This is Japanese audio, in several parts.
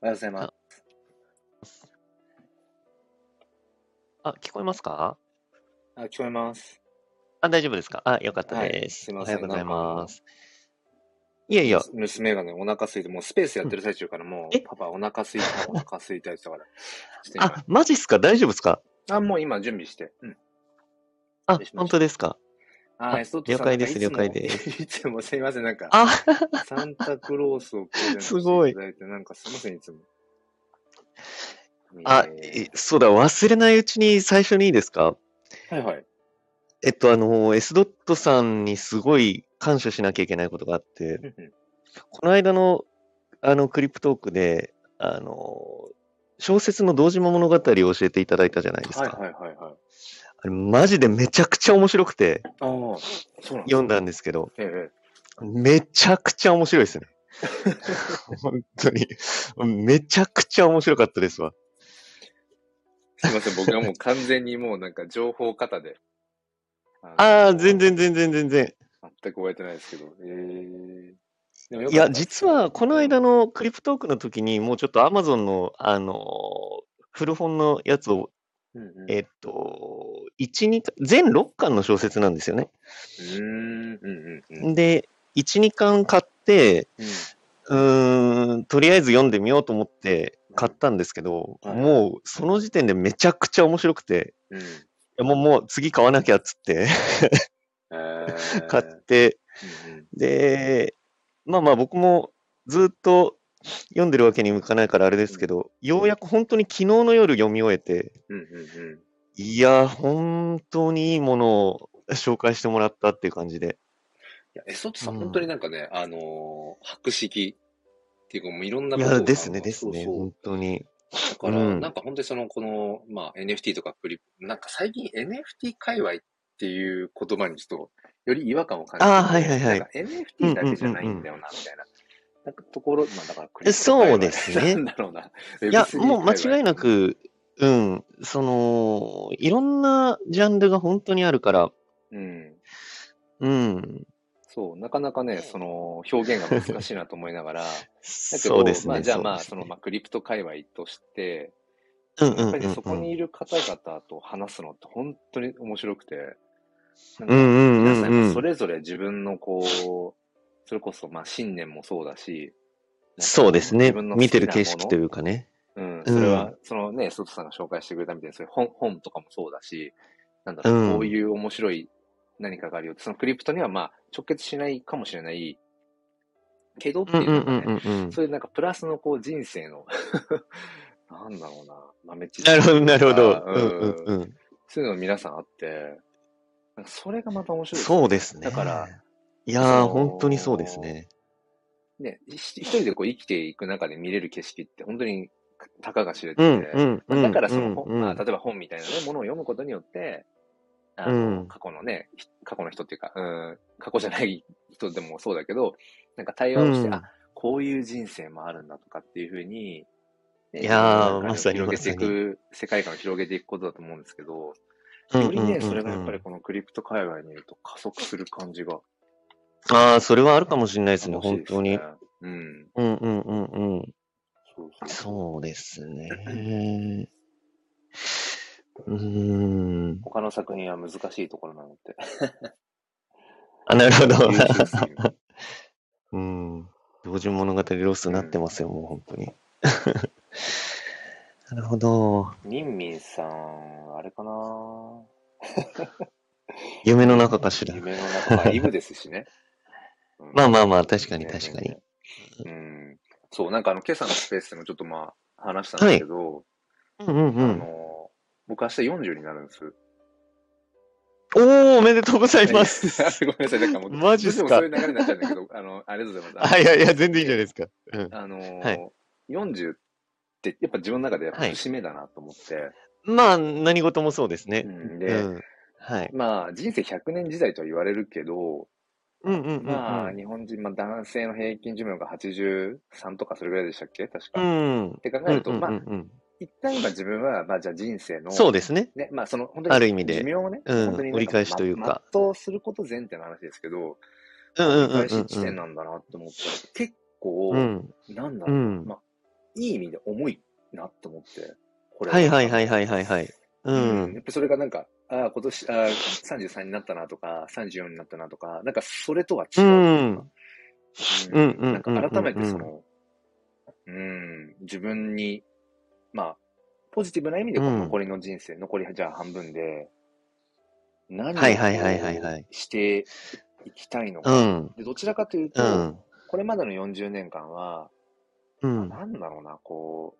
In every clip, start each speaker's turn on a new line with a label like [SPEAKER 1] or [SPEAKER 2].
[SPEAKER 1] おはようございます。
[SPEAKER 2] あ、聞こえますか
[SPEAKER 1] あ、聞こえます。
[SPEAKER 2] あ、大丈夫ですかあ、よかった
[SPEAKER 1] はい
[SPEAKER 2] です。
[SPEAKER 1] すいま
[SPEAKER 2] おはよう
[SPEAKER 1] せん
[SPEAKER 2] ござ
[SPEAKER 1] な
[SPEAKER 2] い
[SPEAKER 1] んか
[SPEAKER 2] ます。いやいや、
[SPEAKER 1] 娘がね、お腹空いて、もうスペースやってる最中からもう、
[SPEAKER 2] え
[SPEAKER 1] パパお腹空いた、お腹空いたやつだ から。ちょっと
[SPEAKER 2] あ、マジっすか大丈夫っすか
[SPEAKER 1] 今あ、もう今準備して。うん。
[SPEAKER 2] あ
[SPEAKER 1] 失礼しまし、た
[SPEAKER 2] 本当ですか
[SPEAKER 1] あ
[SPEAKER 2] あ
[SPEAKER 1] エストットさん
[SPEAKER 2] 了解です
[SPEAKER 1] なんかいつも
[SPEAKER 2] 了解で
[SPEAKER 1] いつもすいません、なんか、
[SPEAKER 2] あ、
[SPEAKER 1] サンタクロースをプレゼントして
[SPEAKER 2] すごい
[SPEAKER 1] いただいて、なんかすいません、いつも。
[SPEAKER 2] あ、
[SPEAKER 1] え
[SPEAKER 2] えそうだ、忘れないうちに最初にいいですか
[SPEAKER 1] ーはいはい。
[SPEAKER 2] えっと、あの、S ドットさんにすごい感謝しなきゃいけないことがあって、
[SPEAKER 1] うんうん
[SPEAKER 2] この間の、あの、クリプトークで、あの、小説の堂島物語を教えていただいたじゃないです
[SPEAKER 1] はい
[SPEAKER 2] か。
[SPEAKER 1] はいはいはい。
[SPEAKER 2] あれマジでめちゃくちゃ面白くて
[SPEAKER 1] ああ、そうなんですね
[SPEAKER 2] 読んだんですけど、
[SPEAKER 1] ええ
[SPEAKER 2] めちゃくちゃ面白い ですね。本当に。めちゃくちゃ面白かったですわ。
[SPEAKER 1] すいません、僕はもう完全にもうなんか情報型で。
[SPEAKER 2] ああ、全然全然全然。
[SPEAKER 1] 全く覚えてないですけど。えー、でもよか
[SPEAKER 2] い
[SPEAKER 1] っ
[SPEAKER 2] や、
[SPEAKER 1] た
[SPEAKER 2] 実はこの間のクリプトークの時に、もうちょっと Amazon の、あのー古本のやつを、
[SPEAKER 1] うんうん
[SPEAKER 2] えっと、1、2巻、全6巻の小説なんですよね。
[SPEAKER 1] うーんうんうんうん
[SPEAKER 2] で、1、2巻買って、
[SPEAKER 1] うん
[SPEAKER 2] うーん、とりあえず読んでみようと思って買ったんですけど、
[SPEAKER 1] はい
[SPEAKER 2] もうその時点でめちゃくちゃ面白くて、
[SPEAKER 1] うん
[SPEAKER 2] いやもうもう次買わなきゃっつって、
[SPEAKER 1] えー
[SPEAKER 2] 買って、
[SPEAKER 1] うんうん
[SPEAKER 2] で、まあまあ僕もずっと読んでるわけにもいかないからあれですけど、ようやく本当に昨日の夜読み終えて、
[SPEAKER 1] うんうんうん
[SPEAKER 2] いや、本当にいいものを紹介してもらったっていう感じで。
[SPEAKER 1] いや、エソットさん、
[SPEAKER 2] うん
[SPEAKER 1] 本当になんかね、あのー、博識っていうか、もういろんないことを
[SPEAKER 2] や、ですね、
[SPEAKER 1] なんか
[SPEAKER 2] ですね、
[SPEAKER 1] そう
[SPEAKER 2] 本当に。
[SPEAKER 1] そう。だから、
[SPEAKER 2] うん
[SPEAKER 1] なんか本当にその、この、まあ、NFT とかクリプ、なんか最近 NFT 界隈っていう言葉にちょっと、より違和感を感じてて、
[SPEAKER 2] あーはいはいはい
[SPEAKER 1] なんか NFT だけじゃないんだよな、みたいな。なんかところ、まあだからクリプト界
[SPEAKER 2] そう
[SPEAKER 1] 隈
[SPEAKER 2] ですね
[SPEAKER 1] なんだろうな。
[SPEAKER 2] いや、もう間違いな
[SPEAKER 1] Web3
[SPEAKER 2] く、うん、その、いろんなジャンルが本当にあるから、
[SPEAKER 1] 界隈。うん。
[SPEAKER 2] うん、
[SPEAKER 1] そう、なかなかね、その表現が難しいなと思いながら、だけど、
[SPEAKER 2] そうです
[SPEAKER 1] ま
[SPEAKER 2] ね。
[SPEAKER 1] あ、じゃあまあ、
[SPEAKER 2] うです
[SPEAKER 1] その、
[SPEAKER 2] ね
[SPEAKER 1] まあ、クリプト界隈として、
[SPEAKER 2] うん
[SPEAKER 1] やっぱ
[SPEAKER 2] うんう
[SPEAKER 1] り
[SPEAKER 2] ん
[SPEAKER 1] そこにいる方々と話すのって本当に面白くて、なん
[SPEAKER 2] うん
[SPEAKER 1] か
[SPEAKER 2] うんう
[SPEAKER 1] 皆
[SPEAKER 2] ん
[SPEAKER 1] さ
[SPEAKER 2] うん
[SPEAKER 1] んそれぞれ自分のこう、それこそまあ信念もそうだし、
[SPEAKER 2] そうですね。
[SPEAKER 1] 自分の好き
[SPEAKER 2] 見
[SPEAKER 1] な
[SPEAKER 2] てる景色というかね。
[SPEAKER 1] もの、うん、
[SPEAKER 2] ん
[SPEAKER 1] それは、そのね、外さんが紹介してくれたみたいな、そういう本本とかもそうだし、なんだろう、
[SPEAKER 2] うん
[SPEAKER 1] こういう面白い何かがあるよって、そのクリプトにはまあ直結しないかもしれないけどって
[SPEAKER 2] うん
[SPEAKER 1] いう
[SPEAKER 2] うん
[SPEAKER 1] の
[SPEAKER 2] う
[SPEAKER 1] が
[SPEAKER 2] ん
[SPEAKER 1] ね、
[SPEAKER 2] うんうん。
[SPEAKER 1] そういうなんかプラスのこう人生の、 なんだろうな、豆知識
[SPEAKER 2] なるほど、なるほど。
[SPEAKER 1] あ
[SPEAKER 2] うんうん
[SPEAKER 1] うん
[SPEAKER 2] うん。
[SPEAKER 1] そういうの皆さんあって、なんかそれがまた面白い、
[SPEAKER 2] そうですね。
[SPEAKER 1] だから、
[SPEAKER 2] い
[SPEAKER 1] そ
[SPEAKER 2] やー、
[SPEAKER 1] の
[SPEAKER 2] 本当にそうですね。
[SPEAKER 1] ね、ひ一人でこう生きていく中で見れる景色って本当にたかが知れて
[SPEAKER 2] う
[SPEAKER 1] て、
[SPEAKER 2] んうんうん。
[SPEAKER 1] だからその本、
[SPEAKER 2] うんうん
[SPEAKER 1] まあ、例えば本みたいな、ね、ものを読むことによって、あ
[SPEAKER 2] う
[SPEAKER 1] の
[SPEAKER 2] ん
[SPEAKER 1] 過去のね、ひ過去の人っていうか、うん、過去じゃない人でもそうだけど、なんか対話をして、
[SPEAKER 2] うん
[SPEAKER 1] あ、こういう人生もあるんだとかっていうふうに、ね
[SPEAKER 2] い
[SPEAKER 1] 自
[SPEAKER 2] やー
[SPEAKER 1] 分の中で
[SPEAKER 2] まさに
[SPEAKER 1] 広げてい
[SPEAKER 2] まさ
[SPEAKER 1] く、世界観を広げていくことだと思うんですけど、
[SPEAKER 2] うん
[SPEAKER 1] より
[SPEAKER 2] うんうんう
[SPEAKER 1] ね、
[SPEAKER 2] ん
[SPEAKER 1] それがやっぱりこのクリプト界隈にいると加速する感じが
[SPEAKER 2] ああ、それはあるかもしれないですね、
[SPEAKER 1] 楽しい
[SPEAKER 2] 本
[SPEAKER 1] です
[SPEAKER 2] 当
[SPEAKER 1] ね。
[SPEAKER 2] に。
[SPEAKER 1] うん。
[SPEAKER 2] うんうんうんうん。
[SPEAKER 1] そうう。
[SPEAKER 2] そうですね。うーん。
[SPEAKER 1] 他の作品は難しいところなので。
[SPEAKER 2] あ、なるほど。
[SPEAKER 1] 優秀すぎる
[SPEAKER 2] うん。同時物語ロスになってますよ、もう本当に。 なるほど。
[SPEAKER 1] ニンミンさん、あれ かな
[SPEAKER 2] 夢の中かしら。
[SPEAKER 1] 夢の中、まあ、イブですしね。うん
[SPEAKER 2] まあまあまあ、確かに確かに。。
[SPEAKER 1] うん。そう、なんかあの、今朝のスペースでもちょっとまあ、話したんですけど、
[SPEAKER 2] うんうんう
[SPEAKER 1] あ
[SPEAKER 2] ん。
[SPEAKER 1] の、僕明日40になるんです。
[SPEAKER 2] おー、おめでとうございます。
[SPEAKER 1] い やごめんなさい、なんかもう、
[SPEAKER 2] マジっすか
[SPEAKER 1] どうしてもそういう流れになっちゃうんだけど、 あの、ありがとうございます。
[SPEAKER 2] あ、いやいや、全然いいじゃないですか。うん。
[SPEAKER 1] あのー
[SPEAKER 2] はい
[SPEAKER 1] 40ってやっぱ自分の中でやっぱ
[SPEAKER 2] はい
[SPEAKER 1] 節目だなと思って、
[SPEAKER 2] まあ、何事もそうですね
[SPEAKER 1] う。ん
[SPEAKER 2] う
[SPEAKER 1] で、
[SPEAKER 2] ん。はい。
[SPEAKER 1] まあ人生100年時代とは言われるけど、
[SPEAKER 2] うんうんうんうん。
[SPEAKER 1] まあ日本人、まあ、男性の平均寿命が83とかそれぐらいでしたっけ確
[SPEAKER 2] う
[SPEAKER 1] か。っ
[SPEAKER 2] ん。
[SPEAKER 1] て考
[SPEAKER 2] う
[SPEAKER 1] え
[SPEAKER 2] ん
[SPEAKER 1] ると、
[SPEAKER 2] うん
[SPEAKER 1] ま
[SPEAKER 2] うん
[SPEAKER 1] あ
[SPEAKER 2] うん。
[SPEAKER 1] 一旦今自分は、まあじゃあ人生の、
[SPEAKER 2] そうですね。
[SPEAKER 1] ね、まあその本当に
[SPEAKER 2] ある意味で
[SPEAKER 1] 寿命をね、
[SPEAKER 2] うん
[SPEAKER 1] 本当になんか
[SPEAKER 2] 折り返しというか
[SPEAKER 1] ま全うすること前提の話ですけど、
[SPEAKER 2] うんうん
[SPEAKER 1] 折
[SPEAKER 2] うん
[SPEAKER 1] り返し地
[SPEAKER 2] う
[SPEAKER 1] 点
[SPEAKER 2] ん
[SPEAKER 1] なんだなと思って、結
[SPEAKER 2] う
[SPEAKER 1] 構、
[SPEAKER 2] ん。
[SPEAKER 1] なんだ
[SPEAKER 2] う
[SPEAKER 1] ろう、
[SPEAKER 2] ん。
[SPEAKER 1] まいい意味で重いなと思って、これ
[SPEAKER 2] はいはいはいはいはいはい。う
[SPEAKER 1] うん、
[SPEAKER 2] ん。
[SPEAKER 1] やっぱそれがなんか、ああ、今年、ああ、33になったなとか、34になったなとか、なんかそれとは違
[SPEAKER 2] う
[SPEAKER 1] う。
[SPEAKER 2] ん。うんうんうんうん
[SPEAKER 1] なんか改めてその、うん、自分に、まあ、ポジティブな意味でこ
[SPEAKER 2] うん
[SPEAKER 1] の残りの人生、残りじゃあ半分で、何を
[SPEAKER 2] はいはいはいはいはい
[SPEAKER 1] こうしていきたいの
[SPEAKER 2] う
[SPEAKER 1] か。
[SPEAKER 2] ん。
[SPEAKER 1] でどちらかという
[SPEAKER 2] う
[SPEAKER 1] と、
[SPEAKER 2] ん。
[SPEAKER 1] これまでの40年間は、
[SPEAKER 2] うん。
[SPEAKER 1] なんだろうな、こ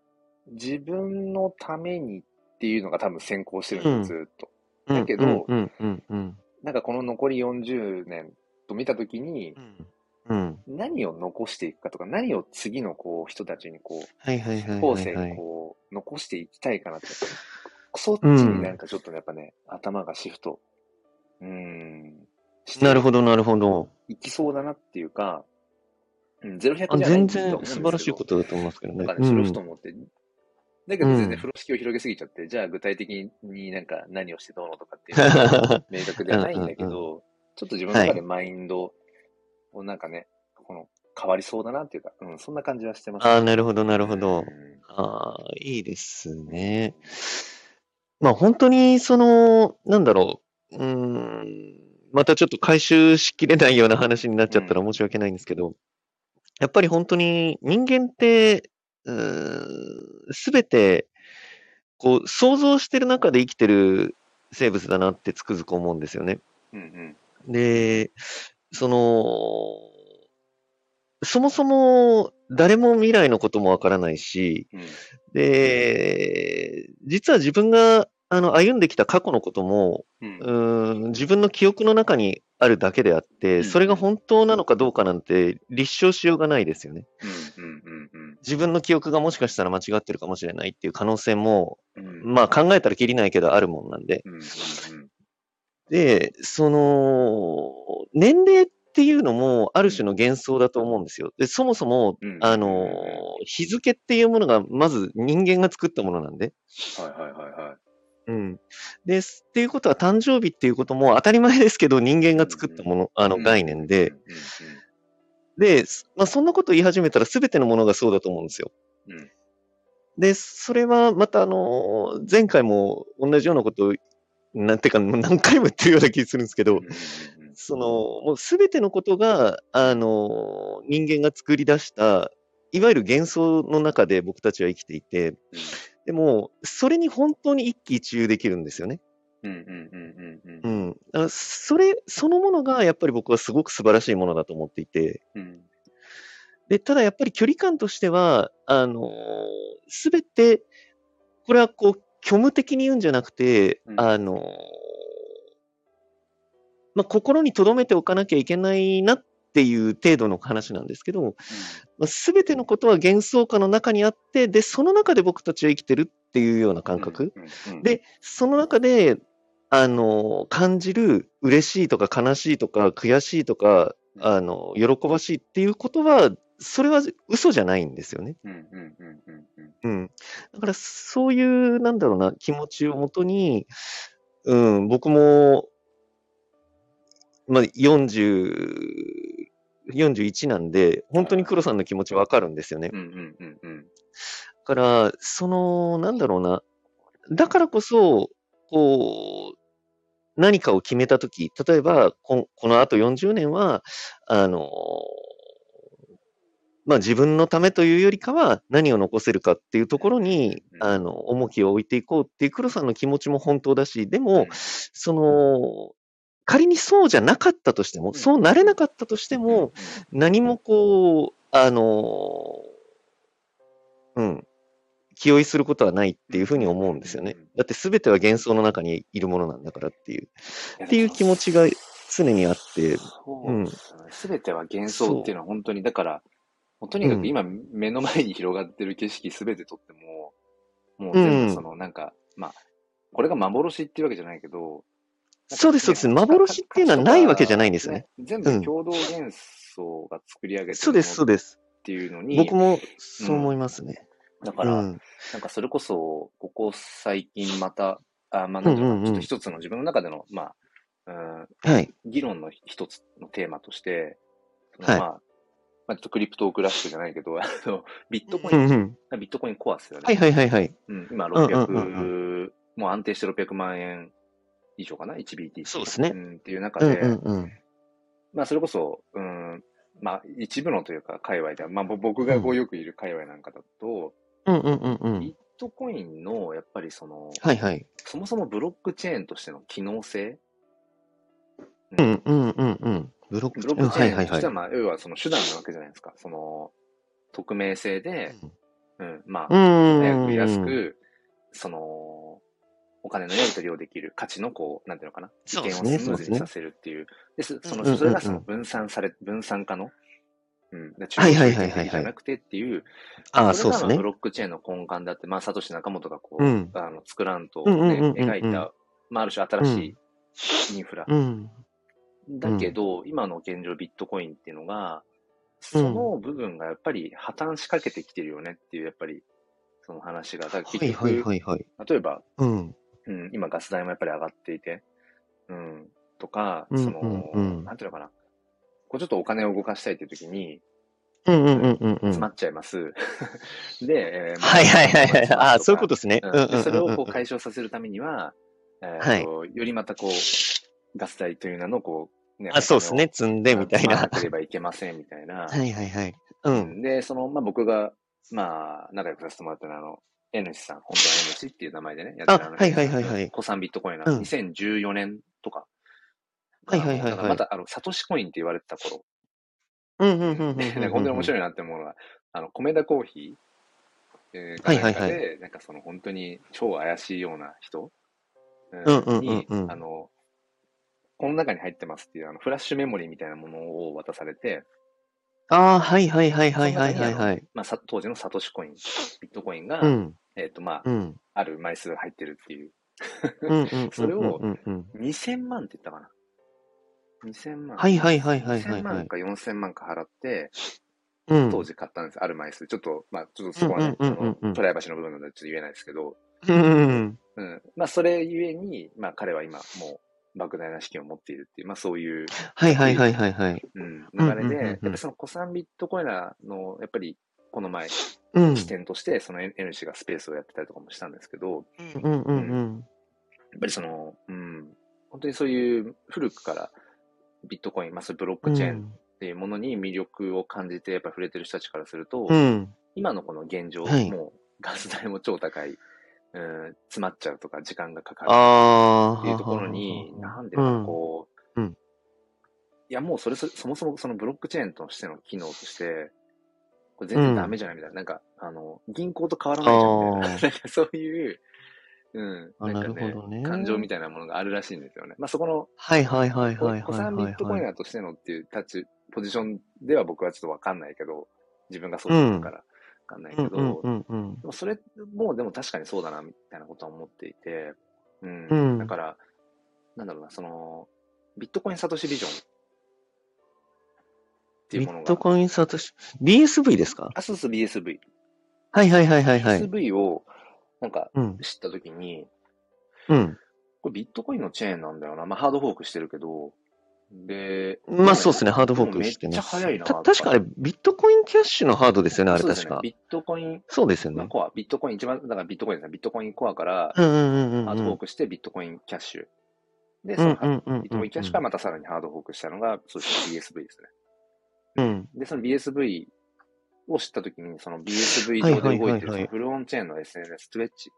[SPEAKER 1] う、自分のためにっていうのが多分先行してるん
[SPEAKER 2] うん
[SPEAKER 1] ですよ、ずーっと。だけど
[SPEAKER 2] うんうんうん
[SPEAKER 1] なんかこの残り40年と見たときに
[SPEAKER 2] う、ん。うん。
[SPEAKER 1] 何を残していくかとか、何を次のこう人たちにこ
[SPEAKER 2] はいはいは
[SPEAKER 1] う、
[SPEAKER 2] い
[SPEAKER 1] 後
[SPEAKER 2] はい
[SPEAKER 1] 世
[SPEAKER 2] は
[SPEAKER 1] に
[SPEAKER 2] い。
[SPEAKER 1] こう、残していきたいかなって。そっち
[SPEAKER 2] うん
[SPEAKER 1] になんかちょっとねやっぱね、頭がシフト、うーん、して
[SPEAKER 2] なるほどなるほど。
[SPEAKER 1] いきそうだなっていうか、うん、ゼロ百
[SPEAKER 2] あ
[SPEAKER 1] じゃない
[SPEAKER 2] 全
[SPEAKER 1] と
[SPEAKER 2] 然
[SPEAKER 1] は思うんです
[SPEAKER 2] 素
[SPEAKER 1] け
[SPEAKER 2] 晴
[SPEAKER 1] ど
[SPEAKER 2] らしいことだと思いますけど
[SPEAKER 1] なん
[SPEAKER 2] ね
[SPEAKER 1] か。ね、
[SPEAKER 2] う
[SPEAKER 1] それをふ
[SPEAKER 2] ん
[SPEAKER 1] と思って、だけど全
[SPEAKER 2] うん
[SPEAKER 1] 然風呂敷を広げすぎちゃって、じゃあ具体的になんか何をしてどうのとか っていうのが明確ではないんだけ
[SPEAKER 2] うん
[SPEAKER 1] ど、ちょっと自分の中
[SPEAKER 2] は
[SPEAKER 1] で
[SPEAKER 2] い
[SPEAKER 1] マインドをなんかね、この変わりそうだなっていうか、うん、そんな感じはしてます、
[SPEAKER 2] ああ、なるほどなるほ
[SPEAKER 1] う
[SPEAKER 2] ど。
[SPEAKER 1] ん
[SPEAKER 2] ああ、いいですね。まあ本当に、その、なんだろう。うーん。またちょっと回収しきれないような話になっちゃったら
[SPEAKER 1] う
[SPEAKER 2] 申し訳ないんですけど、やっぱり本当に人間って、すべて、こう、想像してる中で生きてる生物だなってつくづく思うんですよね。
[SPEAKER 1] うんうん。
[SPEAKER 2] で、その、そもそも誰も未来のこともわからないし、
[SPEAKER 1] うん
[SPEAKER 2] で、実は自分があの歩んできた過去のことも、
[SPEAKER 1] うん
[SPEAKER 2] うーん自分の記憶の中にあるだけであっ
[SPEAKER 1] うん
[SPEAKER 2] て、それが本当なのかどうかなんて立証しようがないですよね。
[SPEAKER 1] うんうんうん
[SPEAKER 2] 自分の記憶がもしかしたら間違ってるかもしれないっていう可能性も、
[SPEAKER 1] うんうん
[SPEAKER 2] まあ考えたらきりないけどあるもんなんで。
[SPEAKER 1] うんうんうん
[SPEAKER 2] で、その、年齢っていうのもある種の幻想だと思うんですよ。で、そもそも
[SPEAKER 1] う、ん
[SPEAKER 2] あの、日付っていうものがまず人間が作ったものなんで。
[SPEAKER 1] はいはいはいはい。
[SPEAKER 2] うん。です。っていうことは誕生日っていうことも当たり前ですけど人間が作ったもの、あの概念で。で、すまあ、そんなこと言い始めたら全てのものがそうだと思うんですよ。
[SPEAKER 1] うん、うん
[SPEAKER 2] で、それはまたあの、前回も同じようなことを、なんていうかもう何回も言ってるような気するんですけど、
[SPEAKER 1] うんうんうん
[SPEAKER 2] その、もう全てのことが、あの、人間が作り出した、いわゆる幻想の中で僕たちは生きていて、でも、それに本当に一喜一憂できるんですよね。
[SPEAKER 1] うんうんうんうんうんうん
[SPEAKER 2] うん。だからそれ、そのものが、やっぱり僕はすごく素晴らしいものだと思っていて、
[SPEAKER 1] うん
[SPEAKER 2] で、ただやっぱり距離感としては、あのすべて、これはこう、虚無的に言うんじゃなくて
[SPEAKER 1] う、ん
[SPEAKER 2] あのまあ、心に留めておかなきゃいけないなっていう程度の話なんですけど、すべてのことは幻想下の中にあって、で、その中で僕たちは生きてるっていうような感覚。
[SPEAKER 1] うんうんうん
[SPEAKER 2] で、その中で、あの、感じる嬉しいとか悲しいとか悔しいとか、あの、喜ばしいっていうことは、それは嘘じゃないんですよね。
[SPEAKER 1] うんうんうんうんうん
[SPEAKER 2] うん。だから、そういう、なんだろうな、気持ちをもとに、うん、僕も、まあ、40、41なんで、本当に黒さんの気持ちわかるんですよね。
[SPEAKER 1] うんうんうんうん
[SPEAKER 2] だから、その、なんだろうな。だからこそ、こう、何かを決めたとき、例えば、ここの後40年は、あの、まあ、自分のためというよりかは、何を残せるかっていうところに
[SPEAKER 1] う、ん
[SPEAKER 2] あの、重きを置いていこうっていう黒さんの気持ちも本当だし、で
[SPEAKER 1] う
[SPEAKER 2] も
[SPEAKER 1] ん、
[SPEAKER 2] その、仮にそうじゃなかったとしても、
[SPEAKER 1] ん
[SPEAKER 2] そうなれなかったとして
[SPEAKER 1] うん
[SPEAKER 2] も、何もこう、あの、うん、気負いすることはないっていうふうに思うんですよね
[SPEAKER 1] うんうんうん。
[SPEAKER 2] だって全ては幻想の中にいるものなんだからっていう、
[SPEAKER 1] や
[SPEAKER 2] っていう気持ちが常にあって、
[SPEAKER 1] そうですね。すべては幻想っていうのは本当に、だから、もうとにか
[SPEAKER 2] う
[SPEAKER 1] く
[SPEAKER 2] ん
[SPEAKER 1] 今目の前に広がってる景色すべてとっても、もう全部そのなんか、まあ、これが幻っていうわけじゃないけど、なんか
[SPEAKER 2] そうです、そうです。
[SPEAKER 1] ね
[SPEAKER 2] 幻っていうのはないわけじゃないんですよね。。
[SPEAKER 1] 全部
[SPEAKER 2] うん
[SPEAKER 1] 共同幻想が作り上げて
[SPEAKER 2] そうです、そう
[SPEAKER 1] るもの
[SPEAKER 2] です。
[SPEAKER 1] っていうのに、
[SPEAKER 2] 僕もそう思いますね。
[SPEAKER 1] だか
[SPEAKER 2] う
[SPEAKER 1] ら、
[SPEAKER 2] ん。
[SPEAKER 1] なんかそれこそ、ここ最近また、あまあ、なんていうのか
[SPEAKER 2] うんうんう
[SPEAKER 1] な、ちょっ
[SPEAKER 2] ん
[SPEAKER 1] と一つの自分の中での、まあ、うん
[SPEAKER 2] はい。
[SPEAKER 1] 議論の一つのテーマとして、その
[SPEAKER 2] はい
[SPEAKER 1] まあ、ままあ、ちょっとクリプトオクラッシュじゃないけど、 あの、ビットコイ
[SPEAKER 2] う
[SPEAKER 1] ン、
[SPEAKER 2] んうん。
[SPEAKER 1] ビットコインコアっすよね。
[SPEAKER 2] はいはいはいはい。
[SPEAKER 1] うん、今
[SPEAKER 2] うんうん
[SPEAKER 1] 600、もう安定して600万円以上かな、1BT。
[SPEAKER 2] そうですね
[SPEAKER 1] ん、っていう中
[SPEAKER 2] うん
[SPEAKER 1] で、
[SPEAKER 2] うんうん。
[SPEAKER 1] まあ、それこそ、うん、まあ、一部のというか、界隈では、まあ、ぼ僕がこうよくいる界隈なんかだと、
[SPEAKER 2] うんうんうんう
[SPEAKER 1] ビ
[SPEAKER 2] ん。
[SPEAKER 1] ットコインの、やっぱりその、
[SPEAKER 2] はいはい。
[SPEAKER 1] そもそもブロックチェーンとしての機能性、
[SPEAKER 2] うんうんうんうん。ブロック
[SPEAKER 1] ブロ
[SPEAKER 2] チェ
[SPEAKER 1] ッ
[SPEAKER 2] ーン。
[SPEAKER 1] クチェ
[SPEAKER 2] はい
[SPEAKER 1] ー
[SPEAKER 2] は
[SPEAKER 1] ン
[SPEAKER 2] い
[SPEAKER 1] とし
[SPEAKER 2] は
[SPEAKER 1] ては、
[SPEAKER 2] い。
[SPEAKER 1] まあ、要はその手段なわけじゃないですか。その、匿名性で、うん、まあ、
[SPEAKER 2] う
[SPEAKER 1] 早
[SPEAKER 2] ん。
[SPEAKER 1] く安く、その、お金のやり取りをできる価値のこう、なんていうのかな、移
[SPEAKER 2] そう
[SPEAKER 1] 転
[SPEAKER 2] で
[SPEAKER 1] を
[SPEAKER 2] す
[SPEAKER 1] ス
[SPEAKER 2] ね
[SPEAKER 1] ムーズにさせるっていう。で、そそ
[SPEAKER 2] うんうんう
[SPEAKER 1] の、
[SPEAKER 2] ん
[SPEAKER 1] それがその分散され、分散化の、うん、で中
[SPEAKER 2] はい
[SPEAKER 1] 央
[SPEAKER 2] はい
[SPEAKER 1] 集
[SPEAKER 2] はいは
[SPEAKER 1] 権
[SPEAKER 2] いはい
[SPEAKER 1] 的じゃなくてっていう、
[SPEAKER 2] ああ、
[SPEAKER 1] そ
[SPEAKER 2] そ
[SPEAKER 1] れ
[SPEAKER 2] うで
[SPEAKER 1] が
[SPEAKER 2] す
[SPEAKER 1] まあ
[SPEAKER 2] ね
[SPEAKER 1] ブ。ロックチェーンの根幹だって、まあ、サトシ仲本がこ
[SPEAKER 2] うん
[SPEAKER 1] う、あの、作らんと、
[SPEAKER 2] うんうんうんうんう
[SPEAKER 1] ね
[SPEAKER 2] ん、
[SPEAKER 1] 描いた、まあ、ある種新しいインフラ
[SPEAKER 2] うん。
[SPEAKER 1] だけど、今の現状ビットコインっていうのが、その部分がやっぱり破綻しかけてきてるよねっていう、やっぱり、その話が、だから
[SPEAKER 2] は
[SPEAKER 1] 結
[SPEAKER 2] い
[SPEAKER 1] 局、
[SPEAKER 2] はいはいはい。
[SPEAKER 1] 例えば、
[SPEAKER 2] うん。
[SPEAKER 1] うん、今ガス代もやっぱり上がっていて、うん、とか、
[SPEAKER 2] うん
[SPEAKER 1] その、
[SPEAKER 2] うんうん
[SPEAKER 1] なんていうのかな、こうちょっとお金を動かしたいという時に、
[SPEAKER 2] うんうんうんうんうん。
[SPEAKER 1] 詰まっちゃいます。 で、えー
[SPEAKER 2] はいはいはいはい。
[SPEAKER 1] ま
[SPEAKER 2] ああ、そうい
[SPEAKER 1] ま
[SPEAKER 2] うこ
[SPEAKER 1] あ
[SPEAKER 2] とですね。
[SPEAKER 1] うんでそれをこう
[SPEAKER 2] 変え
[SPEAKER 1] 解消させるためには、えーとよりまたこう、ガス代という名の、こう、ね
[SPEAKER 2] あ、そうですね。。積んで
[SPEAKER 1] お金を
[SPEAKER 2] みたい
[SPEAKER 1] まあ
[SPEAKER 2] な。
[SPEAKER 1] なければいけませんみたいな。
[SPEAKER 2] はいはいはい。うん。
[SPEAKER 1] で、その、まあ、僕が、まあ、仲良くさせてもらったのは、あの、N 氏さん、本当は N 氏っていう名前でね、やってる
[SPEAKER 2] あ
[SPEAKER 1] の
[SPEAKER 2] はいはいはいはい
[SPEAKER 1] 子さんビットコインな、
[SPEAKER 2] うん
[SPEAKER 1] 2014年とか。
[SPEAKER 2] はいはいは
[SPEAKER 1] あの
[SPEAKER 2] いはい
[SPEAKER 1] だからまた、あの、サトシコインって言われてた頃。
[SPEAKER 2] うんうんうんうん
[SPEAKER 1] で、なんか本当に面白いなって思うのが、あの、米田コーヒーえーか
[SPEAKER 2] は
[SPEAKER 1] なん
[SPEAKER 2] いはい
[SPEAKER 1] か
[SPEAKER 2] はい
[SPEAKER 1] で、なんかその本当に超怪しいような人
[SPEAKER 2] うんうんうんうん
[SPEAKER 1] に、あの、この中に入ってますっていう、あの、フラッシュメモリーみたいなものを渡されて、
[SPEAKER 2] ああ、はいはいはいはいはいはい
[SPEAKER 1] その中
[SPEAKER 2] は
[SPEAKER 1] に
[SPEAKER 2] い。
[SPEAKER 1] まあ、さ当時のサトシ コイン、ビットコインが、
[SPEAKER 2] うん。
[SPEAKER 1] えっ、と、まあ、
[SPEAKER 2] うん。
[SPEAKER 1] ある枚数が入ってるっていう。
[SPEAKER 2] うんうんうん。
[SPEAKER 1] それを
[SPEAKER 2] うんうん。
[SPEAKER 1] 2000万って言ったかな ?2000 万。
[SPEAKER 2] はいはいはいはいは
[SPEAKER 1] 2000
[SPEAKER 2] いは
[SPEAKER 1] 万
[SPEAKER 2] い。
[SPEAKER 1] か4000万か払って、
[SPEAKER 2] うん。
[SPEAKER 1] 当時買ったんです、ある枚数。ちょっと、まあ、ちょっとそこはね、
[SPEAKER 2] うん
[SPEAKER 1] あ
[SPEAKER 2] うんうんうん
[SPEAKER 1] のプライバシーの部分なのでちょっと言えないですけど、
[SPEAKER 2] うんうんうん。
[SPEAKER 1] うん。まあ、それゆえに、まあ、彼は今、もう、莫大な資金を持っているっていう、まあ、そういう、
[SPEAKER 2] はいはいはいはいはい。
[SPEAKER 1] うん、
[SPEAKER 2] うん
[SPEAKER 1] 流れで、
[SPEAKER 2] うんうんうん
[SPEAKER 1] やっぱりその古参ビットコインらの、やっぱり、この前、
[SPEAKER 2] うん。
[SPEAKER 1] 視点として、その N 氏がスペースをやってたりとかもしたんですけど、
[SPEAKER 2] うんうんうん。
[SPEAKER 1] やっぱりその、うん、本当にそういう古くからビットコイン、まあ、そういうブロックチェーンっていうものに魅力を感じて、やっぱり触れてる人たちからすると、
[SPEAKER 2] うん。
[SPEAKER 1] 今のこの現状、
[SPEAKER 2] はい
[SPEAKER 1] もうガス代も超高い、うん、詰まっちゃうとか、時間がかかる
[SPEAKER 2] ああ。
[SPEAKER 1] っていうところに、なんで
[SPEAKER 2] う
[SPEAKER 1] か
[SPEAKER 2] ん。
[SPEAKER 1] こう、
[SPEAKER 2] うん
[SPEAKER 1] いや、もうそれそ、そもそもそのブロックチェーンとしての機能として、これ全然ダメじゃないみたいな、なんか、あの、銀行と変わらないじゃんみたいな
[SPEAKER 2] あ、
[SPEAKER 1] なんかそういう、うん、
[SPEAKER 2] あ
[SPEAKER 1] なんか
[SPEAKER 2] なる
[SPEAKER 1] ね
[SPEAKER 2] ほどね、
[SPEAKER 1] 感情みたいなものがあるらしいんですよね。まあそこの、
[SPEAKER 2] はいはいはい
[SPEAKER 1] お
[SPEAKER 2] はいはいはい。
[SPEAKER 1] 子さんビットコイン。ナーとしてのっていう立ち、ポジションでは僕はちょっとわかんないけど、自分がそうだったからわかんないけ
[SPEAKER 2] うん
[SPEAKER 1] ど、
[SPEAKER 2] うんうんうん。
[SPEAKER 1] でもそれもでも確かにそうだなみたいなことは思っていて、うん。
[SPEAKER 2] うん
[SPEAKER 1] だから、なんだろうな、その、ビットコインサトシビジョンっていう
[SPEAKER 2] ビ
[SPEAKER 1] ものが。
[SPEAKER 2] ットコインサトシ、BSV ですか
[SPEAKER 1] アスス BSV。
[SPEAKER 2] はいはいはいはいはい。
[SPEAKER 1] BSV をなんか
[SPEAKER 2] うん。
[SPEAKER 1] 知ったときに、
[SPEAKER 2] うん。
[SPEAKER 1] これビットコインのチェーンなんだよな。まあハードフォークしてるけど、で、
[SPEAKER 2] まあそうですね、ハードフォーク
[SPEAKER 1] めっ
[SPEAKER 2] して
[SPEAKER 1] ち
[SPEAKER 2] ま
[SPEAKER 1] ゃ
[SPEAKER 2] す。
[SPEAKER 1] 早いな。
[SPEAKER 2] た確かあれ、ビットコインキャッシュのハードですよね、あれ
[SPEAKER 1] そうです
[SPEAKER 2] 確
[SPEAKER 1] ね
[SPEAKER 2] か。
[SPEAKER 1] ビットコイン、
[SPEAKER 2] そうですよ
[SPEAKER 1] まあ
[SPEAKER 2] ね。
[SPEAKER 1] コア、ビットコイン一番、だからビットコインですね。ビットコインコアから
[SPEAKER 2] うんうんうんうん。
[SPEAKER 1] ハードフォー
[SPEAKER 2] ク。
[SPEAKER 1] クしてビットコインキャッシュ。で、
[SPEAKER 2] う
[SPEAKER 1] そ
[SPEAKER 2] ん
[SPEAKER 1] の
[SPEAKER 2] うんうんうん。
[SPEAKER 1] ビットコインキャッシュからまたさらにハードフォークしたのが、そうですね、BSV ですね。
[SPEAKER 2] うん。
[SPEAKER 1] で、その BSV を知ったときに、その BSV
[SPEAKER 2] はい
[SPEAKER 1] 上
[SPEAKER 2] は
[SPEAKER 1] で
[SPEAKER 2] いはい
[SPEAKER 1] 動
[SPEAKER 2] はい
[SPEAKER 1] いてるそのフルオンチェーンの SNS、トゥエッチ。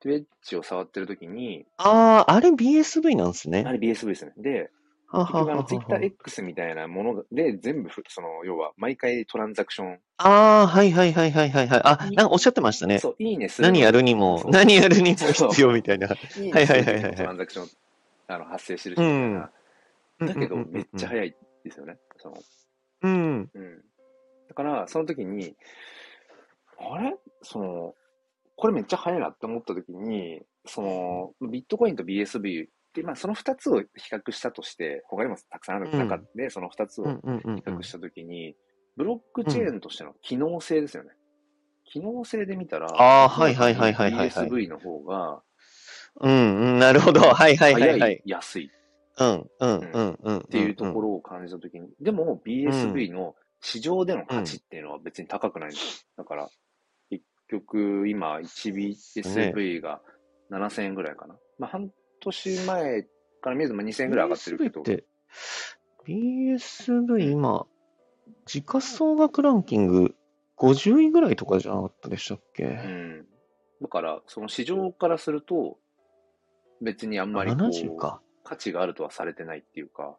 [SPEAKER 1] トゥエッチを触ってるときに、
[SPEAKER 2] ああ、あれ BSV なんですね。
[SPEAKER 1] あれ BSV ですね。で、
[SPEAKER 2] は
[SPEAKER 1] 結
[SPEAKER 2] は
[SPEAKER 1] 局あ
[SPEAKER 2] は
[SPEAKER 1] の
[SPEAKER 2] は
[SPEAKER 1] TwitterX みたいなもので全部ふ、その、要は毎回トランザクション、
[SPEAKER 2] ああ、はいはいはいはいはいはい。あ、なんかおっしゃってましたね。
[SPEAKER 1] そう、いいねするの
[SPEAKER 2] 何
[SPEAKER 1] に
[SPEAKER 2] やるにも
[SPEAKER 1] そ、う
[SPEAKER 2] 何やるにも必要みたいな。
[SPEAKER 1] いい
[SPEAKER 2] は
[SPEAKER 1] ね
[SPEAKER 2] い
[SPEAKER 1] す
[SPEAKER 2] はい
[SPEAKER 1] る
[SPEAKER 2] はいはい
[SPEAKER 1] 時のトランザクション、あの、発生してるしみたいな。だけど、めっちゃ
[SPEAKER 2] い。
[SPEAKER 1] 早いですよね。その、
[SPEAKER 2] うん。
[SPEAKER 1] うん。だから、その時に、あれその、これめっちゃ早いなって思った時に、その、ビットコインと BSV って、まあ、その2つを比較したとして、他にもたくさんある中で、その2つ
[SPEAKER 2] う
[SPEAKER 1] を
[SPEAKER 2] んうんうん
[SPEAKER 1] 比
[SPEAKER 2] うん
[SPEAKER 1] 較した時に、ブロックチェーンとしての機能性ですよね。機能性で見たら、
[SPEAKER 2] あー
[SPEAKER 1] 明らかに
[SPEAKER 2] はいはいはいはいはい
[SPEAKER 1] BSV の方が、
[SPEAKER 2] うんうん、なるほど。はいはいはいは
[SPEAKER 1] 早
[SPEAKER 2] い
[SPEAKER 1] い、。安い。
[SPEAKER 2] うんうんうんうん。っ
[SPEAKER 1] っていうところを感じたときに、でも BSV の市場での価値っていうのは別に高くないんです。だから、結局、今、1BSV が7000円ぐらいかな。まあ、半年前から見るとまあ2000円ぐらい上がってるけど、
[SPEAKER 2] BSV って、BSV 今、時価総額ランキング50位ぐらいとかじゃなかったでしたっ
[SPEAKER 1] う
[SPEAKER 2] け、
[SPEAKER 1] ん。だから、その市場からすると、別にあんまりこ
[SPEAKER 2] ?70
[SPEAKER 1] う、
[SPEAKER 2] か。
[SPEAKER 1] 価値があるとはされてないっていうか、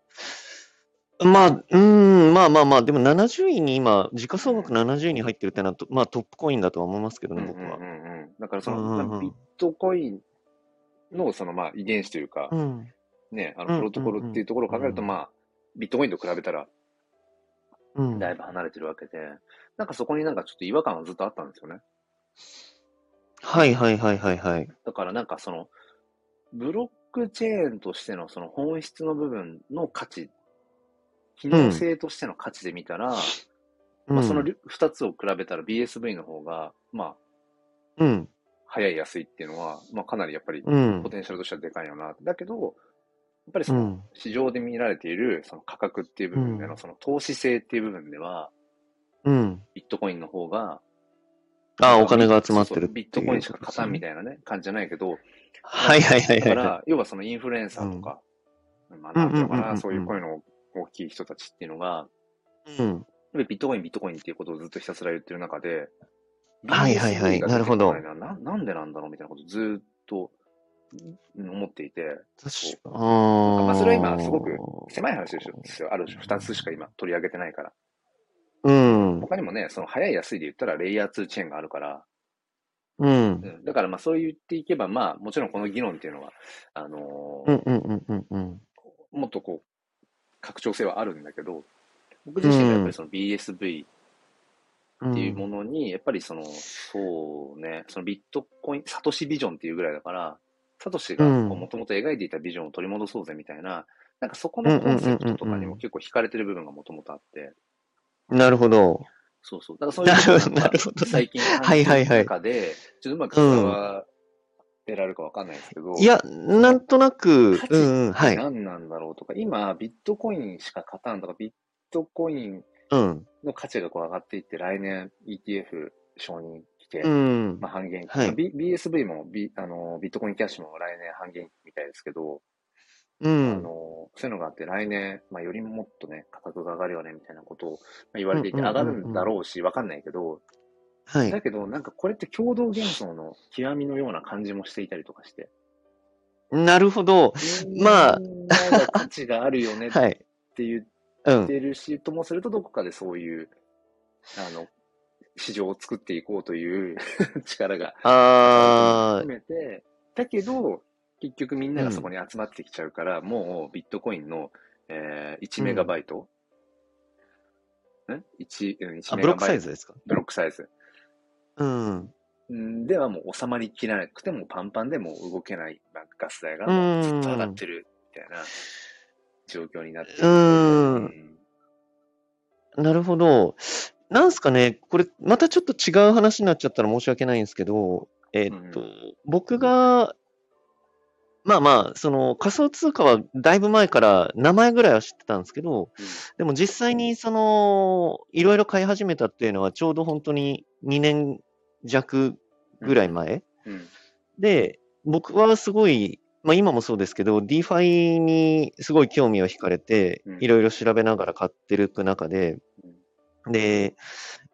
[SPEAKER 2] まあ、うーん、まあまあまあ、でも70位に今、時価総額70位に入ってるってのは、まあトップコインだとは思いますけど
[SPEAKER 1] うんう
[SPEAKER 2] ね、
[SPEAKER 1] ん
[SPEAKER 2] 僕は
[SPEAKER 1] う。んうん。だから
[SPEAKER 2] う
[SPEAKER 1] その、
[SPEAKER 2] んう
[SPEAKER 1] まあ
[SPEAKER 2] んう
[SPEAKER 1] ビッ
[SPEAKER 2] ん
[SPEAKER 1] トコインのそのまあ遺伝子というか
[SPEAKER 2] う、ん。
[SPEAKER 1] ね、あ
[SPEAKER 2] う
[SPEAKER 1] の
[SPEAKER 2] ん
[SPEAKER 1] プロトコルっていうところを考えると、
[SPEAKER 2] うん
[SPEAKER 1] まあ、ビットコインと比べたら
[SPEAKER 2] うん。
[SPEAKER 1] だいぶ離れてるわけで、なんかそこになんかちょっと違和感はずっとあったんですよね。
[SPEAKER 2] はいはいはいはいはい。
[SPEAKER 1] だからなんかその、ブロックチェーンとしてのその本質の部分の価値、機能性としての価値で見たら、
[SPEAKER 2] うん。
[SPEAKER 1] まあ、その2つを比べたら BSV の方が、まあ、
[SPEAKER 2] うん。
[SPEAKER 1] 早い安いっていうのは、まあ、かなりやっぱり
[SPEAKER 2] うん
[SPEAKER 1] ポ。テンシャルとしてはでかいよな。だけど、やっぱり
[SPEAKER 2] う
[SPEAKER 1] その
[SPEAKER 2] ん。
[SPEAKER 1] 市場で見られているその価格っていう部分で
[SPEAKER 2] う
[SPEAKER 1] の
[SPEAKER 2] ん
[SPEAKER 1] その投資性っていう部分では、
[SPEAKER 2] うん。
[SPEAKER 1] ビットコインの方が、
[SPEAKER 2] ああ、
[SPEAKER 1] なん
[SPEAKER 2] お
[SPEAKER 1] かビ
[SPEAKER 2] 金が集まって
[SPEAKER 1] そう
[SPEAKER 2] る
[SPEAKER 1] そう
[SPEAKER 2] って
[SPEAKER 1] ビ
[SPEAKER 2] いう
[SPEAKER 1] ットコインしか
[SPEAKER 2] ことで
[SPEAKER 1] 勝
[SPEAKER 2] すよ
[SPEAKER 1] たんみ
[SPEAKER 2] ね
[SPEAKER 1] たいなね、感じじゃないけど、
[SPEAKER 2] はいはいはい
[SPEAKER 1] だか
[SPEAKER 2] はいはい。
[SPEAKER 1] ら、要はそのインフルエンサーとか、まあ、
[SPEAKER 2] うん
[SPEAKER 1] なんていうのか
[SPEAKER 2] うんうんうん
[SPEAKER 1] な、
[SPEAKER 2] うん
[SPEAKER 1] そういう声の大きい人たちっていうのが、
[SPEAKER 2] うん。
[SPEAKER 1] やっぱりビットコイン、ビットコインっていうことをずっとひたすら言ってる中で、
[SPEAKER 2] はいはいはい
[SPEAKER 1] BSV が
[SPEAKER 2] な
[SPEAKER 1] 出て
[SPEAKER 2] る
[SPEAKER 1] こ
[SPEAKER 2] ほど
[SPEAKER 1] ないな、ななんでなんだろうみたいなことをずっとうん思っていて、
[SPEAKER 2] 確か
[SPEAKER 1] まあそれは
[SPEAKER 2] あ
[SPEAKER 1] 今すごく
[SPEAKER 2] ー
[SPEAKER 1] 狭い話ですよ。ある種2つしか今取り上げてないから。
[SPEAKER 2] うん。
[SPEAKER 1] 他にもね、その早い安いで言ったらレイヤー2チェーンがあるから、
[SPEAKER 2] うん。
[SPEAKER 1] うんだからまあそう言っていけば、まあもちろんこの議論っていうのは、あの
[SPEAKER 2] う
[SPEAKER 1] ー
[SPEAKER 2] んうんうんうんうん。
[SPEAKER 1] もっとこう、拡張性はあるんだけど、僕自身がやっぱりその BSV
[SPEAKER 2] うん
[SPEAKER 1] っていうものに、やっぱりその、そうね、そのビットコイン、サトシビジョンっていうぐらいだから、サトシが
[SPEAKER 2] うん
[SPEAKER 1] もともと描いていたビジョンを取り戻そうぜみたいな、なんかそこのコンセプトとかにも結構惹かれてる部分がもともとあって、
[SPEAKER 2] なるほど。
[SPEAKER 1] そうそう。だからそういうことをなんか
[SPEAKER 2] なるほどね
[SPEAKER 1] 最近
[SPEAKER 2] は
[SPEAKER 1] 感
[SPEAKER 2] い
[SPEAKER 1] じ
[SPEAKER 2] はい
[SPEAKER 1] て
[SPEAKER 2] はい
[SPEAKER 1] る中で、ちょっとうまく伝わってられるかわかんないですけど、
[SPEAKER 2] いや、なんとなく、
[SPEAKER 1] 価値
[SPEAKER 2] うんうん、
[SPEAKER 1] っ
[SPEAKER 2] は
[SPEAKER 1] て
[SPEAKER 2] い。
[SPEAKER 1] 何なんだろうとか、今、ビットコインしか勝たんとか、ビットコイン
[SPEAKER 2] うん。
[SPEAKER 1] の価値がこう上がっていって、来年 ETF 承認来て、
[SPEAKER 2] うん。
[SPEAKER 1] まあ、半減期、
[SPEAKER 2] はい
[SPEAKER 1] まあ B- BSV も、B あのビットコインキャッシュも来年半減期みたいですけど、
[SPEAKER 2] う
[SPEAKER 1] あ
[SPEAKER 2] ん。
[SPEAKER 1] のそういうのがあって、来年、まあ、よりもっとね、価格が上がるよねみたいなことをまあ言われていて、
[SPEAKER 2] うんうん
[SPEAKER 1] 上
[SPEAKER 2] うんう
[SPEAKER 1] が
[SPEAKER 2] ん
[SPEAKER 1] るんだろうし、わかんないけど、
[SPEAKER 2] は
[SPEAKER 1] だ
[SPEAKER 2] い。
[SPEAKER 1] けど、なんかこれって共同幻想の極みのような感じもしていたりとか して、
[SPEAKER 2] なるほど。
[SPEAKER 1] みん
[SPEAKER 2] まあ
[SPEAKER 1] なが価値があるよねっ
[SPEAKER 2] はい。
[SPEAKER 1] て言っ
[SPEAKER 2] う
[SPEAKER 1] っ
[SPEAKER 2] ん。
[SPEAKER 1] てるし、ともするとどこかでそういう、あの、市場を作っていこうという 力があるというのも
[SPEAKER 2] あー
[SPEAKER 1] 含めて、だけど、結局みんながそこに集まってきちゃうから、もうビットコインの、えー1メガバイト、ん、?1、うん1
[SPEAKER 2] あ、
[SPEAKER 1] メ
[SPEAKER 2] ブロ
[SPEAKER 1] ガ
[SPEAKER 2] ック
[SPEAKER 1] バ
[SPEAKER 2] サ
[SPEAKER 1] イ
[SPEAKER 2] イ
[SPEAKER 1] ト、
[SPEAKER 2] ズですか
[SPEAKER 1] ブロックサイズ。
[SPEAKER 2] うん。
[SPEAKER 1] うんではもう収まりきらなくてもパンパンでもう動けない、まあガス代が
[SPEAKER 2] う
[SPEAKER 1] もうずっ
[SPEAKER 2] ん
[SPEAKER 1] と上がってるみたいな状況になってい
[SPEAKER 2] う。
[SPEAKER 1] くと、うん
[SPEAKER 2] なるほど。なんすかね、これ、またちょっと違う話になっちゃったら申し訳ないんですけど、えーっと、
[SPEAKER 1] うん
[SPEAKER 2] 僕が、まあまあ、その仮想通貨はだいぶ前から名前ぐらいは知ってたんですけど、でも実際にその、いろいろ買い始めたっていうのはちょうど本当に2年弱ぐらい前
[SPEAKER 1] うんうん
[SPEAKER 2] で、僕はすごい、まあ今もそうですけど、DeFi にすごい興味を惹かれて
[SPEAKER 1] う、ん
[SPEAKER 2] いろいろ調べながら買ってる中で、
[SPEAKER 1] うん
[SPEAKER 2] で、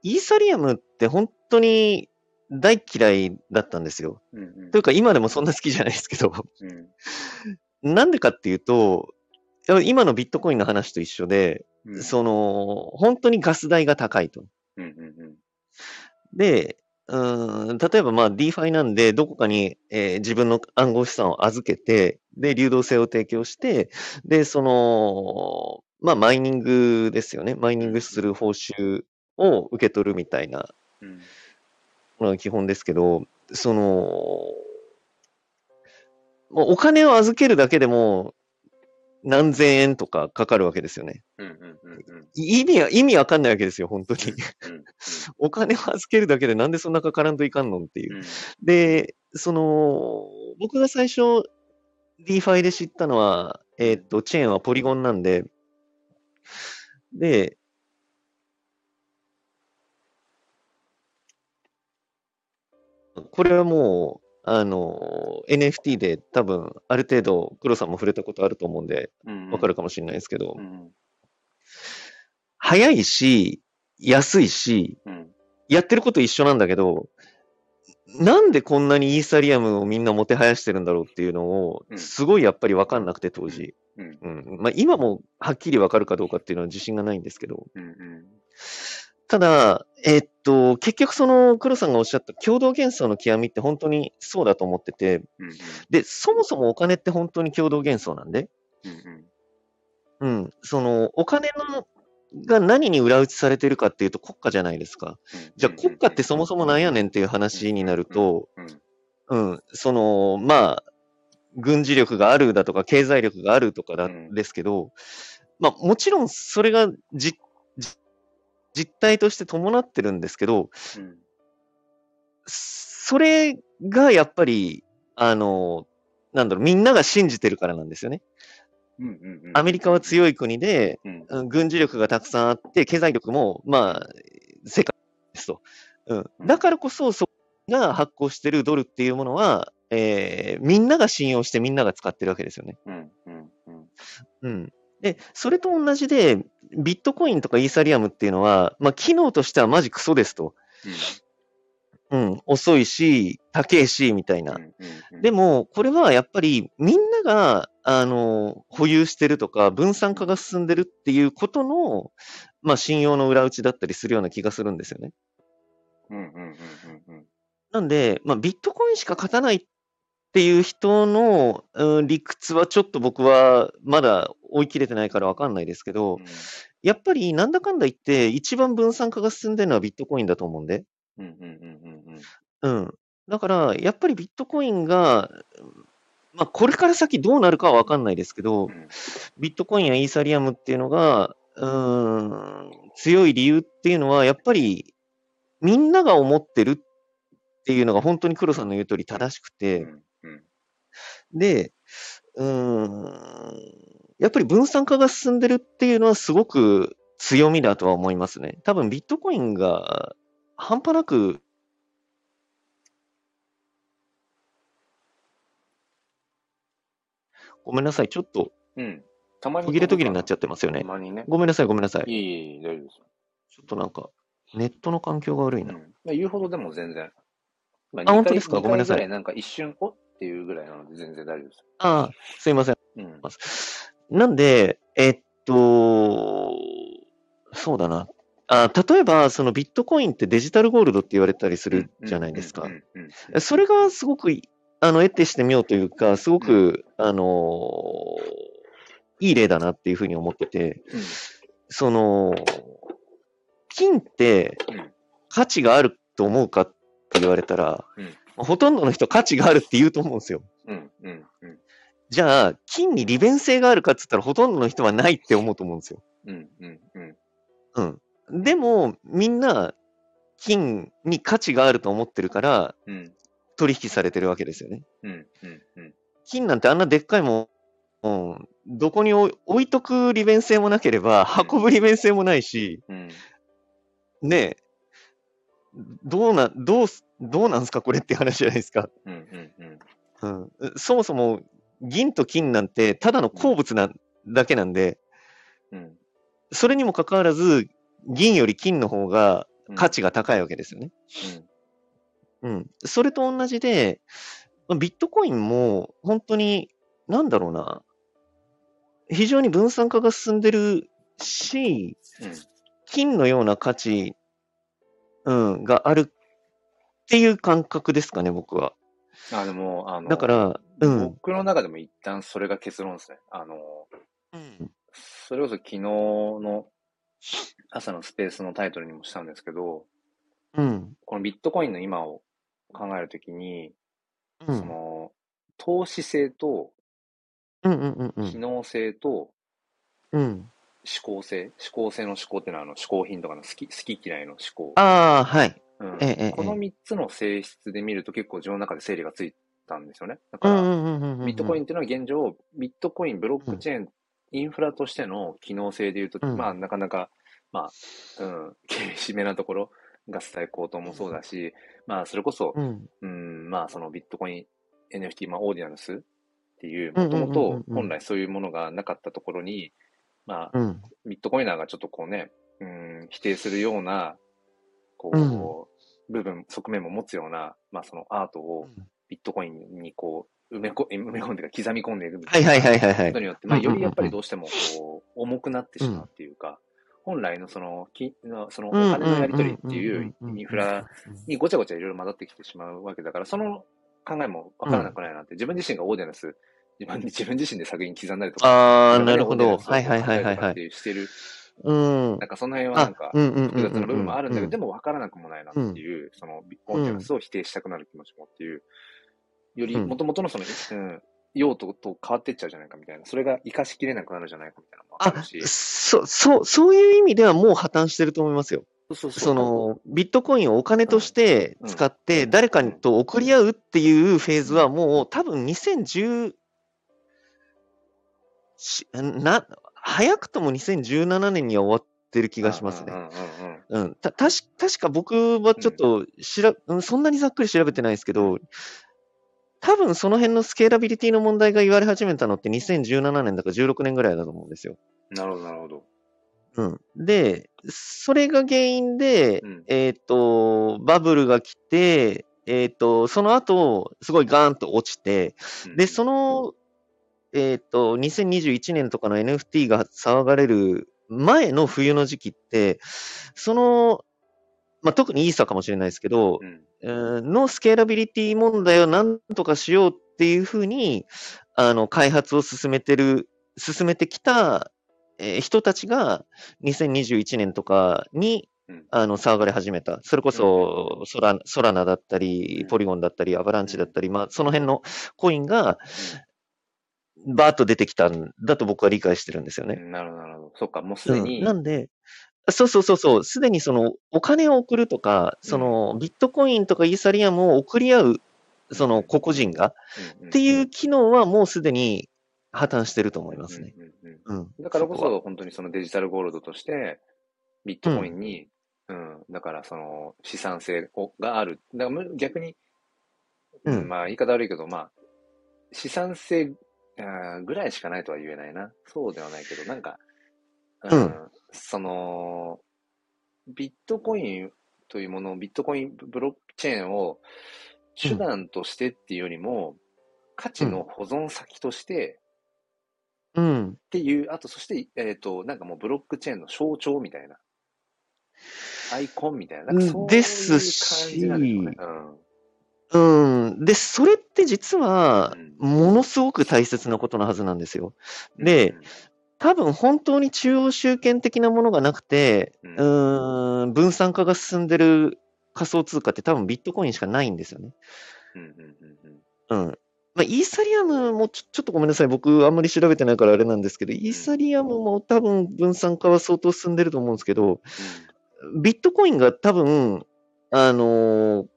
[SPEAKER 2] イーサリアムって本当に大嫌いだったんですよ。
[SPEAKER 1] うんうん
[SPEAKER 2] というか今でもそんな好きじゃないですけど、
[SPEAKER 1] うん
[SPEAKER 2] なんでかっていうと、やっぱ今のビットコインの話と一緒で、
[SPEAKER 1] うん
[SPEAKER 2] その、本当にガス代が高いと。
[SPEAKER 1] うんうんうん
[SPEAKER 2] で、うーん例えばまあ DeFi なんで、どこかに、えー自分の暗号資産を預けて、で、流動性を提供して、で、その、まあマイニングですよね。マイニングする報酬を受け取るみたいな
[SPEAKER 1] うん
[SPEAKER 2] のが基本ですけど、その、もうお金を預けるだけでも何千円とかかかるわけですよね。
[SPEAKER 1] うんうんうんうん
[SPEAKER 2] 意味は、意味わかんないわけですよ、本当に。
[SPEAKER 1] うん
[SPEAKER 2] お金を預けるだけでなんでそんなかからんといかんのっていう
[SPEAKER 1] うん
[SPEAKER 2] で、その、僕が最初 DeFi で知ったのは、えーっと、チェーンはポリゴンなんで、で、これはもう、あの、NFT で多分、ある程度、黒さんも触れたことあると思うんで、
[SPEAKER 1] うん
[SPEAKER 2] わかるかもしれないですけど、
[SPEAKER 1] うん
[SPEAKER 2] 早いし、安いし、
[SPEAKER 1] うん
[SPEAKER 2] やってること一緒なんだけど、なんでこんなにイーサリアムをみんなもてはやしてるんだろうっていうのを
[SPEAKER 1] う、ん
[SPEAKER 2] すごいやっぱりわかんなくて、当時。
[SPEAKER 1] うん
[SPEAKER 2] うん。まあ、今もはっきりわかるかどうかっていうのは自信がないんですけど、
[SPEAKER 1] うんうん
[SPEAKER 2] ただ、えっと、結局その黒さんがおっしゃった共同幻想の極みって本当にそうだと思ってて、
[SPEAKER 1] うん
[SPEAKER 2] で、そもそもお金って本当に共同幻想なんで、
[SPEAKER 1] うん
[SPEAKER 2] うん、そのお金のが何に裏打ちされてるかっていうと国家じゃないですか。じゃあ国家ってそもそもなんやねんっていう話になると、
[SPEAKER 1] うん
[SPEAKER 2] うん、その、まあ、軍事力があるだとか経済力があるとかだ
[SPEAKER 1] うん
[SPEAKER 2] ですけど、まあもちろんそれがじじ実態として伴ってるんですけど、
[SPEAKER 1] うん
[SPEAKER 2] それがやっぱり、あの、なんだろう、みんなが信じてるからなんですよね。
[SPEAKER 1] うんうんうん
[SPEAKER 2] アメリカはい強い国で、
[SPEAKER 1] うん
[SPEAKER 2] うん軍事力がたくさんあって、経済力も、まあ、世界ですと。うん、だからこそ、そこが発行してるドルっていうものは、えーみんなが信用してみんなが使ってるわけですよね。
[SPEAKER 1] うんうんうん
[SPEAKER 2] うん。で、それと同じで、ビットコインとかイーサリアムっていうのは、まあ、機能としてはマジクソですと。うん、遅いし、高えし、みたいな。
[SPEAKER 1] うん
[SPEAKER 2] でも、これはやっぱりみんなが、あの、保有してるとか、分散化が進んでるっていうことの、まあ、信用の裏打ちだったりするような気がするんですよね。
[SPEAKER 1] うんうんうんうん
[SPEAKER 2] なんで、まあ、ビットコインしか勝たないっていう人の、うん理屈はちょっと僕はまだ追い切れてないからわかんないですけど、やっぱりなんだかんだ言って、一番分散化が進んでるのはビットコインだと思うんで。
[SPEAKER 1] うんうんうんうんうん
[SPEAKER 2] うん。だから、やっぱりビットコインが、まあ、これから先どうなるかはわかんないですけど、
[SPEAKER 1] うん
[SPEAKER 2] ビットコインやイーサリアムっていうのが、うーん、強い理由っていうのは、やっぱりみんなが思ってるっていうのが本当に黒さんの言う通り正しく
[SPEAKER 1] う
[SPEAKER 2] て、
[SPEAKER 1] ん
[SPEAKER 2] で、うーん、やっぱり分散化が進んでるっていうのはすごく強みだとは思いますね。多分ビットコインが半端なく、ごめんなさい。ちょっと
[SPEAKER 1] うんたまに
[SPEAKER 2] 途切れ途切れになっちゃ
[SPEAKER 1] ゃ
[SPEAKER 2] ってますよね
[SPEAKER 1] た。まにね
[SPEAKER 2] ごめんなさい、ごめんなさい。
[SPEAKER 1] いえいえいえ大丈夫です
[SPEAKER 2] ちょっとなんか、ネットの環境が悪いな。
[SPEAKER 1] うん、言うほどでも全然。ま
[SPEAKER 2] あ本当ですかごめんなさい
[SPEAKER 1] い。二回ぐらなんか一瞬、おっていうぐらいなので全然大丈夫です。
[SPEAKER 2] ああ、すいません。
[SPEAKER 1] うん。
[SPEAKER 2] なんで、えっと、そうだな。あ例えば、そのビットコインってデジタルゴールドって言われたりするじゃないですか
[SPEAKER 1] うん。うんうん
[SPEAKER 2] それがすごくい、あの、得てしてみようというか、すごく、あのーいい例だなっていうふうに思ってて、その、金って
[SPEAKER 1] うん
[SPEAKER 2] 価値があると思うかって言われたら、
[SPEAKER 1] うん
[SPEAKER 2] ほとんどの人価値があるって言うと思うんですよ。
[SPEAKER 1] うんうんうん
[SPEAKER 2] じゃあ、金に利便性があるかっつったら、ほとんどの人はないって思うと思うんですよ。
[SPEAKER 1] うんうんうん
[SPEAKER 2] うん。でも、みんな、金に価値があると思ってるから、
[SPEAKER 1] うん
[SPEAKER 2] 取引されてるわけですよね。
[SPEAKER 1] うんうんうん
[SPEAKER 2] 金なんてあんなでっかいもん、うん、どこに置い置いとく利便性もなければ、運ぶ利便性もないし、
[SPEAKER 1] うん
[SPEAKER 2] ねえ、どうな、どうす、どうなんすかこれって話じゃないですか。
[SPEAKER 1] うんうんうん
[SPEAKER 2] うん。そもそも、銀と金なんて、ただの鉱物な、だけなんで、
[SPEAKER 1] うん
[SPEAKER 2] それにもかかわらず、銀より金の方が
[SPEAKER 1] うん
[SPEAKER 2] 価値が高いわけですよね。うん。それと同じで、まあビットコインも本当に、なんだろうな、非常に分散化が進んでるし、
[SPEAKER 1] うん
[SPEAKER 2] 金のような価値、うん、があるっていう感覚ですかね、僕は。
[SPEAKER 1] あでもあの
[SPEAKER 2] だから、うん。
[SPEAKER 1] 僕の中でも一旦それが結論ですねあの
[SPEAKER 2] うん
[SPEAKER 1] それこそ昨日の朝のスペースのタイトルにもしたんですけど
[SPEAKER 2] うん。
[SPEAKER 1] このビットコインの今を考えるときに
[SPEAKER 2] う
[SPEAKER 1] そ
[SPEAKER 2] ん。
[SPEAKER 1] の投資性と
[SPEAKER 2] うん。うん。うん。う
[SPEAKER 1] 機
[SPEAKER 2] ん
[SPEAKER 1] 能性と
[SPEAKER 2] うん。
[SPEAKER 1] 思考性、思考性の思考っていうのはあの嗜好品とかの好き好き嫌いの思考、
[SPEAKER 2] ああ、はい。
[SPEAKER 1] うん
[SPEAKER 2] ええええ
[SPEAKER 1] この3つの性質で見ると結構自分の中で整理がついたんですよねだ
[SPEAKER 2] う
[SPEAKER 1] か
[SPEAKER 2] ん
[SPEAKER 1] ら、
[SPEAKER 2] うんうんうんうん。
[SPEAKER 1] ビットコインっていうのは現状ビットコインブロックチェーン、インフラとしての機能性でいうと、
[SPEAKER 2] うん
[SPEAKER 1] まあなかなかまあ、うん、厳しめなところガス代高騰もそうだし、まあ、それこそ、
[SPEAKER 2] うん。
[SPEAKER 1] うん、まあ、そのビットコイン、NFT、まあ、オーディナルスっていう、
[SPEAKER 2] うん
[SPEAKER 1] も
[SPEAKER 2] うんう
[SPEAKER 1] と
[SPEAKER 2] んうん
[SPEAKER 1] もと本来そういうものがなかったところに、まあ、
[SPEAKER 2] うん。
[SPEAKER 1] ビットコイナーがちょっとこうね、うん、否定するような、こう、部分、側面も持つような、まあ、そのアートをビットコインにこう、埋めこ埋め込んでる、刻み込んでいるみた
[SPEAKER 2] はいい
[SPEAKER 1] な
[SPEAKER 2] はいはいはいは
[SPEAKER 1] こと
[SPEAKER 2] い。
[SPEAKER 1] によって、まあ、
[SPEAKER 2] うんうん
[SPEAKER 1] よ
[SPEAKER 2] うんうん
[SPEAKER 1] りやっぱりどうしてもこう重くなってしまうっていうか、本来のそのきそのお金のやり取りっていうインフラにごちゃごちゃいろいろ混ざってきてしまうわけだから、その考えもわからなくないなって、自分自身がオーディナス、自分自分自身で作品刻んだりとか、自
[SPEAKER 2] ああ、
[SPEAKER 1] 分で
[SPEAKER 2] なるほ
[SPEAKER 1] オ
[SPEAKER 2] ど。
[SPEAKER 1] ーディナ
[SPEAKER 2] はい
[SPEAKER 1] スを
[SPEAKER 2] はいは
[SPEAKER 1] 考え
[SPEAKER 2] い
[SPEAKER 1] たり
[SPEAKER 2] はい
[SPEAKER 1] とか
[SPEAKER 2] は
[SPEAKER 1] って
[SPEAKER 2] い。
[SPEAKER 1] いうしてる、
[SPEAKER 2] うん
[SPEAKER 1] なん。かその辺はな
[SPEAKER 2] あ
[SPEAKER 1] んか、、
[SPEAKER 2] うんうんうん
[SPEAKER 1] 複雑
[SPEAKER 2] うん
[SPEAKER 1] な部分もあるんだけ
[SPEAKER 2] う
[SPEAKER 1] ど、でもわからなくもないなっていう、そのオーディナスを否定したくなる気持ちもっていう、より、
[SPEAKER 2] うん
[SPEAKER 1] もともとのその、うん、用途と変わってっちゃうじゃないかみたいな、それが生かしきれなくなるじゃないかみたいなのもあ
[SPEAKER 2] あ
[SPEAKER 1] るし、、
[SPEAKER 2] そう、そう、そういう意味ではもう破綻してると思いますよ。
[SPEAKER 1] そう
[SPEAKER 2] そ、の、ビットコインをお金として使っ
[SPEAKER 1] う
[SPEAKER 2] て、
[SPEAKER 1] ん
[SPEAKER 2] 誰かにと送り合うっていうフェーズはもう多分2010、しな、早くとも2017年には終わってる気
[SPEAKER 1] 気
[SPEAKER 2] がしますね
[SPEAKER 1] う。んうんうん
[SPEAKER 2] うん、た、たし、確か僕はちょっとしら、うん、そんなにざっくり調べてないですけど、多分その辺のスケーラビリティの問題が言われ始めたのって2017年だか16年ぐらいだと思うんですよ。
[SPEAKER 1] なるほど、なるほど。
[SPEAKER 2] うん。で、それが原因で、
[SPEAKER 1] うん
[SPEAKER 2] えっ、と、バブルが来て、えっ、と、その後、すごいガーンと落ちて、で、そ
[SPEAKER 1] の、
[SPEAKER 2] の、えっ、と、2021年とかの NFT が騒がれる前の冬の時期って、その、まあ、特にイーサかもしれないですけど
[SPEAKER 1] う、ん
[SPEAKER 2] えーのスケーラビリティ問題をなんとかしようっていうふうに、あの、開発を進めてる、進めてきた、えー人たちが2021年とかに
[SPEAKER 1] うん、
[SPEAKER 2] あの、騒がれ始めた。それこそ、ソラ、ソラナだった
[SPEAKER 1] う
[SPEAKER 2] り
[SPEAKER 1] ん、
[SPEAKER 2] ポリゴンだったり、アバランチだったり、まあ、その辺のコインが、バーッと出てきたんだと僕は理解してるんですよ
[SPEAKER 1] う
[SPEAKER 2] ね。
[SPEAKER 1] んなるほど、なるほど。そっか、もうすで
[SPEAKER 2] うん、
[SPEAKER 1] に、
[SPEAKER 2] なんで、そうそうそうそう、すでにそのお金を送るとか、そのビットコインとかイーサリアムを送り合う、その個々人が
[SPEAKER 1] っ
[SPEAKER 2] っていうう機能はもうすでに破綻してると思いますね。
[SPEAKER 1] んうんうんうん
[SPEAKER 2] うん。
[SPEAKER 1] だからこ
[SPEAKER 2] こは
[SPEAKER 1] そ、本当にそのデジタルゴールドとして、ビットコインに、うん、だからその資産性をがある。だからむ逆に、
[SPEAKER 2] うん
[SPEAKER 1] まあ言い方悪いけど、まあ、資産性あーぐらいしかないとは言えないな。そうではないけど、なんか、
[SPEAKER 2] うん
[SPEAKER 1] その、ビットコインというものを、ビットコインブロックチェーンを手段としてっていうよりも、価値の保存先として、
[SPEAKER 2] うん。
[SPEAKER 1] っていう、あと、そして、えっ、と、なんかもうブロックチェーンの象徴みたいな、アイコンみたいな、なんかそういう
[SPEAKER 2] です
[SPEAKER 1] 感じなんでしょうね
[SPEAKER 2] し。うん。で、それって実は、ものすごく大切なことのはずなんですよ。
[SPEAKER 1] うん、
[SPEAKER 2] で、多分本当に中央集権的なものがなくて、
[SPEAKER 1] う
[SPEAKER 2] うんーん、分散化が進んでる仮想通貨って多分ビットコインしかないんですよね。
[SPEAKER 1] うん、うん、うんうん、
[SPEAKER 2] うん。まあ、イーサリアムもちょ、ちょっとごめんなさい。僕あんまり調べてないからあれなんですけど、イーサリアムも多分分散化は相当進んでると思うんですけど、ビットコインが多分、あのー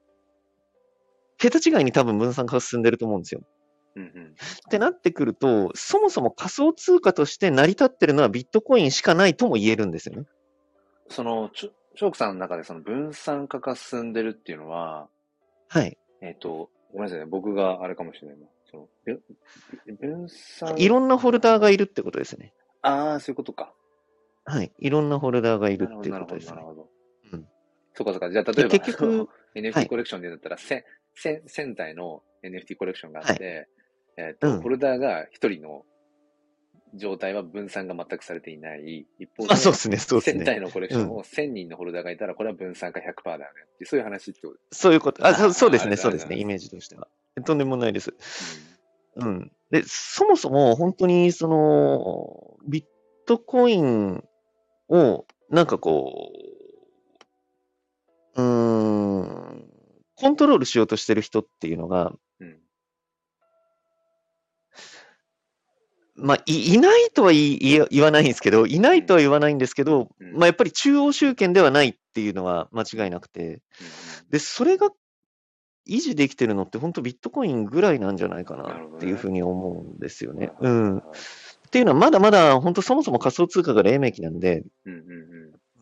[SPEAKER 2] 桁違いに多分分散化が進んでると思うんですよ。
[SPEAKER 1] うん、うん、うん。
[SPEAKER 2] ってなってくると、そもそも仮想通貨として成り立ってるのはビットコインしかないとも言えるんですよね。
[SPEAKER 1] その、ちょチョークさんの中でその分散化が進んでるっていうのは、
[SPEAKER 2] はい。
[SPEAKER 1] えっ、と、ごめんなさいね、僕があれかもしれないな。その、ぶ分散、
[SPEAKER 2] いろんなフォルダーがいるってことですね。
[SPEAKER 1] ああ、そういうことか。
[SPEAKER 2] はい。いろんなフォルダーがい
[SPEAKER 1] な
[SPEAKER 2] る
[SPEAKER 1] る
[SPEAKER 2] っ
[SPEAKER 1] ほ
[SPEAKER 2] てい
[SPEAKER 1] ど、な
[SPEAKER 2] う
[SPEAKER 1] る
[SPEAKER 2] こと
[SPEAKER 1] ほ
[SPEAKER 2] で
[SPEAKER 1] ど、
[SPEAKER 2] す
[SPEAKER 1] なる
[SPEAKER 2] ね。
[SPEAKER 1] ほど。
[SPEAKER 2] うん
[SPEAKER 1] そうか、そうか。じゃあ、例えば、
[SPEAKER 2] で結局は
[SPEAKER 1] NFT
[SPEAKER 2] い
[SPEAKER 1] コレクションで言うんだったら、せせ1000体の NFT コレクションがあって、えっ、と、
[SPEAKER 2] うん
[SPEAKER 1] フォルダーが1人の状態は分散が全くされていない。一方で、
[SPEAKER 2] あ、そうですね。そうです
[SPEAKER 1] 1000
[SPEAKER 2] ね。
[SPEAKER 1] 体のコレクションを1000人のフォルダーがいたら、これは分散化100%だよねっていう、そういう話ってことで
[SPEAKER 2] そういうこと。
[SPEAKER 1] あ
[SPEAKER 2] あ、
[SPEAKER 1] ー
[SPEAKER 2] そうそうです
[SPEAKER 1] あ
[SPEAKER 2] ね。
[SPEAKER 1] りが
[SPEAKER 2] そ
[SPEAKER 1] とう
[SPEAKER 2] う
[SPEAKER 1] ございま
[SPEAKER 2] で
[SPEAKER 1] す
[SPEAKER 2] すね。イメージとしては。とんでもないです。
[SPEAKER 1] す。
[SPEAKER 2] うん。で、そもそも本当に、その、ビットコインを、なんかこう、うーん、コントロールしようとしてる人っていうのが、
[SPEAKER 1] うん。うん。
[SPEAKER 2] まあ、いいないとは言い言い言わないんですけど、いないとは言わないんですけど、
[SPEAKER 1] うん
[SPEAKER 2] まあ、やっぱり中央集権ではないっていうのは間違いなくて、で、それが維持できてるのって、本当ビットコインぐらいなんじゃないか
[SPEAKER 1] なる
[SPEAKER 2] な
[SPEAKER 1] ほどね
[SPEAKER 2] っていうふうに思うんですよ
[SPEAKER 1] うんうん。
[SPEAKER 2] ね。うん。
[SPEAKER 1] はいは
[SPEAKER 2] っ
[SPEAKER 1] いはい
[SPEAKER 2] ていうのは、まだまだ本当そもそも仮想通貨が黎明期なんで、
[SPEAKER 1] うん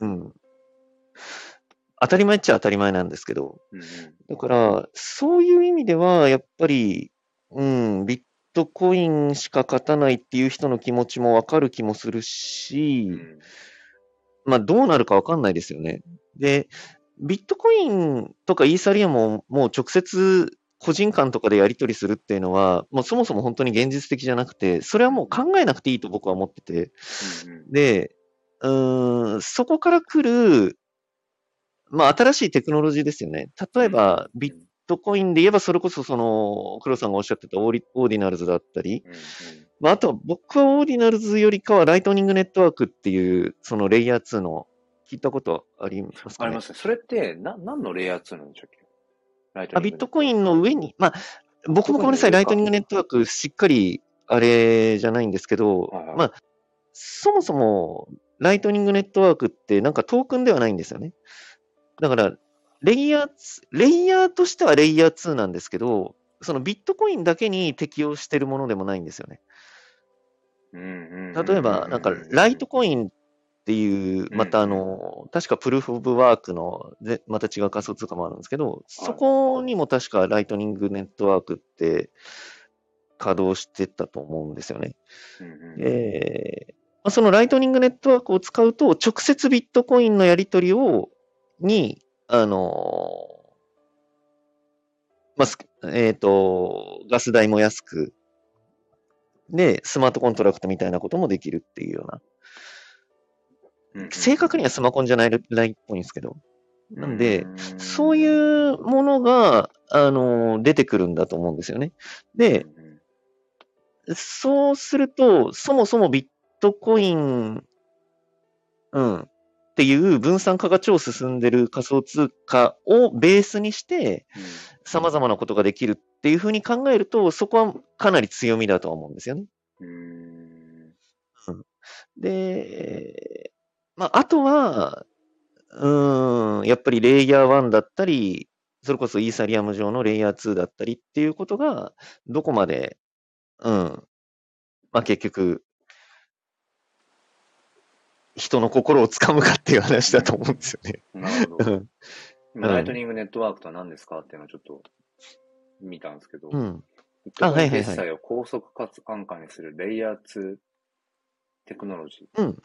[SPEAKER 1] うんうん。
[SPEAKER 2] うん。当たり前っちゃ当たり前なんですけど、
[SPEAKER 1] うんうん
[SPEAKER 2] だから、そういう意味では、やっぱり、うん、ビットコインしか勝たないっていう人の気持ちもわかる気もするし
[SPEAKER 1] う、ん
[SPEAKER 2] まあ、どうなるかわかんないですよね。で、ビットコインとかイーサリアムをもう直接個人間とかでやり取りするっていうのは、もうそもそも本当に現実的じゃなくて、それはもう考えなくていいと僕は思ってて、
[SPEAKER 1] うんうん
[SPEAKER 2] で、うーん、そこから来る、まあ、新しいテクノロジーですよね。例えば、ビットコインで言えば、それこそ、その、黒さんがおっしゃってたオーリオーディナルズだったり、
[SPEAKER 1] うんうん
[SPEAKER 2] まあ、あとは僕はオーディナルズよりかはライトニングネットワークっていう、そのレイヤー2の、聞いたことありますか
[SPEAKER 1] あ
[SPEAKER 2] ね
[SPEAKER 1] りますね。それって、な、何のレイヤー2なんでしょうっけライト
[SPEAKER 2] あ
[SPEAKER 1] ニ
[SPEAKER 2] ビ
[SPEAKER 1] ング
[SPEAKER 2] ットコインの上に、まあ、僕もごめんなさい、ライトニングネットワークしっかりあれじゃないんですけど
[SPEAKER 1] はいはい、
[SPEAKER 2] まあ、そもそもライトニングネットワークってなんかトークンではないんですよね。だから、レイヤー2、レイヤーとしてはレイヤー2なんですけど、そのビットコインだけに適用してるものでもないんですよね。例
[SPEAKER 1] 例
[SPEAKER 2] えば、なんか、ライトコインっていう、またあの、確かプルーフ・オブ・ワークの、ぜまた違う仮想通貨もあるんですけど、そこにも確かライトニングネットワークって稼働してたと思うんですよね。えーそのライトニングネットワークを使うと、直接ビットコインのやり取りを、に、あのまあすえっ、と、ガス代も安く、で、スマートコントラクトみたいなこともできるっていうような。正確にはスマコンじゃないラインっぽいんですけど、なんで、そうい
[SPEAKER 1] うん
[SPEAKER 2] うものが、あの、出てくるんだと思うんですよね。で、
[SPEAKER 1] うん
[SPEAKER 2] そうすると、そもそもビットコイン、うん、っていう分散化が超進んでる仮想通貨をベースにして、様々なことができるっていうふうに考えると、そこはかなり強みだとは思うんですよね。
[SPEAKER 1] うん
[SPEAKER 2] で、まあ、あとは、うーん、やっぱりレイヤー1だったり、それこそイーサリアム上のレイヤー2だったりっていうことが、どこまで、うん、まあ、結局、人の心をつかむかっていう話だと思うんですよ ね。
[SPEAKER 1] なるほど。今
[SPEAKER 2] うん
[SPEAKER 1] ライトニングネットワークとは何ですかっていうのをちょっと見たんですけど、
[SPEAKER 2] う
[SPEAKER 1] ビ
[SPEAKER 2] ん。
[SPEAKER 1] ット
[SPEAKER 2] あ
[SPEAKER 1] コ
[SPEAKER 2] は
[SPEAKER 1] イ
[SPEAKER 2] い
[SPEAKER 1] ン
[SPEAKER 2] はいはい
[SPEAKER 1] 決済を高速かつ安価にするレイヤー2テクノロジー。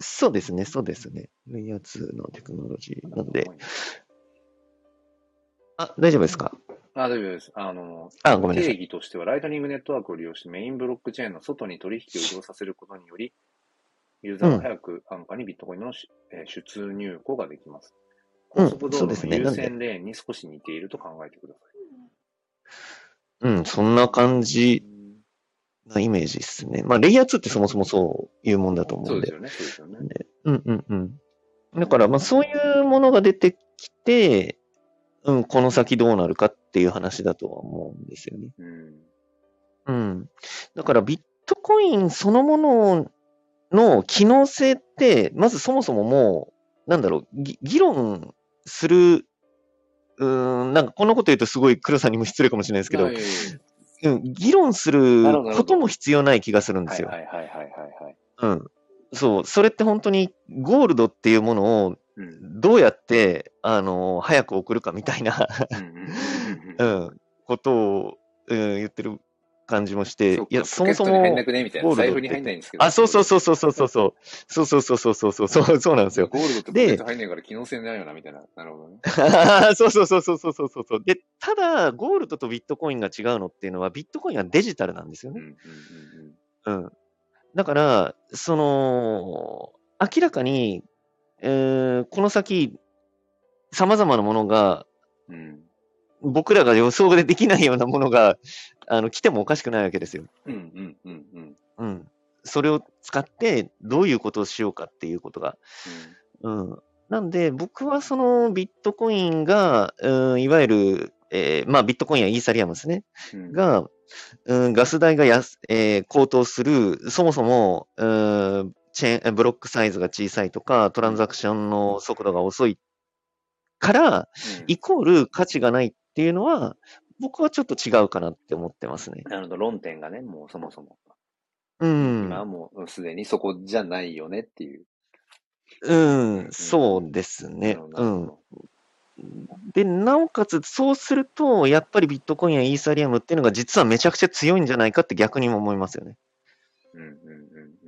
[SPEAKER 2] そうですね、そうですね。レイヤー2のテクノロジーなんで。あ、大丈夫ですか
[SPEAKER 1] あ、大丈夫です。あの、
[SPEAKER 2] あ、ごめんなさ
[SPEAKER 1] 定
[SPEAKER 2] い。
[SPEAKER 1] 義としては、ライトニングネットワークを利用してメインブロックチェーンの外に取引を移動させることにより、ユーザーは早く安価にビットコインのし、えー出入庫ができます。
[SPEAKER 2] う
[SPEAKER 1] 高
[SPEAKER 2] ん
[SPEAKER 1] 速道
[SPEAKER 2] そうです
[SPEAKER 1] 路の
[SPEAKER 2] ね
[SPEAKER 1] 優
[SPEAKER 2] なんで
[SPEAKER 1] 先レーンに少し似ていると考えてください。
[SPEAKER 2] うん、そんな感じなイメージですね。まあ、レイヤー2ってそもそもそういうもんだと思
[SPEAKER 1] そううんで。
[SPEAKER 2] です
[SPEAKER 1] よね、そうですよね。
[SPEAKER 2] うんうんうん。だから、まあ、そういうものが出てきて、うん、この先どうなるかっていう話だとは思うんですよね。
[SPEAKER 1] うん。
[SPEAKER 2] うん。だから、ビットコインそのものの機能性って、まずそもそももう、なんだろう、ぎ議論する、うーん、なんかこんなこと言うとすごい黒さんにも失礼かもしれないですけ
[SPEAKER 1] い
[SPEAKER 2] ど
[SPEAKER 1] やい、やいや
[SPEAKER 2] うん、議論する
[SPEAKER 1] なるほどなるほ
[SPEAKER 2] こ
[SPEAKER 1] ど
[SPEAKER 2] とも必要ない気がするんで
[SPEAKER 1] は
[SPEAKER 2] す
[SPEAKER 1] い
[SPEAKER 2] よ
[SPEAKER 1] は。いはいはいはい はい。
[SPEAKER 2] うん。そう、それって本当にゴールドっていうものを
[SPEAKER 1] うん。
[SPEAKER 2] どうやって、あの、早く送るかみたいな、
[SPEAKER 1] うんうんうん
[SPEAKER 2] う
[SPEAKER 1] うん
[SPEAKER 2] ん、ことを、うん、言ってる感じもして
[SPEAKER 1] そう、
[SPEAKER 2] いや、
[SPEAKER 1] か
[SPEAKER 2] そもそ
[SPEAKER 1] ポケットに入ん
[SPEAKER 2] も
[SPEAKER 1] な、くねみたい
[SPEAKER 2] ゴ
[SPEAKER 1] な。
[SPEAKER 2] ールド
[SPEAKER 1] 財布
[SPEAKER 2] って
[SPEAKER 1] に入んないんですけど。
[SPEAKER 2] あ、そうそうそうそうそうそうそう、そうそうそうそうそうそうそう、そうなんですよ。
[SPEAKER 1] ゴールドってポケット入んないから機能性ないよな、みたいな。なるほどね。
[SPEAKER 2] そうそうそうそうそうそうそうそう。で、ただ、ゴールドとビットコインが違うのっていうのは、ビットコインはデジタルなんですよ
[SPEAKER 1] うん
[SPEAKER 2] ね
[SPEAKER 1] う。んうんうん。
[SPEAKER 2] うん。だから、その、明らかに、えーこの先、様々なものが、
[SPEAKER 1] うん。
[SPEAKER 2] 僕らが予想でできないようなものが、あの、来てもおかしくないわけですよ。
[SPEAKER 1] うんうんうんうん。
[SPEAKER 2] うん。それを使って、どういうことをしようかっていうことが。うん。なんで、僕はそのビットコインが、うん、いわゆる、えーまあ、ビットコインやイーサリアムですね。
[SPEAKER 1] うん、
[SPEAKER 2] が、うん、ガス代が安、えー高騰する、そもそも、うん、チェーンえ、ブロックサイズが小さいとか、トランザクションの速度が遅いから、イコール価値がないっていうのは、僕はちょっと違うかなって思ってますね
[SPEAKER 1] う。ん、なるほど、論点がね、もうそもそも。
[SPEAKER 2] う
[SPEAKER 1] 今は
[SPEAKER 2] ん。
[SPEAKER 1] もうすでにそこじゃないよねっていう。
[SPEAKER 2] うん、そうですね
[SPEAKER 1] なる。ほ
[SPEAKER 2] う
[SPEAKER 1] どなるほ
[SPEAKER 2] ん。
[SPEAKER 1] ど
[SPEAKER 2] で、なおかつ、そうすると、やっぱりビットコインやイーサリアムっていうのが実はめちゃくちゃ強いんじゃないかって逆にも思いますよね。
[SPEAKER 1] うんうんうん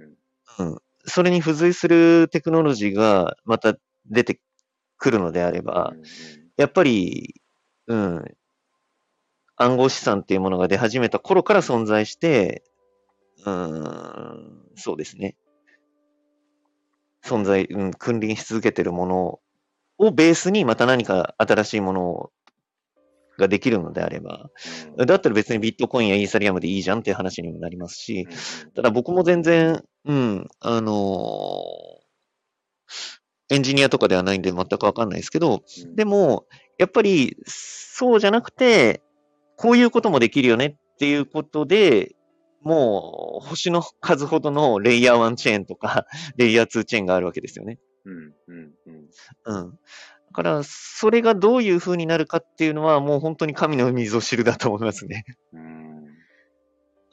[SPEAKER 1] うん。
[SPEAKER 2] うん。それに付随するテクノロジーがまた出てくるのであれば
[SPEAKER 1] う、んうん
[SPEAKER 2] やっぱり、うん、暗号資産っていうものが出始めた頃から存在して、うん、そうですね。存在、うん、君臨し続けてるものをベースにまた何か新しいものをができるのであれば、
[SPEAKER 1] うん
[SPEAKER 2] だったら別にビットコインやイーサリアムでいいじゃんっていう話にもなりますし、ただ僕も全然、うん、あのーエンジニアとかではないんで全くわかんないですけど、
[SPEAKER 1] うん
[SPEAKER 2] でも、やっぱり、そうじゃなくて、こういうこともできるよねっていうことで、もう、星の数ほどのレイヤー1チェーンとか、 レイヤー2チェーンがあるわけですよね。
[SPEAKER 1] うんうんうん。
[SPEAKER 2] うん。だから、それがどういう風になるかっていうのは、もう本当に神の水を知るだと思いますね。
[SPEAKER 1] うん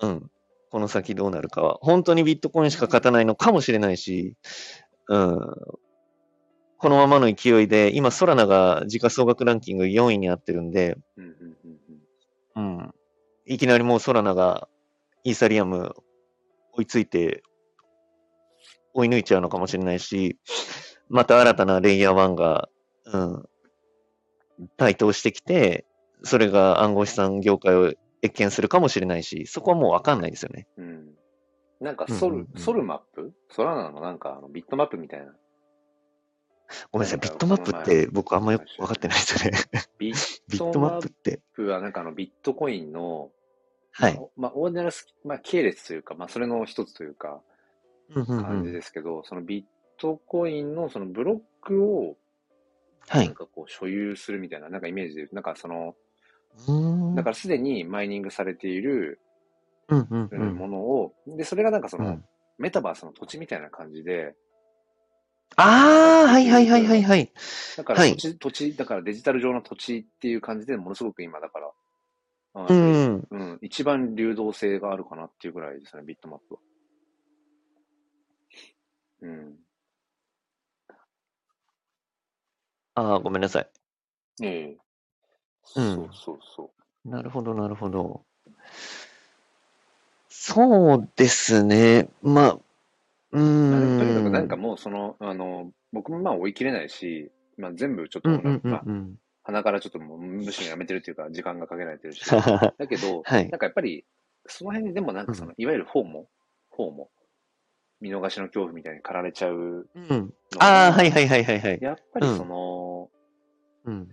[SPEAKER 2] うん。この先どうなるかは。本当にビットコインしか勝たないのかもしれないし、うん。このままの勢いで、今、ソラナが時価総額ランキング4位になってるんで、
[SPEAKER 1] うんうんうんうん
[SPEAKER 2] うん。いきなりもうソラナがイーサリアム追いついて追い抜いちゃうのかもしれないし、また新たなレイヤー1が、うん、台頭してきて、それが暗号資産業界を越見するかもしれないし、そこはもうわかんないですよね。
[SPEAKER 1] うんなんかソル、
[SPEAKER 2] うんうんうん
[SPEAKER 1] ソルマップソラナのなんかあのビットマップみたいな。
[SPEAKER 2] ごめんなさい、
[SPEAKER 1] な
[SPEAKER 2] ビ
[SPEAKER 1] ん
[SPEAKER 2] ッ
[SPEAKER 1] か
[SPEAKER 2] トマップって僕あんまよくわかってないです よね。
[SPEAKER 1] ビッ
[SPEAKER 2] ビッ
[SPEAKER 1] ト
[SPEAKER 2] トマ
[SPEAKER 1] マ
[SPEAKER 2] ッ
[SPEAKER 1] ッ
[SPEAKER 2] プって。
[SPEAKER 1] プはなんかあのビットコインの、
[SPEAKER 2] はい。
[SPEAKER 1] まあ、オーディナルス、まあ、系列というか、まあ、それの一つというか、
[SPEAKER 2] うんうん
[SPEAKER 1] 感
[SPEAKER 2] う
[SPEAKER 1] じ
[SPEAKER 2] ん
[SPEAKER 1] ですけど、そのビットコインのそのブロックを
[SPEAKER 2] は
[SPEAKER 1] なん
[SPEAKER 2] い。
[SPEAKER 1] かこう所有するみたいな、なんかイメージで、なんかその、
[SPEAKER 2] うーん
[SPEAKER 1] だからすでにマイニングされている
[SPEAKER 2] うんうんうん
[SPEAKER 1] ものを、で、それがなんかそうの、
[SPEAKER 2] ん。
[SPEAKER 1] メタバースの土地みたいな感じで、
[SPEAKER 2] ああ、はいはいはいはいはい。
[SPEAKER 1] だから
[SPEAKER 2] はい
[SPEAKER 1] 土地、土地、だからデジタル上の土地っていう感じでものすごく今だから、あ
[SPEAKER 2] う
[SPEAKER 1] の
[SPEAKER 2] ん。
[SPEAKER 1] うん、一番流動性があるかなっていうぐらいですね、ビットマップは。うん。
[SPEAKER 2] ああ、ごめんなさい。
[SPEAKER 1] ええ
[SPEAKER 2] うん
[SPEAKER 1] そうそうそ
[SPEAKER 2] なるほど、なるほど。そうですね。まあ、
[SPEAKER 1] う。
[SPEAKER 2] うー
[SPEAKER 1] まあでも
[SPEAKER 2] ん。
[SPEAKER 1] とにかくなんかもうその、あの、僕もまあ追い切れないし、まあ全部ちょっと
[SPEAKER 2] うん
[SPEAKER 1] もう
[SPEAKER 2] う
[SPEAKER 1] なん
[SPEAKER 2] んうん
[SPEAKER 1] か、
[SPEAKER 2] うん。
[SPEAKER 1] 鼻からちょっともうむしろやめてるっていうか、時間がかけられてるし。
[SPEAKER 2] は
[SPEAKER 1] だけど、
[SPEAKER 2] はい
[SPEAKER 1] なんかやっぱり、その辺でもなんかその、いわゆる方も、方も、見逃しの恐怖みたいに駆られちゃう
[SPEAKER 2] うん。
[SPEAKER 1] の
[SPEAKER 2] ああ、はいはいはいはいはい。
[SPEAKER 1] やっぱりその、
[SPEAKER 2] うん。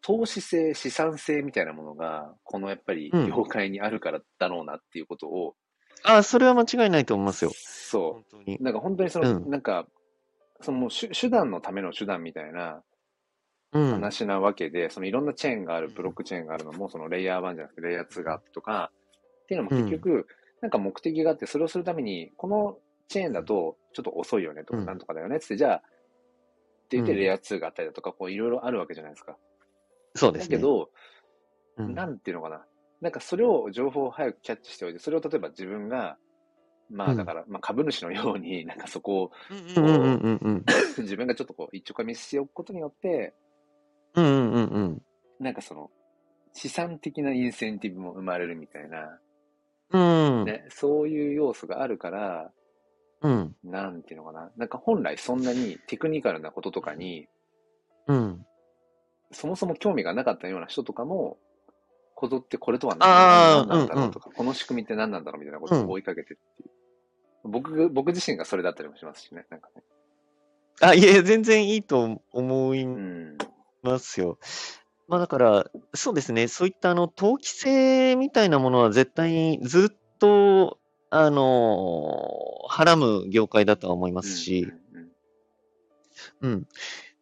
[SPEAKER 1] 投資性、資産性みたいなものが、このやっぱり
[SPEAKER 2] うん
[SPEAKER 1] 業界にあるからだろうなっていうことを、
[SPEAKER 2] ああ、それは間違いないと思いますよ。
[SPEAKER 1] そ
[SPEAKER 2] 本当に
[SPEAKER 1] う、。なんか本当にその、
[SPEAKER 2] うん
[SPEAKER 1] なんか、そのもう手手段のための手段みたいな
[SPEAKER 2] うん。
[SPEAKER 1] 話なわけで、そのいろんなチェーンがある、ブロックチェーンがあるのも、そのレイヤー1じゃなくてレイヤー2があってとか、っていうのも結局、なんか目的があって、それをするために、このチェーンだとちょっと遅いよねとか、
[SPEAKER 2] うん
[SPEAKER 1] なんとかだよねっつって、じゃあ、って言って
[SPEAKER 2] うん
[SPEAKER 1] レイヤー2があったりだとか、こういろいろあるわけじゃないですか。
[SPEAKER 2] そうで
[SPEAKER 1] だ
[SPEAKER 2] す
[SPEAKER 1] け
[SPEAKER 2] ね。
[SPEAKER 1] ど、
[SPEAKER 2] うん
[SPEAKER 1] なんていうのかな。なんかそれを情報を早くキャッチしておいて、それを例えば自分が、ま
[SPEAKER 2] う
[SPEAKER 1] あ
[SPEAKER 2] ん
[SPEAKER 1] だから、まあ株主のように、なんかそこを
[SPEAKER 2] うんうんうんうん。
[SPEAKER 1] 自分がちょっとこう一丁かみしておくことによって、
[SPEAKER 2] うんうんうんうん。
[SPEAKER 1] なんかその、資産的なインセンティブも生まれるみたいな、
[SPEAKER 2] うん。
[SPEAKER 1] ね、そういう要素があるから、
[SPEAKER 2] うん。
[SPEAKER 1] なんていうのかな。なんか本来そんなにテクニカルなこととかに、
[SPEAKER 2] うん。
[SPEAKER 1] そもそも興味がなかったような人とかも、こぞってこれとは
[SPEAKER 2] あー
[SPEAKER 1] 何なんだろうとか、この仕組みって何なんだろうみたいなことを追いかけてっていう。僕、僕自身がそれだったりもしますしね、なんかね。
[SPEAKER 2] あ、いえ、全然いいと思い
[SPEAKER 1] うん。
[SPEAKER 2] ますよ。まあだから、そうですね、そういったあの、投機性みたいなものは絶対にずっと、あのー、はらむ業界だとは思いますし、
[SPEAKER 1] うんうん
[SPEAKER 2] うん。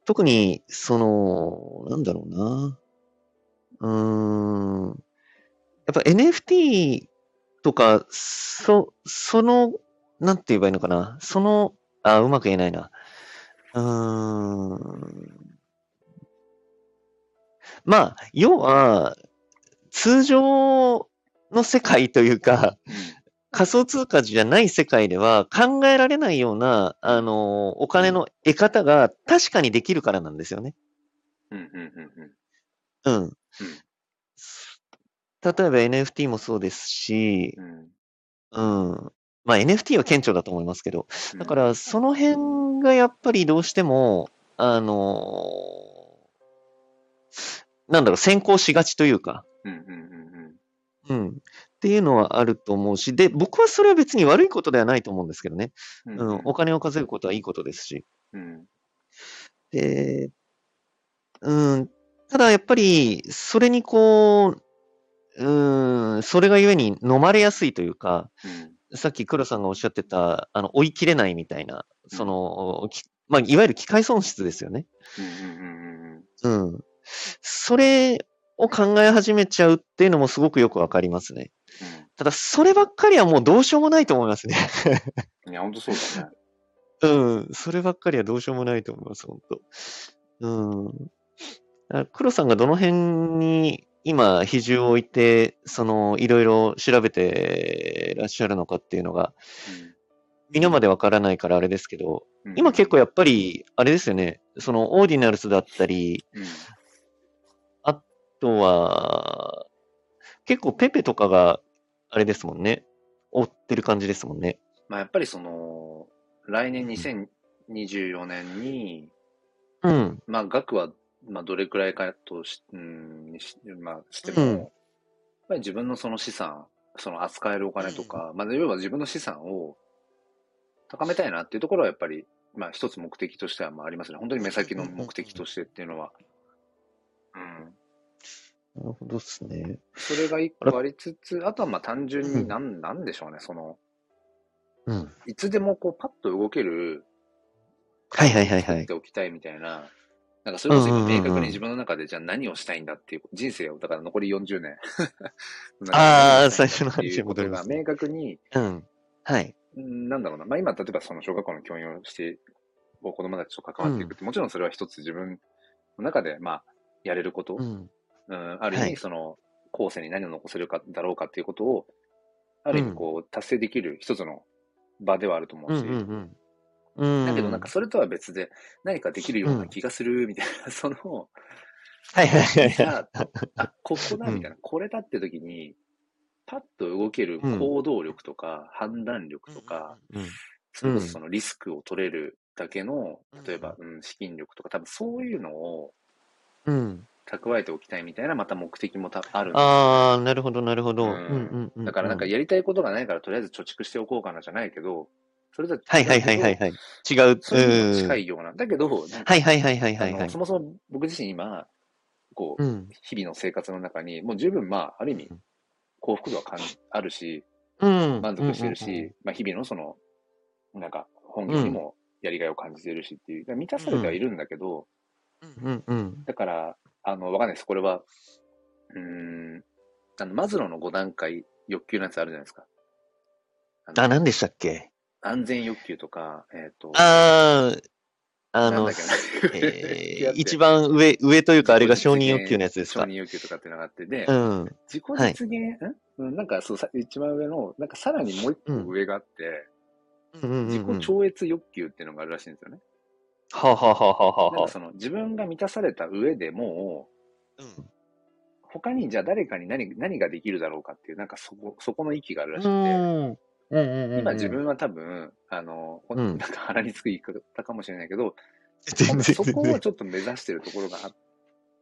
[SPEAKER 2] 特に、その、なんだろうな。うーん。やっぱ NFT とか、そ、その、なんて言えばいいのかな。その、あ、うまく言えないな。うーん。まあ、要は、通常の世界というか、仮想通貨じゃない世界では考えられないような、あの、お金の得方が確かにできるからなんですよね。
[SPEAKER 1] うんうんうんうん。
[SPEAKER 2] うん。例えば NFT もそうですし
[SPEAKER 1] う、ん
[SPEAKER 2] うん。まあ NFT は顕著だと思いますけど、
[SPEAKER 1] うん
[SPEAKER 2] だからその辺がやっぱりどうしても、あのなんだろう、先行しがちというか、
[SPEAKER 1] うんうんうん
[SPEAKER 2] うん。っていうのはあると思うし、で、僕はそれは別に悪いことではないと思うんですけどね。
[SPEAKER 1] うん
[SPEAKER 2] うん。お金を稼ぐことはいいことですし。
[SPEAKER 1] うん
[SPEAKER 2] で、うん。ただやっぱり、それにこう、うん、それがゆえに飲まれやすいというか、
[SPEAKER 1] うん
[SPEAKER 2] さっき黒さんがおっしゃってた、あの、追い切れないみたいな、
[SPEAKER 1] うん
[SPEAKER 2] その、きまあ、いわゆる機械損失ですよね。
[SPEAKER 1] うんうん
[SPEAKER 2] うん。それを考え始めちゃうっていうのもすごくよくわかりますね。ただ、そればっかりはもうどうしようもないと思いますね。
[SPEAKER 1] うん。いや、本当そうだね。
[SPEAKER 2] うん。そればっかりはどうしようもないと思います、本当うん。だから黒さんがどの辺に今、比重を置いて、その、いろいろ調べてらっしゃるのかっていうのが、皆までわからないからあれですけど、
[SPEAKER 1] うんうん
[SPEAKER 2] 今結構やっぱり、あれですよね、そのオーディナルスだったり、
[SPEAKER 1] うん
[SPEAKER 2] あとは、結構ペペとかが、あれですもんね、追ってる感じですもんね。
[SPEAKER 1] まあ、やっぱりその、来年2024年に、
[SPEAKER 2] うん、
[SPEAKER 1] まあ、額は、まあ、どれくらいかとし、うん、にしまあ、しても、
[SPEAKER 2] うん
[SPEAKER 1] やっぱり自分のその資産、その扱えるお金とか、まあ、要は自分の資産を高めたいなっていうところは、やっぱり、まあ、一つ目的としては、まあ、ありますね。本当に目先の目的としてっていうのは。うん。
[SPEAKER 2] なるほどですね。
[SPEAKER 1] それが一個ありつつ、あとはまあ単純になん、なんでしょうね、その、
[SPEAKER 2] うん。
[SPEAKER 1] いつでもこうパッと動ける、
[SPEAKER 2] はいはいはいは
[SPEAKER 1] 作っ
[SPEAKER 2] い
[SPEAKER 1] て。おきたいみたいな、なんかそれこそ
[SPEAKER 2] うんう
[SPEAKER 1] 今
[SPEAKER 2] んうん
[SPEAKER 1] 明確
[SPEAKER 2] うん
[SPEAKER 1] に自分の中でじゃあ何をしたいんだっていう、人生を、だから残り40年。
[SPEAKER 2] ああ、
[SPEAKER 1] 最
[SPEAKER 2] 最
[SPEAKER 1] 初
[SPEAKER 2] 初の
[SPEAKER 1] ってい
[SPEAKER 2] 話に
[SPEAKER 1] うこ
[SPEAKER 2] 戻
[SPEAKER 1] と
[SPEAKER 2] りま
[SPEAKER 1] が
[SPEAKER 2] すね。
[SPEAKER 1] 明確に、
[SPEAKER 2] うん。はい。
[SPEAKER 1] うんなんだろうな、まあ今例えばその小学校の教員をして、こう子供たちと関わっていくって、もちろんそれは一つ自分の中で、まあ、やれること、
[SPEAKER 2] うん。
[SPEAKER 1] うん、ある意
[SPEAKER 2] は
[SPEAKER 1] 味、
[SPEAKER 2] い
[SPEAKER 1] その、後世に何を残せるか、だろうかっていうことを、ある意
[SPEAKER 2] う
[SPEAKER 1] 味、
[SPEAKER 2] ん
[SPEAKER 1] こう、達成できる一つの場ではあると思
[SPEAKER 2] う
[SPEAKER 1] うんし、
[SPEAKER 2] うんうん。うん。
[SPEAKER 1] だけど、なんか、それとは別で、何かできるような気がする、みたいな、そ の、
[SPEAKER 2] はいはいはい
[SPEAKER 1] じ
[SPEAKER 2] はい。
[SPEAKER 1] ゃあ、あ、ここだ、みたいな、これだって時に、パッと動ける行動力とか、判断力とか、
[SPEAKER 2] うん。
[SPEAKER 1] それこそそのリスクを取れるだけの
[SPEAKER 2] うん、
[SPEAKER 1] 例えば、うん、資金力とか、多分そういうのを
[SPEAKER 2] うん。
[SPEAKER 1] 蓄えておきたいみたいな、また目的もたあるんで
[SPEAKER 2] ああ、なるほどなるほど。
[SPEAKER 1] う
[SPEAKER 2] うんんうんうん。
[SPEAKER 1] だからなんか
[SPEAKER 2] うん
[SPEAKER 1] やりたいことがないからとりあえず貯蓄しておこうかなじゃないけど、それだと、
[SPEAKER 2] はいはいはいはいはい。違う。
[SPEAKER 1] それにも近
[SPEAKER 2] うん。
[SPEAKER 1] いような。だけど、なんか
[SPEAKER 2] はいはいはいはいはいは
[SPEAKER 1] あの
[SPEAKER 2] い
[SPEAKER 1] そ。もそも僕自身今、こう、
[SPEAKER 2] うん。
[SPEAKER 1] 日々の生活の中に、もう十分まあ、ある意味
[SPEAKER 2] うん、
[SPEAKER 1] 幸福度は感じあるし、
[SPEAKER 2] うん。
[SPEAKER 1] 満足してる
[SPEAKER 2] うんうんうん
[SPEAKER 1] し、まあ日々のその、なんか本業にもやりがいを感じてるしっていう、だから満たされてはいるんだけど、
[SPEAKER 2] うんうん。
[SPEAKER 1] だから、あの、わかんないです。これは、うーん、あの、マズローの5段階欲求のやつあるじゃないですか。の
[SPEAKER 2] あ、何でしたっけ
[SPEAKER 1] 安全欲求とか、えっ、と、
[SPEAKER 2] ああ、あ
[SPEAKER 1] なん
[SPEAKER 2] の
[SPEAKER 1] だっ、 けな付き合っ
[SPEAKER 2] え
[SPEAKER 1] て
[SPEAKER 2] ー一番上、上というか、あれが承認欲求のやつです
[SPEAKER 1] 承
[SPEAKER 2] か
[SPEAKER 1] 認。欲求とかっていうのがあって、で、
[SPEAKER 2] うん。
[SPEAKER 1] 自己実現、んうんなんかそうさ、一番上の、なんかさらにもう一個上があって、
[SPEAKER 2] うんうん
[SPEAKER 1] 自
[SPEAKER 2] うん
[SPEAKER 1] 己。超越欲求っていうのがあるらしいんですよね。
[SPEAKER 2] はあはあはあはあ
[SPEAKER 1] なん
[SPEAKER 2] は
[SPEAKER 1] かその、自分が満たされた上でもう、
[SPEAKER 2] あ。
[SPEAKER 1] 他にじゃあ誰かに何何ができるだろうかっていう、なんかそこ、そこの域があるらし
[SPEAKER 2] う
[SPEAKER 1] くて、
[SPEAKER 2] ん。うんうんうん。
[SPEAKER 1] 今自分は多分、あの、こ
[SPEAKER 2] うん
[SPEAKER 1] なんか鼻につく言い方かもしれないけど、多
[SPEAKER 2] 全
[SPEAKER 1] 分
[SPEAKER 2] 然
[SPEAKER 1] そこ
[SPEAKER 2] 全
[SPEAKER 1] を
[SPEAKER 2] 然
[SPEAKER 1] ちょっと目指してるところがあっ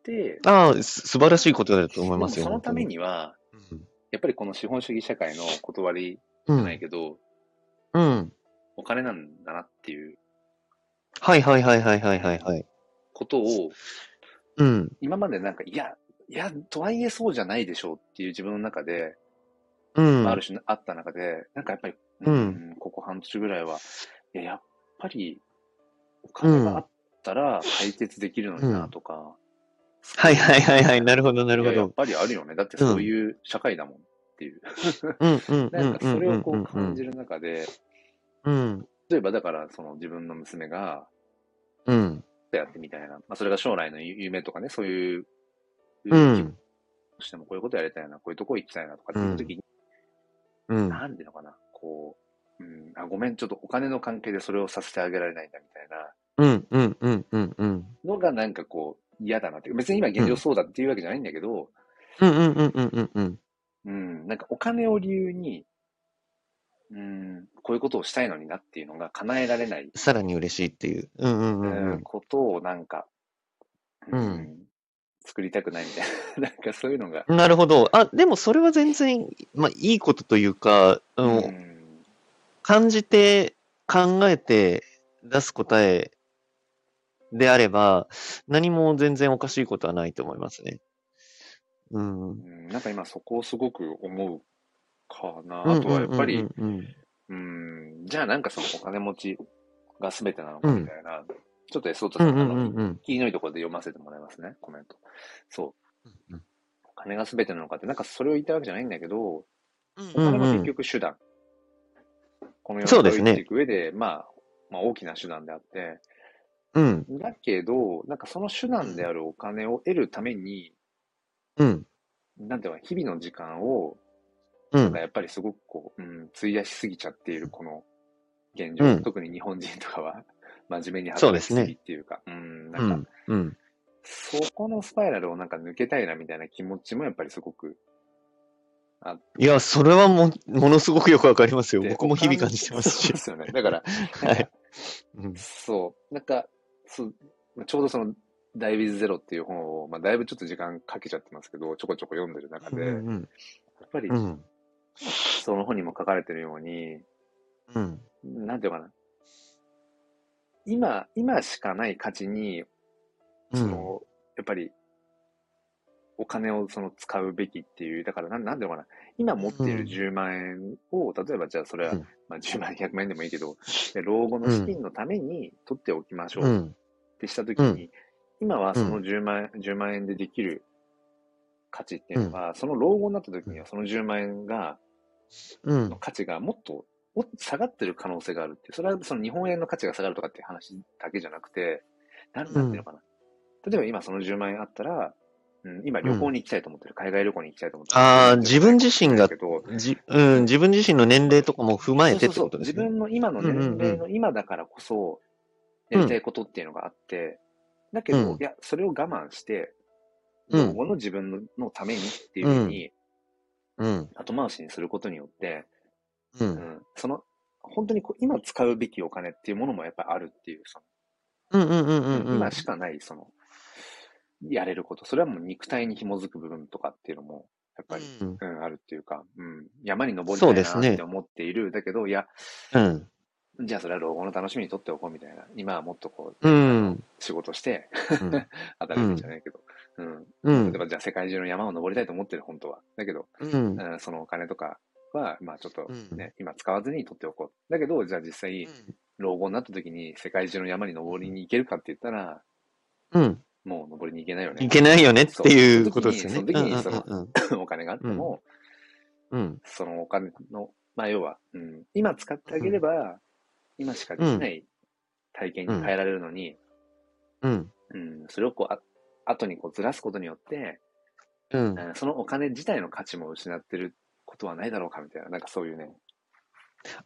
[SPEAKER 1] て、
[SPEAKER 2] ああ、す素晴らしいことだと思い
[SPEAKER 1] で
[SPEAKER 2] ま
[SPEAKER 1] も
[SPEAKER 2] すよ。
[SPEAKER 1] そのためには、
[SPEAKER 2] 本当に。
[SPEAKER 1] やっぱりこの資本主義社会の断りじ
[SPEAKER 2] う
[SPEAKER 1] ゃない
[SPEAKER 2] ん。
[SPEAKER 1] けど、
[SPEAKER 2] うん。
[SPEAKER 1] お金なんだなっていう
[SPEAKER 2] はいはいはいはいはいはいはい。
[SPEAKER 1] ことを、
[SPEAKER 2] うん。
[SPEAKER 1] 今までなんか、いや、いや、とはいえそうじゃないでしょうっていう自分の中で、
[SPEAKER 2] う
[SPEAKER 1] ま
[SPEAKER 2] ん。
[SPEAKER 1] あ、ある種あった中で、なんかやっぱり、
[SPEAKER 2] うん
[SPEAKER 1] うんここ半年ぐらいは、いや、やっぱり、お金があったら解決できるのになとか、
[SPEAKER 2] はいはいはいはい。なるほどなる
[SPEAKER 1] いや
[SPEAKER 2] ほ
[SPEAKER 1] やっ
[SPEAKER 2] ど。
[SPEAKER 1] ぱりあるよね。だってそういう社会だもんっていう。
[SPEAKER 2] うんうんう
[SPEAKER 1] なんん
[SPEAKER 2] う
[SPEAKER 1] かそれを
[SPEAKER 2] ん
[SPEAKER 1] こ
[SPEAKER 2] う
[SPEAKER 1] うん
[SPEAKER 2] う
[SPEAKER 1] 感
[SPEAKER 2] ん
[SPEAKER 1] じる中で、
[SPEAKER 2] うん。
[SPEAKER 1] 例えばだからその自分の娘が
[SPEAKER 2] うん。
[SPEAKER 1] やってみたいな、まあ、それが将来の夢とかね、そういう、
[SPEAKER 2] うん。
[SPEAKER 1] としてもこういうことやりたいな、こういうとこ行きたいなとかっていう時に、
[SPEAKER 2] うん。
[SPEAKER 1] なんていうのかな、こう、うん、あ、ごめん、ちょっとお金の関係でそれをさせてあげられないんだみたいな
[SPEAKER 2] うんうんうんうんうん。
[SPEAKER 1] のがなんかこう、嫌だなって、別に今現状そうだっていうわけじゃないんだけど、
[SPEAKER 2] うんうんうんうんうんうん。
[SPEAKER 1] うん、なんかお金を理由に、うん、こういうことをしたいのになっていうのが叶えられない、
[SPEAKER 2] さらに嬉しいっていう。うんうんうんう
[SPEAKER 1] うん
[SPEAKER 2] ん。
[SPEAKER 1] ことをなんか、
[SPEAKER 2] うん
[SPEAKER 1] 作りたくないみたいな、 なんかそういうのが、
[SPEAKER 2] なるほど。あ、でもそれは全然、まあいいことというか、あの
[SPEAKER 1] うん
[SPEAKER 2] 感じて考えて出す答えであれば、何も全然おかしいことはないと思いますね。うん。
[SPEAKER 1] うんなんか今そこをすごく思うかな、あとはやっぱり、
[SPEAKER 2] うんうんうんうん
[SPEAKER 1] うん、じゃあなんかそのお金持ちが全てなのかみたいな、ちょっとエソータ
[SPEAKER 2] う
[SPEAKER 1] さ
[SPEAKER 2] ん
[SPEAKER 1] ん、
[SPEAKER 2] う
[SPEAKER 1] あ
[SPEAKER 2] ん
[SPEAKER 1] の
[SPEAKER 2] うん
[SPEAKER 1] いいのいところで読ませてもらいますね、コメント。そう、
[SPEAKER 2] うん。
[SPEAKER 1] お金が全てなのかって、なんかそれを言いたいわけじゃないんだけど、お
[SPEAKER 2] うん
[SPEAKER 1] 金は結局手段。この世
[SPEAKER 2] そう
[SPEAKER 1] の
[SPEAKER 2] で
[SPEAKER 1] 中
[SPEAKER 2] す
[SPEAKER 1] を
[SPEAKER 2] ね
[SPEAKER 1] 生きていく上で、まあ、まあ大きな手段であって、
[SPEAKER 2] うん
[SPEAKER 1] だけど、なんかその手段であるお金を得るために、
[SPEAKER 2] うん
[SPEAKER 1] なんていうのか、日々の時間を、
[SPEAKER 2] う
[SPEAKER 1] なん
[SPEAKER 2] ん
[SPEAKER 1] かやっぱりすごくこう、うん、費やしすぎちゃっているこの現状、
[SPEAKER 2] うん
[SPEAKER 1] 特に日本人とかは、 真面目に
[SPEAKER 2] そうで
[SPEAKER 1] 働き
[SPEAKER 2] すね
[SPEAKER 1] すぎっていうか、うん、
[SPEAKER 2] う
[SPEAKER 1] なん
[SPEAKER 2] ん
[SPEAKER 1] か、
[SPEAKER 2] うん
[SPEAKER 1] そこのスパイラルをなんか抜けたいなみたいな気持ちもやっぱりすごくあっ
[SPEAKER 2] いや、それはも、ものすごくよくわかりますよ。
[SPEAKER 1] て。
[SPEAKER 2] 僕も日々感じてます
[SPEAKER 1] そう
[SPEAKER 2] し
[SPEAKER 1] で。すよね。だ から、
[SPEAKER 2] は
[SPEAKER 1] なんか
[SPEAKER 2] い。うん
[SPEAKER 1] そう、なんか、そうまあちょうどその、ダイビズゼロっていう本を、まあ、だいぶちょっと時間かけちゃってますけど、ちょこちょこ読んでる中
[SPEAKER 2] う
[SPEAKER 1] で、やっ
[SPEAKER 2] ん
[SPEAKER 1] ぱり
[SPEAKER 2] うんうん
[SPEAKER 1] その本にも書かれてるように、
[SPEAKER 2] うん
[SPEAKER 1] なんていうのかな、今、今しかない価値に、
[SPEAKER 2] う
[SPEAKER 1] そ
[SPEAKER 2] ん
[SPEAKER 1] の、やっぱり、お金をその使うべきっていう、だからなん、なんていうのかな、今持っている
[SPEAKER 2] うん
[SPEAKER 1] 10万円を、例えばじゃあそれは、
[SPEAKER 2] うん
[SPEAKER 1] まあ、10万円、100万円でもいいけど、で老後の資金のために取っておきましょう。
[SPEAKER 2] うん
[SPEAKER 1] ってしたときに、
[SPEAKER 2] うん
[SPEAKER 1] 今はその
[SPEAKER 2] う
[SPEAKER 1] 10万,、10万円でできる価値っていうのは、その老後になったときには、その10万円が、
[SPEAKER 2] うん
[SPEAKER 1] の価値がもっともっと下がってる可能性があるっていう、それはその日本円の価値が下がるとかっていう話だけじゃなくて、なんなんていうのかな。例えば今その10万円あったら、うん、今旅行に行きたいと思ってる、海外旅行に行きたいと思ってる。
[SPEAKER 2] ああ
[SPEAKER 1] そうじゃない
[SPEAKER 2] 自分自身が
[SPEAKER 1] けど
[SPEAKER 2] じうん自分自身の年齢とかも踏まえ
[SPEAKER 1] そう
[SPEAKER 2] てって
[SPEAKER 1] そうそ
[SPEAKER 2] こと
[SPEAKER 1] う。
[SPEAKER 2] で
[SPEAKER 1] 自
[SPEAKER 2] すね。
[SPEAKER 1] 分の今の
[SPEAKER 2] うんうん
[SPEAKER 1] 年
[SPEAKER 2] うん
[SPEAKER 1] 齢の今だからこそ、やりたいことっていうのがあって、だけど、い
[SPEAKER 2] うん
[SPEAKER 1] や、それを我慢して、
[SPEAKER 2] うん
[SPEAKER 1] 老後の自分のためにっていうふうに
[SPEAKER 2] うん
[SPEAKER 1] 後回しにすることによって、
[SPEAKER 2] う
[SPEAKER 1] うんん、その、本当にこう今使うべきお金っていうものもやっぱりあるっていう、そ
[SPEAKER 2] うんうんうんう
[SPEAKER 1] の
[SPEAKER 2] んうん
[SPEAKER 1] 今しかない、その、やれること、それはもう肉体に紐づく部分とかっていうのも、やっぱり、
[SPEAKER 2] うん
[SPEAKER 1] うん、あるっていうか、うん、山に登り
[SPEAKER 2] そう
[SPEAKER 1] たい
[SPEAKER 2] ですね
[SPEAKER 1] なって思っている、だけど、いや、
[SPEAKER 2] うん
[SPEAKER 1] じゃあそれは老後の楽しみにとっておこうみたいな、今はもっとこう、
[SPEAKER 2] うん
[SPEAKER 1] 仕事して、
[SPEAKER 2] うん
[SPEAKER 1] 働くんじゃないけど、うん、
[SPEAKER 2] う
[SPEAKER 1] 例え
[SPEAKER 2] ん
[SPEAKER 1] ばじゃあ世界中の山を登りたいと思ってる、本当は。だけど、
[SPEAKER 2] うん
[SPEAKER 1] うん、そのお金とかは、まあちょっと
[SPEAKER 2] うん
[SPEAKER 1] ね、今使わずに取っておこう。だけど、じゃあ実際、老後になった時に世界中の山に登りに行けるかって言ったら、
[SPEAKER 2] うん
[SPEAKER 1] もう登りに行けないよね。
[SPEAKER 2] いけないよねっていうことですよね。
[SPEAKER 1] そうその時にその
[SPEAKER 2] うんう ん
[SPEAKER 1] お金があっても、
[SPEAKER 2] うんうん
[SPEAKER 1] そのお金の、まあ要は、うん、今使ってあげれば、今しかできない体験に変えられるのに、
[SPEAKER 2] うん
[SPEAKER 1] うん、それをこう、あ後にこうずらすことによって、
[SPEAKER 2] うん
[SPEAKER 1] うんそのお金自体の価値も失ってることはないだろうかみたいな、なんかそういうね。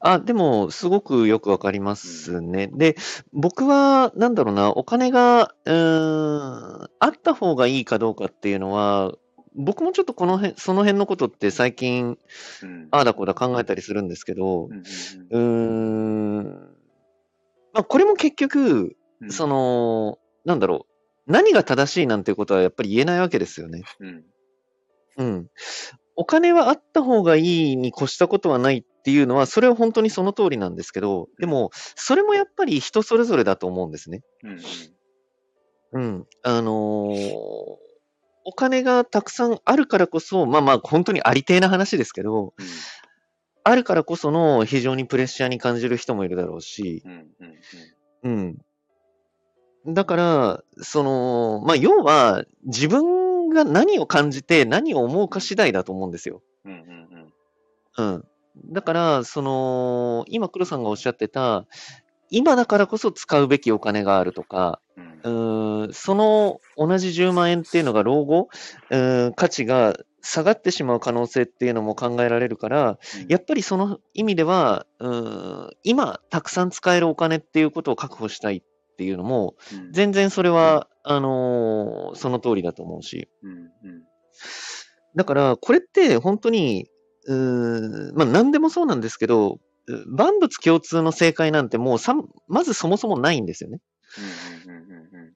[SPEAKER 2] あ、でも、すごくよくわかりますね。で、僕は、なんだろうな、お金が、うーん、あった方がいいかどうかっていうのは、僕もちょっとこの辺、その辺のことって最近、
[SPEAKER 1] うん。
[SPEAKER 2] ああだこうだ考えたりするんですけど
[SPEAKER 1] う、ん
[SPEAKER 2] うーん、まあ、これも結局、
[SPEAKER 1] うん、
[SPEAKER 2] そ、の、なんだろう、何が正しいなんてことはやっぱり言えないわけですよね。
[SPEAKER 1] うん、
[SPEAKER 2] うん。お金はあった方がいいに越したことはないっていうのは、それは本当にその通りなんですけど、でも、それもやっぱり人それぞれだと思うんですね。
[SPEAKER 1] うん、うん、
[SPEAKER 2] うん。あのーお金がたくさんあるからこそ、まあまあ、本当にありていな話ですけど、あるからこその非常にプレッシャーに感じる人もいるだろうし、
[SPEAKER 1] うん、うん、うん、
[SPEAKER 2] うん。だから、その、まあ、要は、自分が何を感じて何を思うか次第だと思うんですよ。
[SPEAKER 1] うん、うん、うん、
[SPEAKER 2] うん。だから、その、今黒さんがおっしゃってた、今だからこそ使うべきお金があるとか、
[SPEAKER 1] うん
[SPEAKER 2] う、ーん、その同じ10万円っていうのが老後、うーん、価値が下がってしまう可能性っていうのも考えられるから、やっぱりその意味では、うーん、今たくさん使えるお金っていうことを確保したいっっていうのも、
[SPEAKER 1] うん
[SPEAKER 2] 全然それは、あのーその通りだと思うし。
[SPEAKER 1] うんうん
[SPEAKER 2] だから、これって本当に、うーん、まあ何でもそうなんですけど、う万物共通の正解なんてもうさん、まずそもそもないんですよね。
[SPEAKER 1] うんうんうん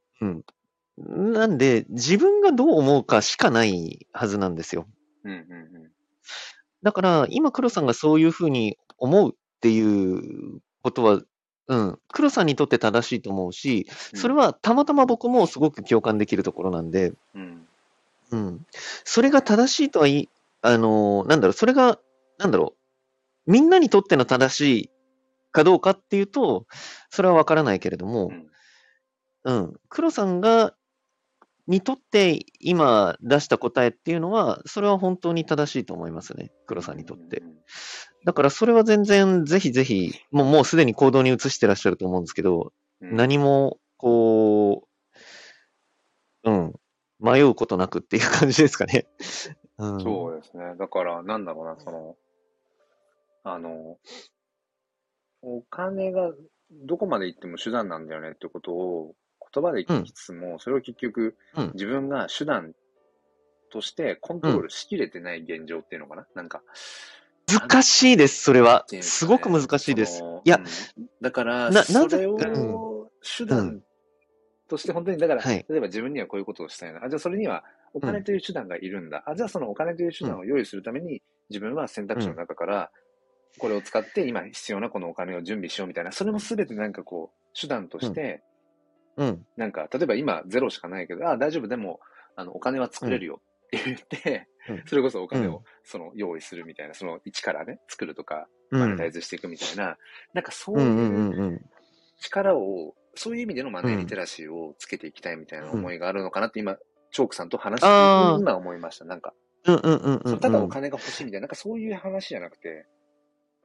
[SPEAKER 1] うん
[SPEAKER 2] なんで、自分がどう思うかしかないはずなんですよ。
[SPEAKER 1] うんうんうん
[SPEAKER 2] だから、今黒さんがそういうふうに思うっていうことは、うん、黒さんにとって正しいと思うし、それはたまたま僕もすごく共感できるところなんで、
[SPEAKER 1] うん
[SPEAKER 2] うん。それが正しいとは言い、あのーなんだろう、それが、なんだろう、みんなにとっての正しいかどうかっていうと、それはわからないけれども
[SPEAKER 1] う、ん
[SPEAKER 2] うん。黒さんが、にとって今出した答えっていうのは、それは本当に正しいと思いますね。黒さんにとって
[SPEAKER 1] う。ん
[SPEAKER 2] だからそれは全然、ぜひぜひ、もうもうすでに行動に移してらっしゃると思うんですけど、
[SPEAKER 1] うん
[SPEAKER 2] 何も、こう、うん、迷うことなくっていう感じですかね。 うん、
[SPEAKER 1] そうですね。だから、なんだろうな、その、あの、お金がどこまで行っても手段なんだよねってことを言葉で聞きつつも、それを結局
[SPEAKER 2] うん、
[SPEAKER 1] 自分が手段としてコントロールしきれてない現状っていうのかな、なんか。
[SPEAKER 2] 難しいです、それは
[SPEAKER 1] ってい。うんですすか
[SPEAKER 2] ご
[SPEAKER 1] ね
[SPEAKER 2] く難しいです
[SPEAKER 1] そ。の
[SPEAKER 2] いや、
[SPEAKER 1] うんだから、
[SPEAKER 2] なな
[SPEAKER 1] そ
[SPEAKER 2] ぜ
[SPEAKER 1] れ
[SPEAKER 2] う
[SPEAKER 1] を手段として、本当に、だから、
[SPEAKER 2] はい
[SPEAKER 1] 例えば自分にはこういうことをしたいな。あ、じゃあそれにはお金という手段がいるんだ。あ、じゃあそのお金という手段を用意するために、自分は選択肢の中から、これを使って今必要なこのお金を準備しようみたいな。それも全てなんかこう、手段として、
[SPEAKER 2] うん、
[SPEAKER 1] なんか、例えば今ゼロしかないけど、あ、大丈夫、でも、あの、お金は作れるよって言って
[SPEAKER 2] うん、
[SPEAKER 1] それこそお金
[SPEAKER 2] う
[SPEAKER 1] をその用意するみたいな、その一からね、作るとか、
[SPEAKER 2] うん、う
[SPEAKER 1] マネ
[SPEAKER 2] ん、
[SPEAKER 1] タイズしていくみたいな、なんかそううん
[SPEAKER 2] う、
[SPEAKER 1] いうん
[SPEAKER 2] うん。
[SPEAKER 1] 力を、そういう意味でのマネ
[SPEAKER 2] う
[SPEAKER 1] ー
[SPEAKER 2] ん
[SPEAKER 1] リテラシーをつけていきたいみたいな
[SPEAKER 2] うん
[SPEAKER 1] 思いがあるのかなって今、チョークさんと話してて
[SPEAKER 2] あー
[SPEAKER 1] 今思いました。なんか、
[SPEAKER 2] うん、うん、うん
[SPEAKER 1] そうのただお
[SPEAKER 2] ん。
[SPEAKER 1] 金が欲しいみたいな、なんかそういう話じゃなくて、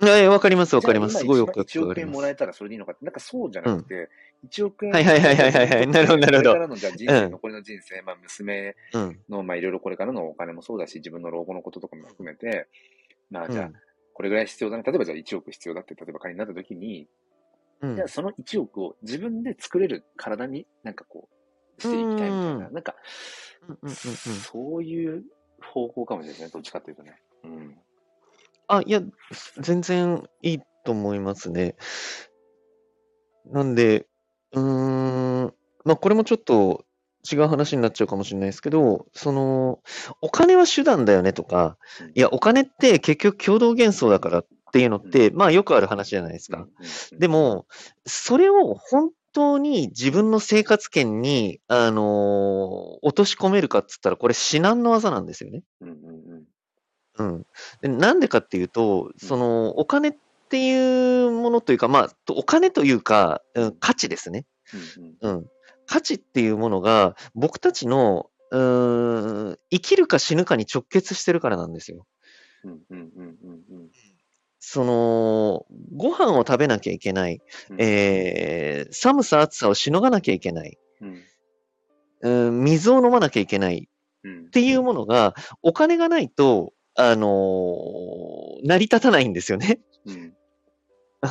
[SPEAKER 2] いやいや、わかります、わかります。す
[SPEAKER 1] じゃ
[SPEAKER 2] ごい
[SPEAKER 1] あ
[SPEAKER 2] よ
[SPEAKER 1] 今
[SPEAKER 2] くわ
[SPEAKER 1] 1,
[SPEAKER 2] か
[SPEAKER 1] 億
[SPEAKER 2] り
[SPEAKER 1] 円
[SPEAKER 2] ま
[SPEAKER 1] もらえ
[SPEAKER 2] す。
[SPEAKER 1] たらそれでいいのかって、なんかそうじゃなくて、1億円
[SPEAKER 2] はいはいはいはいはいはいなるほどなるほど
[SPEAKER 1] これからのじゃあ人生、
[SPEAKER 2] うん
[SPEAKER 1] 残りの人生、まあ娘
[SPEAKER 2] うん、
[SPEAKER 1] の、まあいろいろこれからのお金もそうだし、自分の老後のこととかも含めて、まあ
[SPEAKER 2] う
[SPEAKER 1] じゃあ
[SPEAKER 2] ん、
[SPEAKER 1] これぐらい必要だね。例えばじゃあ1億必要だって、例えば仮になった時に、
[SPEAKER 2] うん
[SPEAKER 1] じゃあ。その1億を自分で作れる体になんかこうしていきたいみたいな、
[SPEAKER 2] う
[SPEAKER 1] なんか
[SPEAKER 2] うんうんうんうん
[SPEAKER 1] そういう方向かもしれないですね、どっちかっていうとね。うん。
[SPEAKER 2] あ、いや、全然いいと思いますね。なんで、うーん、まあこれもちょっと違う話になっちゃうかもしれないですけど、その、お金は手段だよねとか
[SPEAKER 1] うん、
[SPEAKER 2] いや、お金って結局共同幻想だからっていうのって、まあよくある話じゃないです
[SPEAKER 1] うん
[SPEAKER 2] か。
[SPEAKER 1] うん
[SPEAKER 2] でも、それを本当に自分の生活圏に、あのー落とし込めるかっつったら、これ至難の技なんですよね。
[SPEAKER 1] うんうんうん
[SPEAKER 2] うん。でなんでかっていうと、その、お金っていうものというか、まあ、とお金というか、うん価値ですね。
[SPEAKER 1] うん
[SPEAKER 2] うん。価値っていうものが、僕たちの、うーん、生きるか死ぬかに直結してるからなんですよ。
[SPEAKER 1] うんうんうんうんうん
[SPEAKER 2] その、ご飯を食べなきゃいけない。
[SPEAKER 1] うん
[SPEAKER 2] えー、寒さ、暑さをしのがなきゃいけない。
[SPEAKER 1] うん
[SPEAKER 2] うん、水を飲まなきゃいけない。
[SPEAKER 1] うん
[SPEAKER 2] っていうものが、お金がないと、あのー成り立たないんですよね。
[SPEAKER 1] うん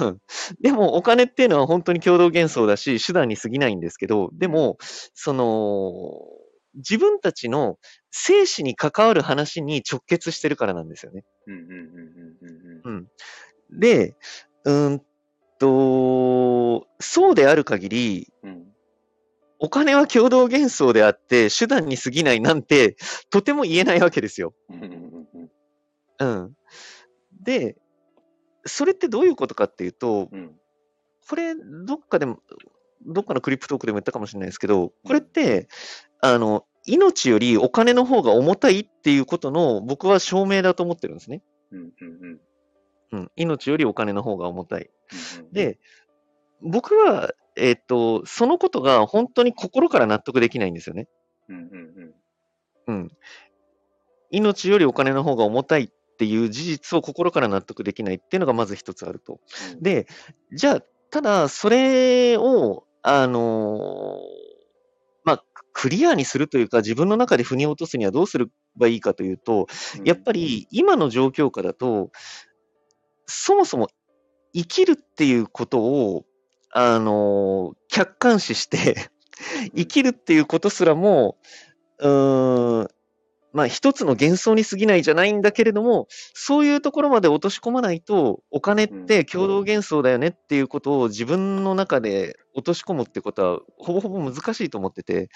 [SPEAKER 2] うん でもお金っていうのは本当に共同幻想だし、手段に過ぎないんですけど、でも、その、自分たちの生死に関わる話に直結してるからなんですよね。
[SPEAKER 1] うんうんうんうんうんうん
[SPEAKER 2] うん。で、うーんと、そうである限り、
[SPEAKER 1] うん
[SPEAKER 2] お金は共同幻想であって、手段に過ぎないなんて、とても言えないわけですよ。
[SPEAKER 1] うんうんうん
[SPEAKER 2] うん。で、それってどういうことかっていうと、
[SPEAKER 1] うん
[SPEAKER 2] これ、どっかでも、どっかのクリプトークでも言ったかもしれないですけど、これって、あの、命よりお金の方が重たいっていうことの、僕は証明だと思ってるんですね。
[SPEAKER 1] うんうんうん
[SPEAKER 2] うん。命よりお金の方が重たい。
[SPEAKER 1] うん
[SPEAKER 2] で、僕は、えっと、そのことが本当に心から納得できないんですよね。
[SPEAKER 1] うんうんうん
[SPEAKER 2] うん。命よりお金の方が重たいっていう事実を心から納得できないっていうのがまず一つあると。
[SPEAKER 1] うん
[SPEAKER 2] で、じゃあ、ただ、それを、あのーまあ、クリアにするというか、自分の中で腑に落とすにはどうすればいいかというと、
[SPEAKER 1] うん
[SPEAKER 2] やっぱり今の状況下だと、そもそも生きるっていうことを、あのー客観視して、生きるっていうことすらも、うーん、まあ一つの幻想に過ぎないじゃないんだけれども、そういうところまで落とし込まないと、お金って共同幻想だよねっていうことを自分の中で落とし込むってことは、ほぼほぼ難しいと思ってて、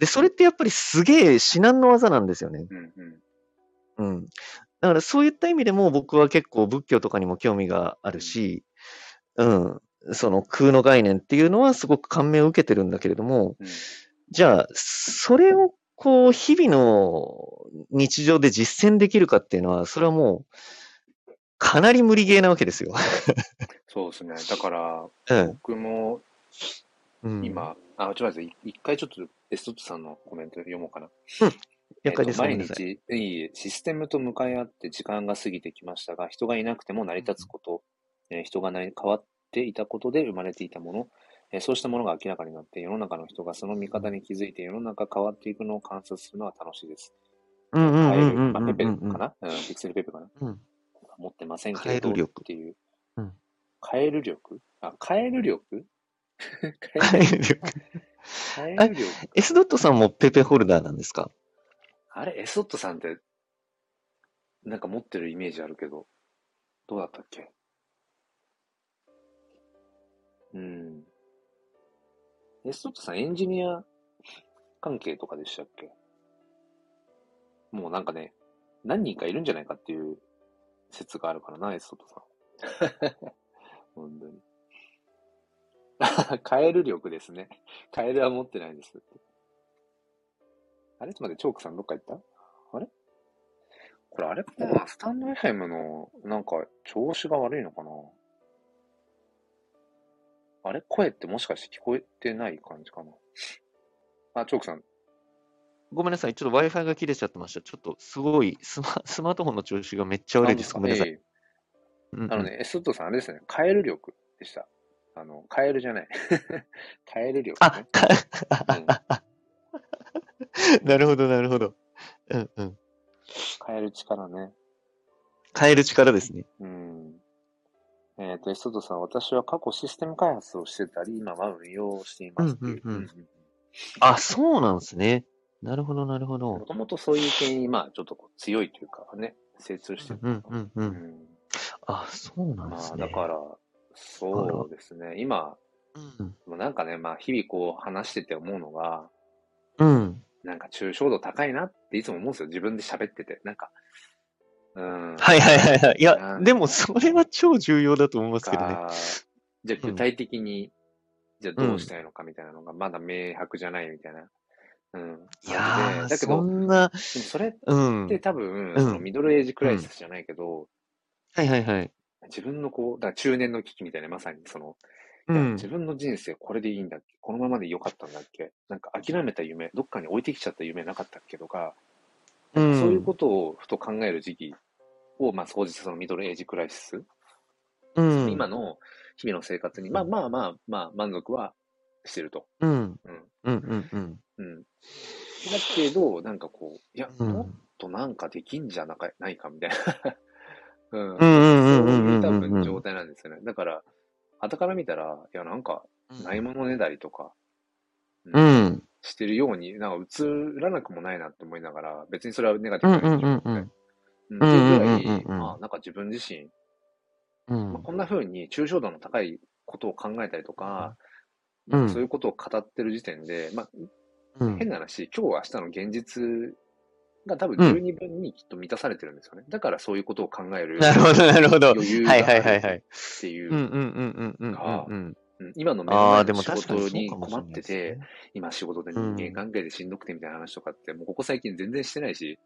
[SPEAKER 2] で、それってやっぱりすげえ至難の技なんですよね。
[SPEAKER 1] うんうん
[SPEAKER 2] うん。だからそういった意味でも僕は結構仏教とかにも興味があるし、うん。その空の概念っていうのはすごく感銘を受けてるんだけれども、
[SPEAKER 1] うん
[SPEAKER 2] じゃあ、それをこう、日々の日常で実践できるかっていうのは、それはもう、かなり無理ゲーなわけですよ。
[SPEAKER 1] そうですね。だから、
[SPEAKER 2] うん
[SPEAKER 1] 僕も
[SPEAKER 2] うん。
[SPEAKER 1] 今、あ、ちょっと待ってください。一回ちょっとエストットさんのコメント読もうかな。
[SPEAKER 2] やっ
[SPEAKER 1] え
[SPEAKER 2] ぱり
[SPEAKER 1] っ
[SPEAKER 2] で
[SPEAKER 1] と
[SPEAKER 2] す
[SPEAKER 1] 毎
[SPEAKER 2] ね。
[SPEAKER 1] 日、いえいえシステムと向かい合って時間が過ぎてきましたが、人がいなくても成り立つこと、えー人がなり変わっていたことで生まれていたもの、えーそうしたものが明らかになって、世の中の人がその見方に気づいて、世の中変わっていくのを観察するのは楽しいです。
[SPEAKER 2] うんうん
[SPEAKER 1] 変え
[SPEAKER 2] う
[SPEAKER 1] る、
[SPEAKER 2] んうん
[SPEAKER 1] ま
[SPEAKER 2] う
[SPEAKER 1] あ、
[SPEAKER 2] ん
[SPEAKER 1] ペペ
[SPEAKER 2] う
[SPEAKER 1] か
[SPEAKER 2] んうん。
[SPEAKER 1] な、うんピクセルペペかな
[SPEAKER 2] うん
[SPEAKER 1] 持ってませんけ
[SPEAKER 2] 変え
[SPEAKER 1] れど
[SPEAKER 2] る
[SPEAKER 1] っ
[SPEAKER 2] 力
[SPEAKER 1] ていう
[SPEAKER 2] うん。
[SPEAKER 1] 変える力あ、変える力変え
[SPEAKER 2] 変える力。
[SPEAKER 1] 変える力
[SPEAKER 2] S ドットさんもペペホルダーなんですか
[SPEAKER 1] あれ、エソットさんって、なんか持ってるイメージあるけど、どうだったっけうん。エソットさんエンジニア関係とかでしたっけもうなんかね、何人かいるんじゃないかっていう説があるからな、エソットさん。 本当に。 カエル力ですね。カエルは持ってないです。あれちょっと待って、チョークさんどっか行ったあれこれあれかなスタンド FM の、なんか、調子が悪いのかなあれ声ってもしかして聞こえてない感じかなあ、チョークさん。
[SPEAKER 2] ごめんなさい。ちょっと Wi-Fi が切れちゃってました。ちょっとすごいスマ、スマートフォンの調子がめっちゃ悪いです。
[SPEAKER 1] あ
[SPEAKER 2] ごめんなさい。
[SPEAKER 1] ええ
[SPEAKER 2] うんうん
[SPEAKER 1] あのね、エストさん、あれですね、カエル力でした。あの、カエルじゃない。 カエル力
[SPEAKER 2] あ
[SPEAKER 1] ね。、
[SPEAKER 2] か、
[SPEAKER 1] うん、
[SPEAKER 2] なるほど、なるほど。うんうん。
[SPEAKER 1] カエル力ね。
[SPEAKER 2] 変える力ですね。
[SPEAKER 1] うん。えっ、と、エストさん、私は過去システム開発をしてたり、今は運用をしていますっていう。
[SPEAKER 2] うんうんうんあ、そうなんですね。なるほど、なるほ
[SPEAKER 1] も
[SPEAKER 2] ど。
[SPEAKER 1] ともとそういう系に、まあ、ちょっとこう強いというかね、精通してる。
[SPEAKER 2] うんうんう。
[SPEAKER 1] うんん。
[SPEAKER 2] あ、そうなんで
[SPEAKER 1] ますあ、
[SPEAKER 2] ね。
[SPEAKER 1] だから、そうですね。今、
[SPEAKER 2] うん。
[SPEAKER 1] なんかね、まあ、日々こう話してて思うのが、
[SPEAKER 2] うん。
[SPEAKER 1] なんか抽象度高いなっていつも思うんですよ。自分で喋ってて。なんか、うん。
[SPEAKER 2] はいはいはいはい。いや
[SPEAKER 1] う、ん
[SPEAKER 2] でもそれは超重要だと思いますけどね。
[SPEAKER 1] かじゃあ具体的に、じゃあどうしたいのかみたいなのが、まだ明白じゃないみたいな。うん。
[SPEAKER 2] いや
[SPEAKER 1] 感じで
[SPEAKER 2] ー、
[SPEAKER 1] だけ
[SPEAKER 2] そ
[SPEAKER 1] ど、
[SPEAKER 2] んな、
[SPEAKER 1] でもそれっ
[SPEAKER 2] うん。は
[SPEAKER 1] て
[SPEAKER 2] い
[SPEAKER 1] 多分、
[SPEAKER 2] うん
[SPEAKER 1] そのミドルエイジクライシスじゃないけど、
[SPEAKER 2] はいはい。
[SPEAKER 1] 自分のこう、だから中年の危機みたいな、まさにその、
[SPEAKER 2] う
[SPEAKER 1] いや
[SPEAKER 2] ん。
[SPEAKER 1] 自分の人生これでいいんだっけこのままで良かったんだっけなんか諦めた夢、どっかに置いてきちゃった夢なかったっけとか、
[SPEAKER 2] う。
[SPEAKER 1] そういうんことをふと考える時期を、まあ、総じてそのミドルエイジクライシス、
[SPEAKER 2] うん。
[SPEAKER 1] 今の日々の生活に、まあまあまあ、まあ、満足はしてると。
[SPEAKER 2] うん。
[SPEAKER 1] うん。
[SPEAKER 2] うんうんうん。
[SPEAKER 1] うん。だけど、なんかこう、いや、
[SPEAKER 2] うん。
[SPEAKER 1] もっとなんかできんじゃなかない かみたいな。うん。
[SPEAKER 2] うんうんうん
[SPEAKER 1] そううんいう
[SPEAKER 2] う
[SPEAKER 1] 多
[SPEAKER 2] んうん
[SPEAKER 1] 分状態なんですよね。だから、傍から見たら、いや、なんか、ないものねだりとか、う
[SPEAKER 2] う、ん。
[SPEAKER 1] してるように、なんか映らなくもないなって思いながら、別にそれはネガテ
[SPEAKER 2] う
[SPEAKER 1] ィ
[SPEAKER 2] ん
[SPEAKER 1] ブ
[SPEAKER 2] う
[SPEAKER 1] じゃないでしょ
[SPEAKER 2] んうん
[SPEAKER 1] う
[SPEAKER 2] う
[SPEAKER 1] ね
[SPEAKER 2] ん。。
[SPEAKER 1] うん。っていうぐら
[SPEAKER 2] うんうん
[SPEAKER 1] い、
[SPEAKER 2] うんうん
[SPEAKER 1] あ、なんか自分自身、
[SPEAKER 2] う
[SPEAKER 1] まあ、
[SPEAKER 2] ん。
[SPEAKER 1] こんな風に抽象度の高いことを考えたりとか、
[SPEAKER 2] うん
[SPEAKER 1] なんかそういうことを語ってる時点で、まあ、
[SPEAKER 2] うん
[SPEAKER 1] 変な話、今日明日の現実が多分十二分にきっと満たされてるんですよね。だからそういうことを考える
[SPEAKER 2] なるほど、なるほど。
[SPEAKER 1] 余裕が
[SPEAKER 2] はいは
[SPEAKER 1] あ
[SPEAKER 2] いはい
[SPEAKER 1] る
[SPEAKER 2] はい。
[SPEAKER 1] っていうう、
[SPEAKER 2] んうんうんうんうんうんうん。
[SPEAKER 1] うん今の目の
[SPEAKER 2] ああ、
[SPEAKER 1] 前
[SPEAKER 2] で
[SPEAKER 1] の
[SPEAKER 2] も
[SPEAKER 1] 仕
[SPEAKER 2] 確かに
[SPEAKER 1] 事
[SPEAKER 2] そう
[SPEAKER 1] に
[SPEAKER 2] かもし
[SPEAKER 1] 困っ
[SPEAKER 2] れない
[SPEAKER 1] て
[SPEAKER 2] ですね
[SPEAKER 1] て、。今仕事で
[SPEAKER 2] う
[SPEAKER 1] 人
[SPEAKER 2] ん
[SPEAKER 1] 間関係でしんどくてみたいな話とかって、もうここ最近全然してないし、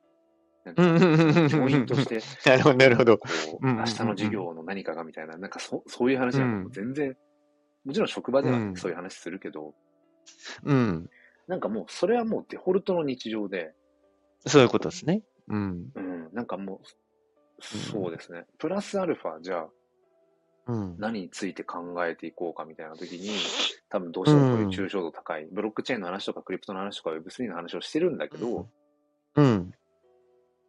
[SPEAKER 1] なん
[SPEAKER 2] う
[SPEAKER 1] か
[SPEAKER 2] んうんうんうん
[SPEAKER 1] 要因として、
[SPEAKER 2] なるほど、 なるほど。
[SPEAKER 1] こう、
[SPEAKER 2] うんうんうんうん
[SPEAKER 1] 明日の授業の何かがみたいな、なんかそそういう話はもううん全然、もちろん職場では
[SPEAKER 2] う
[SPEAKER 1] ね
[SPEAKER 2] ん
[SPEAKER 1] そういう話するけど、
[SPEAKER 2] うん。
[SPEAKER 1] なんかもうそれはもうデフォルトの日常で、
[SPEAKER 2] そういうことですね。うん。
[SPEAKER 1] うん、なんかもう、そうですね。プラスアルファ、じゃあ
[SPEAKER 2] うん。
[SPEAKER 1] 何について考えていこうかみたいな時に、多分どうしてもこういう抽象度高い、ブロックチェーンの話とかクリプトの話とか Web3 の話をしてるんだけど、
[SPEAKER 2] うん。
[SPEAKER 1] だ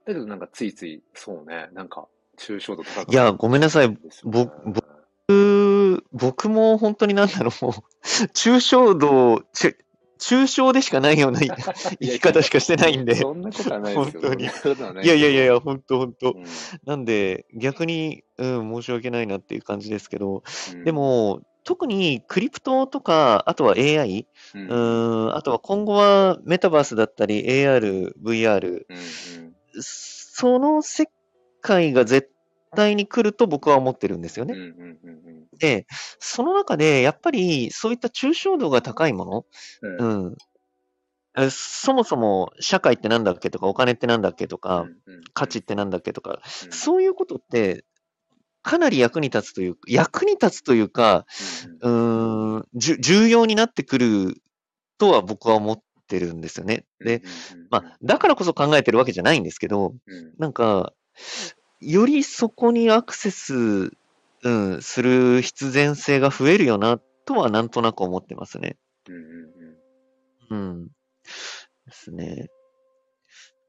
[SPEAKER 1] けどなんかついつい、そうね、なんか抽象度高く
[SPEAKER 2] いや、ごめんなさい。
[SPEAKER 1] ですよね
[SPEAKER 2] ぼ、僕僕も本当になんだろう、もう、抽象度、ち抽象でしかないよう な生き方しかしてないんで。
[SPEAKER 1] そんなことはないですよ。
[SPEAKER 2] 本当に
[SPEAKER 1] そんなことはない
[SPEAKER 2] やいやいやいや、本当本当
[SPEAKER 1] うん
[SPEAKER 2] なんで、逆に、うん、申し訳ないなっていう感じですけど、
[SPEAKER 1] うん
[SPEAKER 2] でも、特にクリプトとか、あとは AI、
[SPEAKER 1] う
[SPEAKER 2] うんん、あとは今後はメタバースだったり、AR、VR、
[SPEAKER 1] うん
[SPEAKER 2] その世界が絶対に来ると僕は思ってるんですよ
[SPEAKER 1] うんう
[SPEAKER 2] ね。
[SPEAKER 1] んうんうんうん
[SPEAKER 2] で、その中で、やっぱり、そういった抽象度が高いもの、
[SPEAKER 1] うん
[SPEAKER 2] う
[SPEAKER 1] うん
[SPEAKER 2] ん。えそもそも社会ってなんだっけとか、お金ってなんだっけとか、
[SPEAKER 1] うん
[SPEAKER 2] 価値ってなんだっけとか、
[SPEAKER 1] うん
[SPEAKER 2] そういうことって、かなり役に立つという、役に立つというか、
[SPEAKER 1] うん
[SPEAKER 2] うーん、じゅ重要になってくるとは僕は思ってるんですよね。で、
[SPEAKER 1] うんうん
[SPEAKER 2] まあ、だからこそ考えてるわけじゃないんですけど、
[SPEAKER 1] うん
[SPEAKER 2] なんか、よりそこにアクセス、うん、する必然性が増えるよな、とはなんとなく思ってますね。
[SPEAKER 1] うんうんうん
[SPEAKER 2] うん。ですね。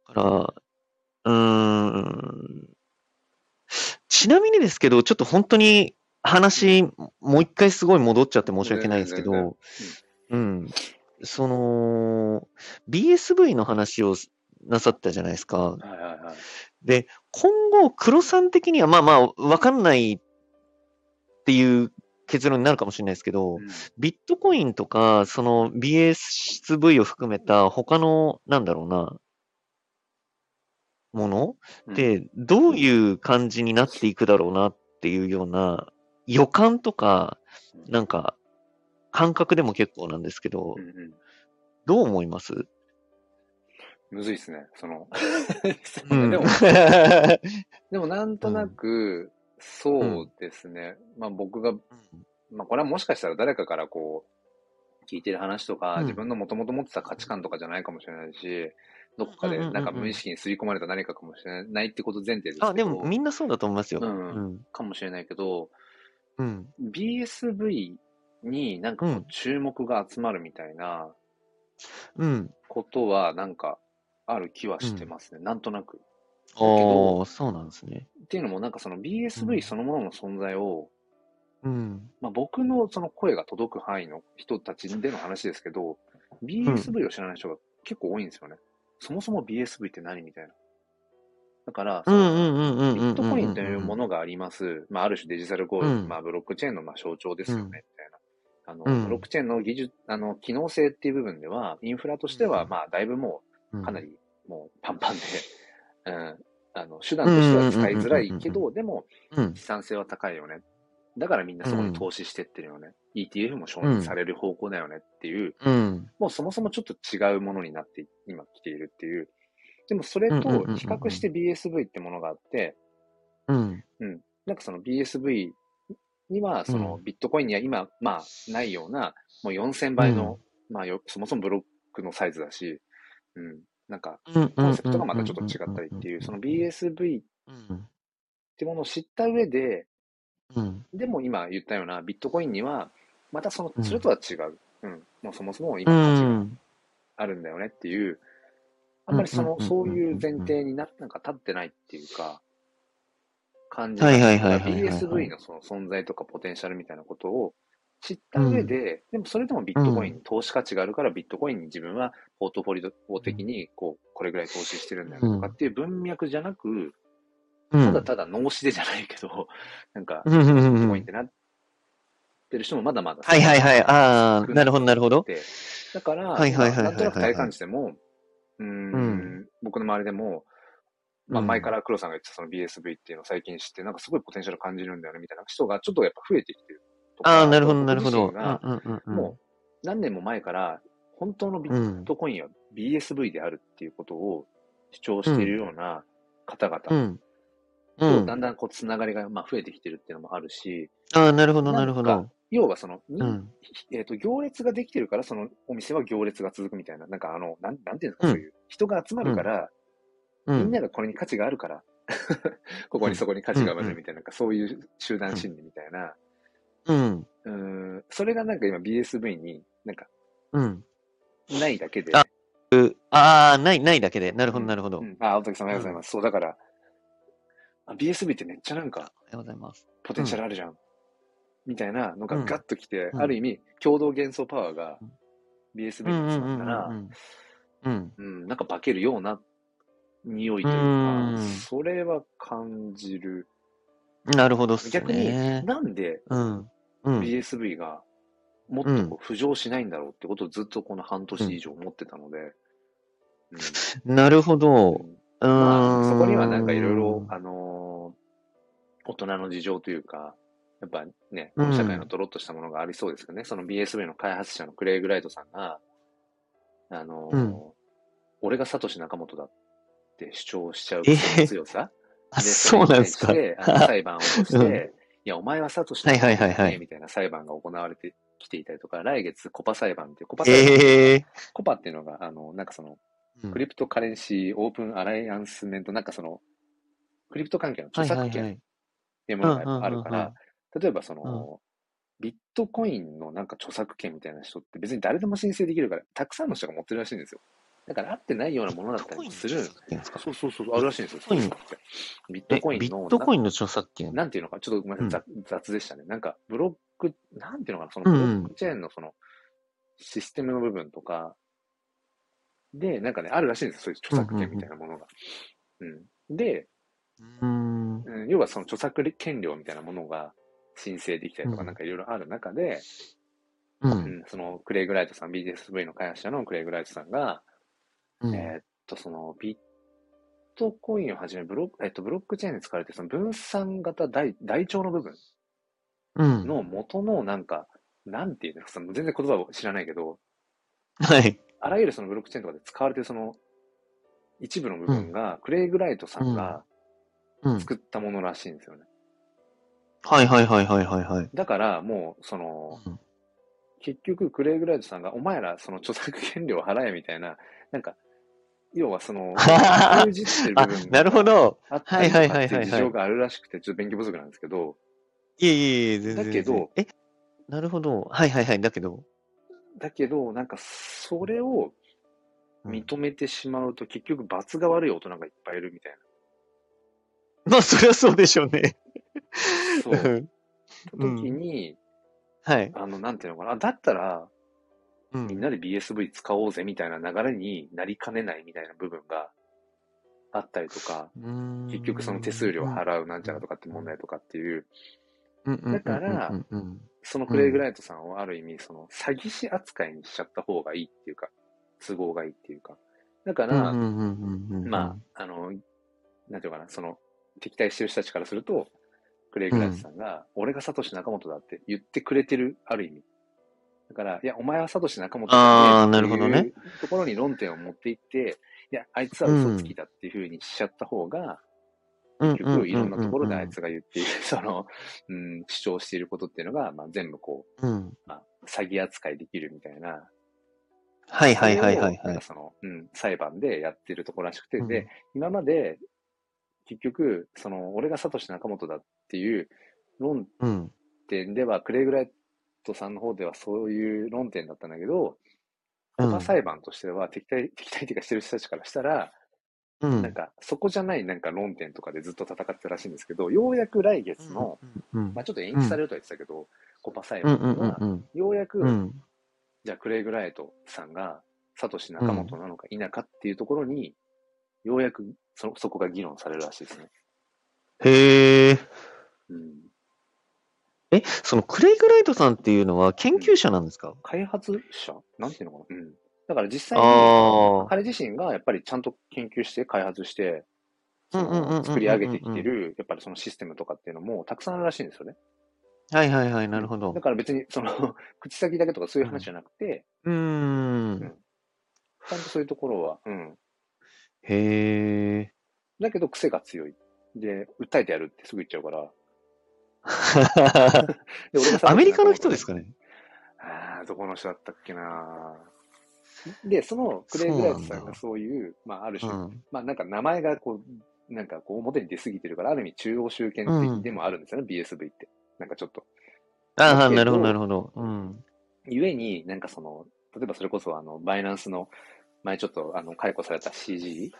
[SPEAKER 2] だから、うーん。ちなみにですけど、ちょっと本当に話、もう一回すごい戻っちゃって申し訳ないですけ
[SPEAKER 1] 全然
[SPEAKER 2] ど、うん。その、BSV の話をなさったじゃないですか。
[SPEAKER 1] はいはいはい
[SPEAKER 2] で、今後、黒さん的には、まあまあ、わかんないっていう結論になるかもしれないですけど
[SPEAKER 1] う、ん
[SPEAKER 2] ビットコインとか、その BSV を含めた他の、なんだろうな、もの
[SPEAKER 1] うん
[SPEAKER 2] って、どういう感じになっていくだろうなっていうような予感とか、なんか、感覚でも結構なんですけど
[SPEAKER 1] う、んうん
[SPEAKER 2] どう思います
[SPEAKER 1] むずいっすね、そ の。
[SPEAKER 2] うん。
[SPEAKER 1] でも、
[SPEAKER 2] う
[SPEAKER 1] でもなんとなく、そうですね。まあ僕が、まあこれはもしかしたら誰かからこう、聞いてる話とか、
[SPEAKER 2] うん
[SPEAKER 1] 自分のもともと持ってた価値観とかじゃないかもしれないし、どっかで
[SPEAKER 2] うんうんうんうん
[SPEAKER 1] なんか無意識に刷り込まれた何かかもしれないってこと前提ですけど、
[SPEAKER 2] あ、でもみんなそうだと思いますよ。
[SPEAKER 1] う
[SPEAKER 2] うんん。
[SPEAKER 1] かもしれないけど、
[SPEAKER 2] うん。
[SPEAKER 1] BSV になんかこう
[SPEAKER 2] うん
[SPEAKER 1] 注目が集まるみたいな
[SPEAKER 2] うん。
[SPEAKER 1] ことはなんかある気はしてますね、なんとなく。
[SPEAKER 2] ああ、そうなんですね。
[SPEAKER 1] っていうのもなんかその
[SPEAKER 2] う
[SPEAKER 1] BSV
[SPEAKER 2] ん
[SPEAKER 1] そのものの存在を、
[SPEAKER 2] うん。
[SPEAKER 1] まあ、僕のその声が届く範囲の人たちでの話ですけど、BSV を知らない人が結構多いんですよね。そもそも BSV って何みたいな。だから、
[SPEAKER 2] う
[SPEAKER 1] その
[SPEAKER 2] んうんうんうんうんうんう
[SPEAKER 1] ビッ
[SPEAKER 2] ん。
[SPEAKER 1] トコインというものがあります。まあ、ある種デジタルゴー
[SPEAKER 2] うん
[SPEAKER 1] まあ、ブロックチェーンのまあ象徴ですよね、
[SPEAKER 2] うん
[SPEAKER 1] みたいな。あの、
[SPEAKER 2] うん
[SPEAKER 1] ブロックチェーンの技術、あの、機能性っていう部分では、インフラとしては、
[SPEAKER 2] うん
[SPEAKER 1] まあ、だいぶも
[SPEAKER 2] う
[SPEAKER 1] う、
[SPEAKER 2] ん
[SPEAKER 1] かなり、もう、パンパンで、うん、あの、手段としては使いづらいけ
[SPEAKER 2] うん
[SPEAKER 1] ど、でも、
[SPEAKER 2] うん
[SPEAKER 1] 資産性は高いよね。だからみんなそこに投資してってるよね。ETF も承認される方向だよねっていう、
[SPEAKER 2] うん
[SPEAKER 1] もうそもそもちょっと違うものになって今来ているっていう。でもそれ
[SPEAKER 2] うんうんうんうんう
[SPEAKER 1] と
[SPEAKER 2] ん
[SPEAKER 1] 比較して BSV ってものがあって、
[SPEAKER 2] うん
[SPEAKER 1] なんかその BSV にはそうのビットコインには今、まあないような、もう4000倍の、まあよ、そもそもブロックのサイズだし、うん、なんか
[SPEAKER 2] うん
[SPEAKER 1] コンセプトがまたちょっと違ったりっていう、その BSV っ
[SPEAKER 2] うん
[SPEAKER 1] てものを知った上で、
[SPEAKER 2] うん
[SPEAKER 1] でも今言ったようなビットコインには、またその
[SPEAKER 2] う、ん
[SPEAKER 1] それとは違う。うん。もうそもそも
[SPEAKER 2] う
[SPEAKER 1] 今価値が
[SPEAKER 2] ん
[SPEAKER 1] あるんだよねっていう、あんまりその
[SPEAKER 2] う、ん
[SPEAKER 1] そういう前提にな、なんか立ってないっていうか、感じが
[SPEAKER 2] はいは
[SPEAKER 1] だ
[SPEAKER 2] い
[SPEAKER 1] か
[SPEAKER 2] はい
[SPEAKER 1] ら
[SPEAKER 2] はいはいはい
[SPEAKER 1] BSV のその存在とかポテンシャルみたいなことを知った上で、でもそれでもビットコインに投資価値があるから、ビットコインに自分はポートフォリオ的に、こう、これぐらい投資してるんだよねとかっていう文脈じゃなく、
[SPEAKER 2] う
[SPEAKER 1] た
[SPEAKER 2] ん
[SPEAKER 1] だただ脳死でじゃないけど、なんか、
[SPEAKER 2] うんうんうん
[SPEAKER 1] ビッ
[SPEAKER 2] う
[SPEAKER 1] ト
[SPEAKER 2] ん
[SPEAKER 1] コインってなってる人もまだまだ。
[SPEAKER 2] はいはいはい。ああ、
[SPEAKER 1] 少
[SPEAKER 2] なるほどなるほど。
[SPEAKER 1] でだから、
[SPEAKER 2] はいはいはいはいはいはい
[SPEAKER 1] まあなんとなく体感しても、うーん、僕の周りでも、まあ
[SPEAKER 2] うん
[SPEAKER 1] 前から黒さんが言ってたその BSV っていうのを最近知って、なんかすごいポテンシャル感じるんだよねみたいな人がちょっとやっぱ増えてきてるとか。
[SPEAKER 2] ああ、なるほど
[SPEAKER 1] 僕
[SPEAKER 2] なるほど。
[SPEAKER 1] 自身が
[SPEAKER 2] うんうんうん
[SPEAKER 1] もう何年も前から、本当のビットコインは BSV であるっていうことを主張しているような方々
[SPEAKER 2] う、ん。う
[SPEAKER 1] と
[SPEAKER 2] ん。
[SPEAKER 1] だんだんこうつながりがまあ増えてきてるっていうのもあるし、
[SPEAKER 2] ああ、なるほどなるほど。
[SPEAKER 1] 要はその、
[SPEAKER 2] うん。
[SPEAKER 1] えっ、と、行列ができてるから、そのお店は行列が続くみたいな、なんかあの、なんなんていうんですか、
[SPEAKER 2] うん
[SPEAKER 1] そういう、人が集まるから、
[SPEAKER 2] う
[SPEAKER 1] みん
[SPEAKER 2] ん。
[SPEAKER 1] ながこれに価値があるから、 ここにそこに価値が生まれるみたいな、なんかそういう集団心理みたいな、
[SPEAKER 2] うん。
[SPEAKER 1] うーん、それがなんか今 BSV になんか
[SPEAKER 2] うん。
[SPEAKER 1] ないだけで。
[SPEAKER 2] あああ、ない、ないだけで。なるほ
[SPEAKER 1] う
[SPEAKER 2] ど
[SPEAKER 1] ん
[SPEAKER 2] なるほど。あ
[SPEAKER 1] う
[SPEAKER 2] り
[SPEAKER 1] んあ、青崎さんおはようございます。そう、だから、あ BSV ってめっちゃなんか
[SPEAKER 2] がとうございます。
[SPEAKER 1] ポテンシャルあるじゃん。みたいなのが
[SPEAKER 2] うん
[SPEAKER 1] ガッときて、
[SPEAKER 2] うん
[SPEAKER 1] ある意味、共同幻想パワーが BSB に詰まったら、
[SPEAKER 2] うんうん
[SPEAKER 1] うん、なんか化けるような匂いという
[SPEAKER 2] う
[SPEAKER 1] か、
[SPEAKER 2] ん
[SPEAKER 1] それは感じる。
[SPEAKER 2] うんなるほどっすね。
[SPEAKER 1] 逆になんで
[SPEAKER 2] うん。うん。
[SPEAKER 1] BSV がもっとこう浮上しないんだろうってことをずっとこの半年以上思ってたので、うん
[SPEAKER 2] なるほど。うーん。
[SPEAKER 1] まあ、そこにはなんかいろいろ、あのー大人の事情というか、やっぱね、この社会のドロッとしたものがありそうですよね。その BSV の開発者のクレイグライトさんが、あのー
[SPEAKER 2] うん
[SPEAKER 1] 俺がサトシ仲本だって主張しちゃうことの強さ。
[SPEAKER 2] あ、
[SPEAKER 1] で
[SPEAKER 2] そうなんですか。
[SPEAKER 1] それに対して あの裁判を起こして、
[SPEAKER 2] うん
[SPEAKER 1] いや、お前はサトシ
[SPEAKER 2] は
[SPEAKER 1] 仲
[SPEAKER 2] いは
[SPEAKER 1] 本
[SPEAKER 2] いはい
[SPEAKER 1] だ
[SPEAKER 2] は
[SPEAKER 1] よね、
[SPEAKER 2] い
[SPEAKER 1] みたいな裁判が行われてきていたりとか、来月コパ裁判っていう、コパ裁判、
[SPEAKER 2] ええ
[SPEAKER 1] コパっていうのが、あの、なんかその、
[SPEAKER 2] ー。
[SPEAKER 1] クリプトカレンシーオープンアライアンスメント、なんかその、クリプト関係の
[SPEAKER 2] は
[SPEAKER 1] 著
[SPEAKER 2] いはい
[SPEAKER 1] 作
[SPEAKER 2] は
[SPEAKER 1] 権っ
[SPEAKER 2] い。
[SPEAKER 1] ていうものがやっぱあるか
[SPEAKER 2] うんうんうん
[SPEAKER 1] ら、例えばその、ビットコインのなんか著作権みたいな人って別に誰でも申請できるから、たくさんの人が持ってるらしいんですよ。だから合ってないようなものだったりもする。そうそうそう、あるらしいんですよ。
[SPEAKER 2] ビットコイン
[SPEAKER 1] ってビットコインの、
[SPEAKER 2] えビットコインの著作権。
[SPEAKER 1] なんていうのか、ちょっとごめんなさい、雑雑でしたね。なんか、ブロック、なんていうのかな、その
[SPEAKER 2] うん
[SPEAKER 1] ブ
[SPEAKER 2] う
[SPEAKER 1] ロ
[SPEAKER 2] ん
[SPEAKER 1] ックチェーンのその、システムの部分とか、で、なんかね、あるらしいんですよ、そういう著作権みたいなものが。うん。で、
[SPEAKER 2] うん。
[SPEAKER 1] うん要はその著作権料みたいなものが申請できたりと
[SPEAKER 2] う
[SPEAKER 1] か、
[SPEAKER 2] ん
[SPEAKER 1] なんかいろいろある中で、
[SPEAKER 2] う。
[SPEAKER 1] うんんそのクレイグライトさん、BDSV の開発者のクレイグライトさんが、
[SPEAKER 2] うん
[SPEAKER 1] えーっと、その、ビットコインをはじめ、ブロック、えっと、ブロックチェーンに使われてる、その分散型台、台帳の部分。
[SPEAKER 2] うん。
[SPEAKER 1] の元のなんか、なんていうのか、その全然言葉を知らないけど、
[SPEAKER 2] はい。
[SPEAKER 1] あらゆるそのブロックチェーンとかで使われてるその一部の部分が、クレイグライトさんが
[SPEAKER 2] うん。
[SPEAKER 1] 作ったものらしいんですよね。
[SPEAKER 2] はいはいはいはいはいはい。
[SPEAKER 1] だからもう、その、
[SPEAKER 2] うん
[SPEAKER 1] 結局クレイグライトさんが、お前らその著作権料払えみたいな、なんか、要はその、牛耳ってる
[SPEAKER 2] あ
[SPEAKER 1] 部分、
[SPEAKER 2] なるほど。
[SPEAKER 1] あったりと
[SPEAKER 2] はいは
[SPEAKER 1] か
[SPEAKER 2] い
[SPEAKER 1] って
[SPEAKER 2] はい
[SPEAKER 1] いう
[SPEAKER 2] はい
[SPEAKER 1] 事情があるらしくて、ちょっと勉強不足なんですけど、
[SPEAKER 2] いえいえいえ、全然。
[SPEAKER 1] だけど
[SPEAKER 2] 全然。え、なるほど。はいはいはい。だけど。
[SPEAKER 1] だけど、なんかそれを
[SPEAKER 2] うん
[SPEAKER 1] 認めてしまうと、結局罰が悪い大人がいっぱいいるみたいな。
[SPEAKER 2] まあ、そりゃそうでしょうね。
[SPEAKER 1] そう。 っ
[SPEAKER 2] ん
[SPEAKER 1] た時に、
[SPEAKER 2] はい。
[SPEAKER 1] あの、なんていうのかな、あだったら、
[SPEAKER 2] うん
[SPEAKER 1] みんなで BSV 使おうぜみたいな流れになりかねないみたいな部分があったりとか、結局その手数料を払うなんちゃらとかって問題とかっていう、
[SPEAKER 2] うん
[SPEAKER 1] だから
[SPEAKER 2] うんうんうん
[SPEAKER 1] そのクレイグライトさんをある意味、その詐欺師扱いにしちゃった方がいいっていうか、都合がいいっていうか。だか
[SPEAKER 2] う
[SPEAKER 1] ら、
[SPEAKER 2] んうんうんうんうんうん
[SPEAKER 1] まあ、あの、なんていうのかな、その、敵対してる人たちからすると、クレイグライトさんが、俺がサトシ仲本だって言ってくれてる、ある意味。だから、いや、お前はサトシ仲本だ
[SPEAKER 2] あー
[SPEAKER 1] っていう
[SPEAKER 2] なるほどね。
[SPEAKER 1] ところに論点を持っていって、いや、あいつは嘘つきだっていうふうにしちゃった方が、
[SPEAKER 2] うん
[SPEAKER 1] 結局、いろんなところで
[SPEAKER 2] うん
[SPEAKER 1] あいつが言っている、 その、うん、主張していることっていうのが、まあ、全部こう、
[SPEAKER 2] うんうん
[SPEAKER 1] まあ、詐欺扱いできるみたいな
[SPEAKER 2] はいはいはい
[SPEAKER 1] それ
[SPEAKER 2] はい
[SPEAKER 1] をな
[SPEAKER 2] は
[SPEAKER 1] ん
[SPEAKER 2] い
[SPEAKER 1] か。その、うん、裁判でやってるところらしくて、
[SPEAKER 2] うん
[SPEAKER 1] で、今まで、結局、その、俺がサトシ仲本だっていう論
[SPEAKER 2] うん
[SPEAKER 1] 点では、クレイグライトさんの方ではそういう論点だったんだけど、
[SPEAKER 2] うん
[SPEAKER 1] 他裁判としては、敵対、敵対っていうかしてる人たちからしたら、
[SPEAKER 2] う
[SPEAKER 1] なん
[SPEAKER 2] ん
[SPEAKER 1] か、そこじゃないなんか論点とかでずっと戦ってたらしいんですけど、ようやく来月の、
[SPEAKER 2] うん
[SPEAKER 1] まあちょっと延期されるとは言ってたけど、コパ裁
[SPEAKER 2] うん
[SPEAKER 1] 判
[SPEAKER 2] うんうん
[SPEAKER 1] が、
[SPEAKER 2] うん
[SPEAKER 1] ようやく、
[SPEAKER 2] うん
[SPEAKER 1] じゃあクレイグライトさんがサトシ仲本なのか否かっていうところに、ようやくそそこが議論されるらしいですね。
[SPEAKER 2] へえ。
[SPEAKER 1] うん、
[SPEAKER 2] え、そのクレイグライトさんっていうのは研究者なんですか
[SPEAKER 1] 開発者なんていうのかな、うん、だから実際に
[SPEAKER 2] ああ。
[SPEAKER 1] 彼自身がやっぱりちゃんと研究して開発して、そ
[SPEAKER 2] うんうんうんうんうんうん
[SPEAKER 1] の作り上げてきてる、やっぱりそのシステムとかっていうのもたくさんあるらしいんですよね。
[SPEAKER 2] はいはいはい、なるほど
[SPEAKER 1] だ。から別にその 口先だけとかそういう話じゃなくて、
[SPEAKER 2] うーん。
[SPEAKER 1] ちゃんとそういうところは、うん。
[SPEAKER 2] へえ。
[SPEAKER 1] だけど癖が強い。で、訴えてやるってすぐ言っちゃうから。で俺が
[SPEAKER 2] アメリカの人ですかね
[SPEAKER 1] ああ、どこの人だったっけなで、そのクレイグライトさんがそういう、まあ、ある
[SPEAKER 2] う
[SPEAKER 1] 種、
[SPEAKER 2] ん。
[SPEAKER 1] まあ、なんか名前がこう、なんかこう表に出過ぎてるから、ある意味中央集権的でもあるんですよね、BSV って。なんかちょっと。
[SPEAKER 2] あ
[SPEAKER 1] だ
[SPEAKER 2] あ、
[SPEAKER 1] けど
[SPEAKER 2] なるほど、なるほど。うん。
[SPEAKER 1] ゆえに、なんかその、例えばそれこそ、あの、バイナンスの、前ちょっと、あの、解雇された CG、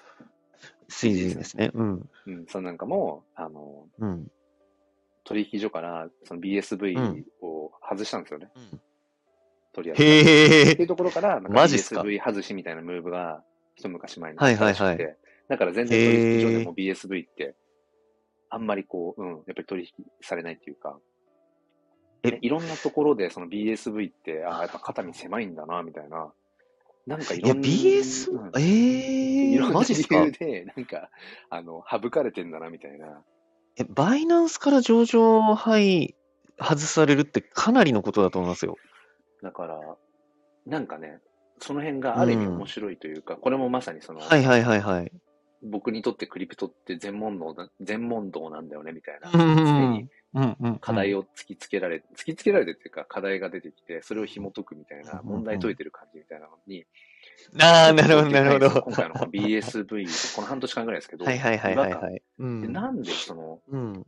[SPEAKER 2] CG ですね。うん。
[SPEAKER 1] うん、そのなんかも、あの、
[SPEAKER 2] うん。
[SPEAKER 1] 取引所から、その
[SPEAKER 2] う
[SPEAKER 1] BSV
[SPEAKER 2] ん
[SPEAKER 1] を外したんですよね、
[SPEAKER 2] うん
[SPEAKER 1] とりあえず。
[SPEAKER 2] へ
[SPEAKER 1] ってい
[SPEAKER 2] え
[SPEAKER 1] う。ところから、なんか
[SPEAKER 2] マジっすか
[SPEAKER 1] BSV 外しみたいなムーブが一昔前に
[SPEAKER 2] はいはいはい
[SPEAKER 1] あったらしくてだから全然取引上でも BSV って、あんまりこう、うん、やっぱり取引されないっていうか、
[SPEAKER 2] え
[SPEAKER 1] ねいろんなところでその BSV って、ああ、やっぱ肩身狭いんだな、みたいな。なんかい
[SPEAKER 2] いや、
[SPEAKER 1] ろんな。
[SPEAKER 2] BS
[SPEAKER 1] うん、
[SPEAKER 2] え
[SPEAKER 1] い
[SPEAKER 2] え
[SPEAKER 1] ろん
[SPEAKER 2] ー、
[SPEAKER 1] な
[SPEAKER 2] マ
[SPEAKER 1] 理
[SPEAKER 2] ジっすか
[SPEAKER 1] 由で、なんか、あの、省かれてんだな、みたいな。
[SPEAKER 2] え、バイナンスから上場範囲外されるってかなりのことだと思いますよ。
[SPEAKER 1] だから、なんかね、その辺がある意味面白いというか、これもまさにその、
[SPEAKER 2] はいはいはいはい。
[SPEAKER 1] 僕にとってクリプトって全問答な全問答なんだよね、みたいな。
[SPEAKER 2] うんうん
[SPEAKER 1] 常
[SPEAKER 2] うん
[SPEAKER 1] に
[SPEAKER 2] うんうんうん。
[SPEAKER 1] 課題を突きつけられ、突きつけられてっていうか、課題が出てきて、それを紐解くみたいな、
[SPEAKER 2] うんうんうん
[SPEAKER 1] 問題解いてる感じみたいなのに。
[SPEAKER 2] ああ、なるほどな るほど。
[SPEAKER 1] 今回のこの BSV、この半年間ぐらいですけど、
[SPEAKER 2] はいはいはいはい
[SPEAKER 1] 違和
[SPEAKER 2] は
[SPEAKER 1] 感
[SPEAKER 2] い。う
[SPEAKER 1] で
[SPEAKER 2] ん。
[SPEAKER 1] なんでその、
[SPEAKER 2] うん。